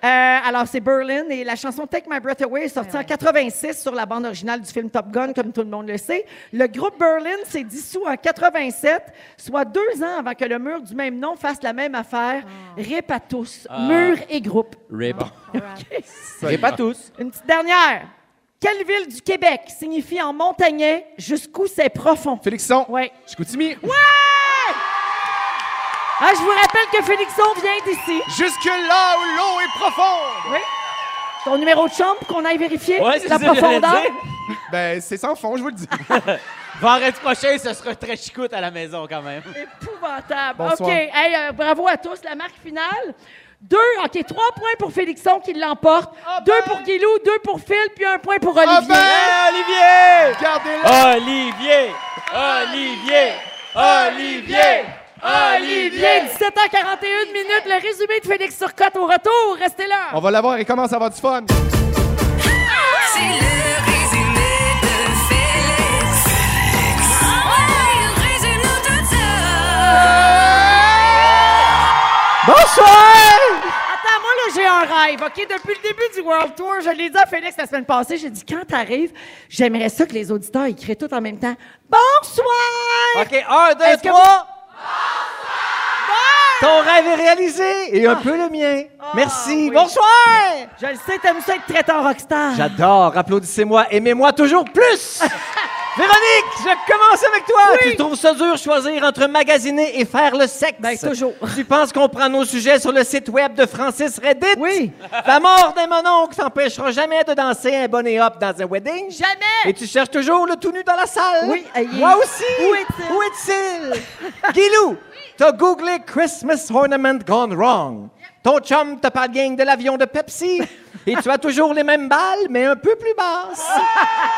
[SPEAKER 1] Euh, alors, c'est Berlin et la chanson Take My Breath Away est sortie en 86 sur la bande originale du film Top Gun, comme tout le monde le sait. Le groupe Berlin s'est dissous en 87, soit deux ans avant que le mur du même nom fasse la même affaire. Rip à tous,
[SPEAKER 3] Ah.
[SPEAKER 1] mur et groupe.
[SPEAKER 3] Rip.
[SPEAKER 1] C'est
[SPEAKER 3] Rip à tous.
[SPEAKER 1] Une petite dernière. Quelle ville du Québec signifie en montagnais jusqu'où c'est profond?
[SPEAKER 4] Félixon.
[SPEAKER 1] Oui.
[SPEAKER 4] Chicoutimi.
[SPEAKER 1] Ouais! Ah, je vous rappelle que Félixon vient d'ici.
[SPEAKER 4] Jusque là où l'eau est profonde.
[SPEAKER 1] Oui. Ton numéro de chambre pour qu'on aille vérifier
[SPEAKER 3] Ouais, c'est
[SPEAKER 1] la
[SPEAKER 3] ça que j'allais
[SPEAKER 1] profondeur.
[SPEAKER 3] dire.
[SPEAKER 4] Ben, c'est sans fond, je vous le dis.
[SPEAKER 3] Vendredi prochain, ce sera très chicoute à la maison quand même.
[SPEAKER 1] Épouvantable.
[SPEAKER 3] Bonsoir.
[SPEAKER 1] OK. Hey, euh, bravo à tous. La marque finale. Deux, OK, trois points pour Félixon qui l'emporte. deux pour Guilou, deux pour Phil, puis un point pour Olivier.
[SPEAKER 3] Ah Olivier!
[SPEAKER 2] Ah.
[SPEAKER 4] Gardez-le!
[SPEAKER 3] Olivier! Olivier! Olivier! ben.
[SPEAKER 1] Olivier, 17h41 minutes, le résumé de Félix Turcotte au retour. Restez là.
[SPEAKER 4] On va l'avoir et commence à avoir du fun.
[SPEAKER 14] C'est le résumé de Félix. Ouais, résume-nous tout ça.
[SPEAKER 1] Bonsoir! Attends, moi, là, j'ai un rêve, OK? Depuis le début du World Tour, je l'ai dit à Félix la semaine passée, j'ai dit, quand t'arrives, j'aimerais ça que les auditeurs, ils crient tout en même temps. Bonsoir!
[SPEAKER 3] OK, un, deux,
[SPEAKER 1] Est-ce que
[SPEAKER 3] trois. Ton rêve est réalisé et un peu le mien.
[SPEAKER 1] Ah.
[SPEAKER 3] Merci. Bonsoir.
[SPEAKER 1] Je le sais, t'aimes ça être traité en rockstar.
[SPEAKER 2] J'adore. Applaudissez-moi. Aimez-moi toujours plus. Véronique, je commence avec toi. Tu trouves ça dur choisir entre magasiner et faire le sexe?
[SPEAKER 1] Ben, toujours.
[SPEAKER 2] Tu penses qu'on prend nos sujets sur le site web de Francis Reddit? Oui. La mort d'un mononcle t'empêchera jamais de danser un bonnet hop dans un wedding?
[SPEAKER 1] Jamais.
[SPEAKER 2] Et tu cherches toujours le tout nu dans la salle?
[SPEAKER 1] Oui, euh, il-
[SPEAKER 2] Moi aussi.
[SPEAKER 1] Où est-il?
[SPEAKER 2] Où est-il? Guilou, t'as googlé Christmas ornament gone wrong. Ton chum te parle gang de l'avion de Pepsi. Et tu as toujours les mêmes balles, mais un peu plus basses.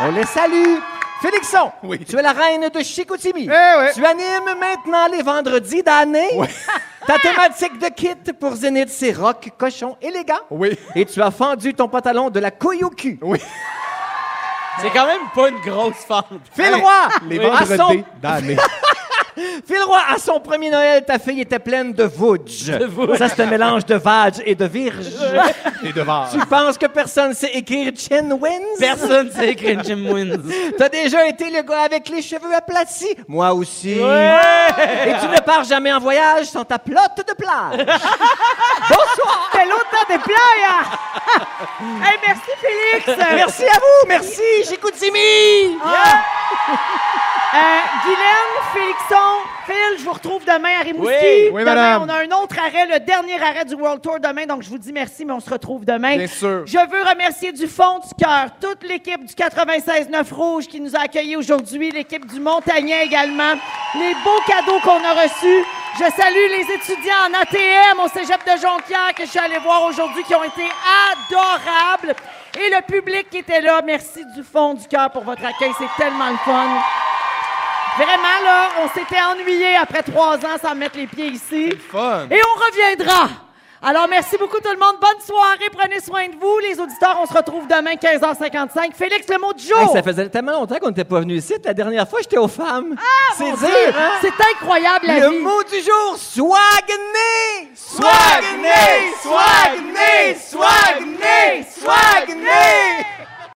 [SPEAKER 2] On les salue. Félixon, tu es la reine de
[SPEAKER 4] Eh
[SPEAKER 2] Chicoutimi. Tu animes maintenant les vendredis d'année. Ta thématique de kit pour Zénith, c'est rock, cochon, élégant.
[SPEAKER 4] Oui.
[SPEAKER 2] Et tu as fendu ton pantalon de la couille au cul.
[SPEAKER 4] Oui.
[SPEAKER 3] C'est quand même pas une grosse fente.
[SPEAKER 2] Fais le roi!
[SPEAKER 4] Les
[SPEAKER 2] Oui. À son-
[SPEAKER 4] vendredis d'année.
[SPEAKER 2] Phil Roy, à son premier Noël, ta fille était pleine de vouge. Ça, c'est un mélange de vage et de virge.
[SPEAKER 4] Et de var.
[SPEAKER 2] tu penses que personne sait écrire Chin Wins?
[SPEAKER 3] Personne sait écrire Jim Wins.
[SPEAKER 2] T'as déjà été le gars avec les cheveux aplatis? Moi aussi.
[SPEAKER 3] Ouais.
[SPEAKER 2] Et tu ne pars jamais en voyage sans ta plotte de plage. Bonsoir!
[SPEAKER 1] C'est l'autre des plats, Hey, merci, Félix!
[SPEAKER 2] Merci à vous! Merci! J'écoute Jimmy!
[SPEAKER 1] Ah. Euh, Guylaine, Félixon, Phil, je vous retrouve demain à Rimouski.
[SPEAKER 4] Oui. Oui,
[SPEAKER 1] demain,
[SPEAKER 4] madame.
[SPEAKER 1] on a un autre arrêt, le dernier arrêt du World Tour demain, donc je vous dis merci, mais on se retrouve demain.
[SPEAKER 4] Bien sûr.
[SPEAKER 1] Je veux remercier du fond du cœur toute l'équipe du 96-9 Rouge qui nous a accueillis aujourd'hui, l'équipe du Montagnan également, les beaux cadeaux qu'on a reçus. Je salue les étudiants en ATM au cégep de Jonquière que je suis allée voir aujourd'hui qui ont été adorables. Et le public qui était là, merci du fond du cœur pour votre accueil. C'est tellement le fun. Vraiment, là, on s'était ennuyé après trois ans sans mettre les pieds ici.
[SPEAKER 4] Fun.
[SPEAKER 1] Et on reviendra. Alors, merci beaucoup tout le monde. Bonne soirée. Prenez soin de vous. Les auditeurs, on se retrouve demain, 15h55. Félix, le mot du jour.
[SPEAKER 2] Hey, ça faisait tellement longtemps qu'on n'était pas venu ici. La dernière fois, j'étais aux femmes. Ah, C'est
[SPEAKER 1] Mon Dieu,
[SPEAKER 2] dire, hein?
[SPEAKER 1] C'est incroyable, la
[SPEAKER 2] Le
[SPEAKER 1] vie.
[SPEAKER 2] mot du jour, swagné!
[SPEAKER 1] Swagné, swagné, swagné, swagné.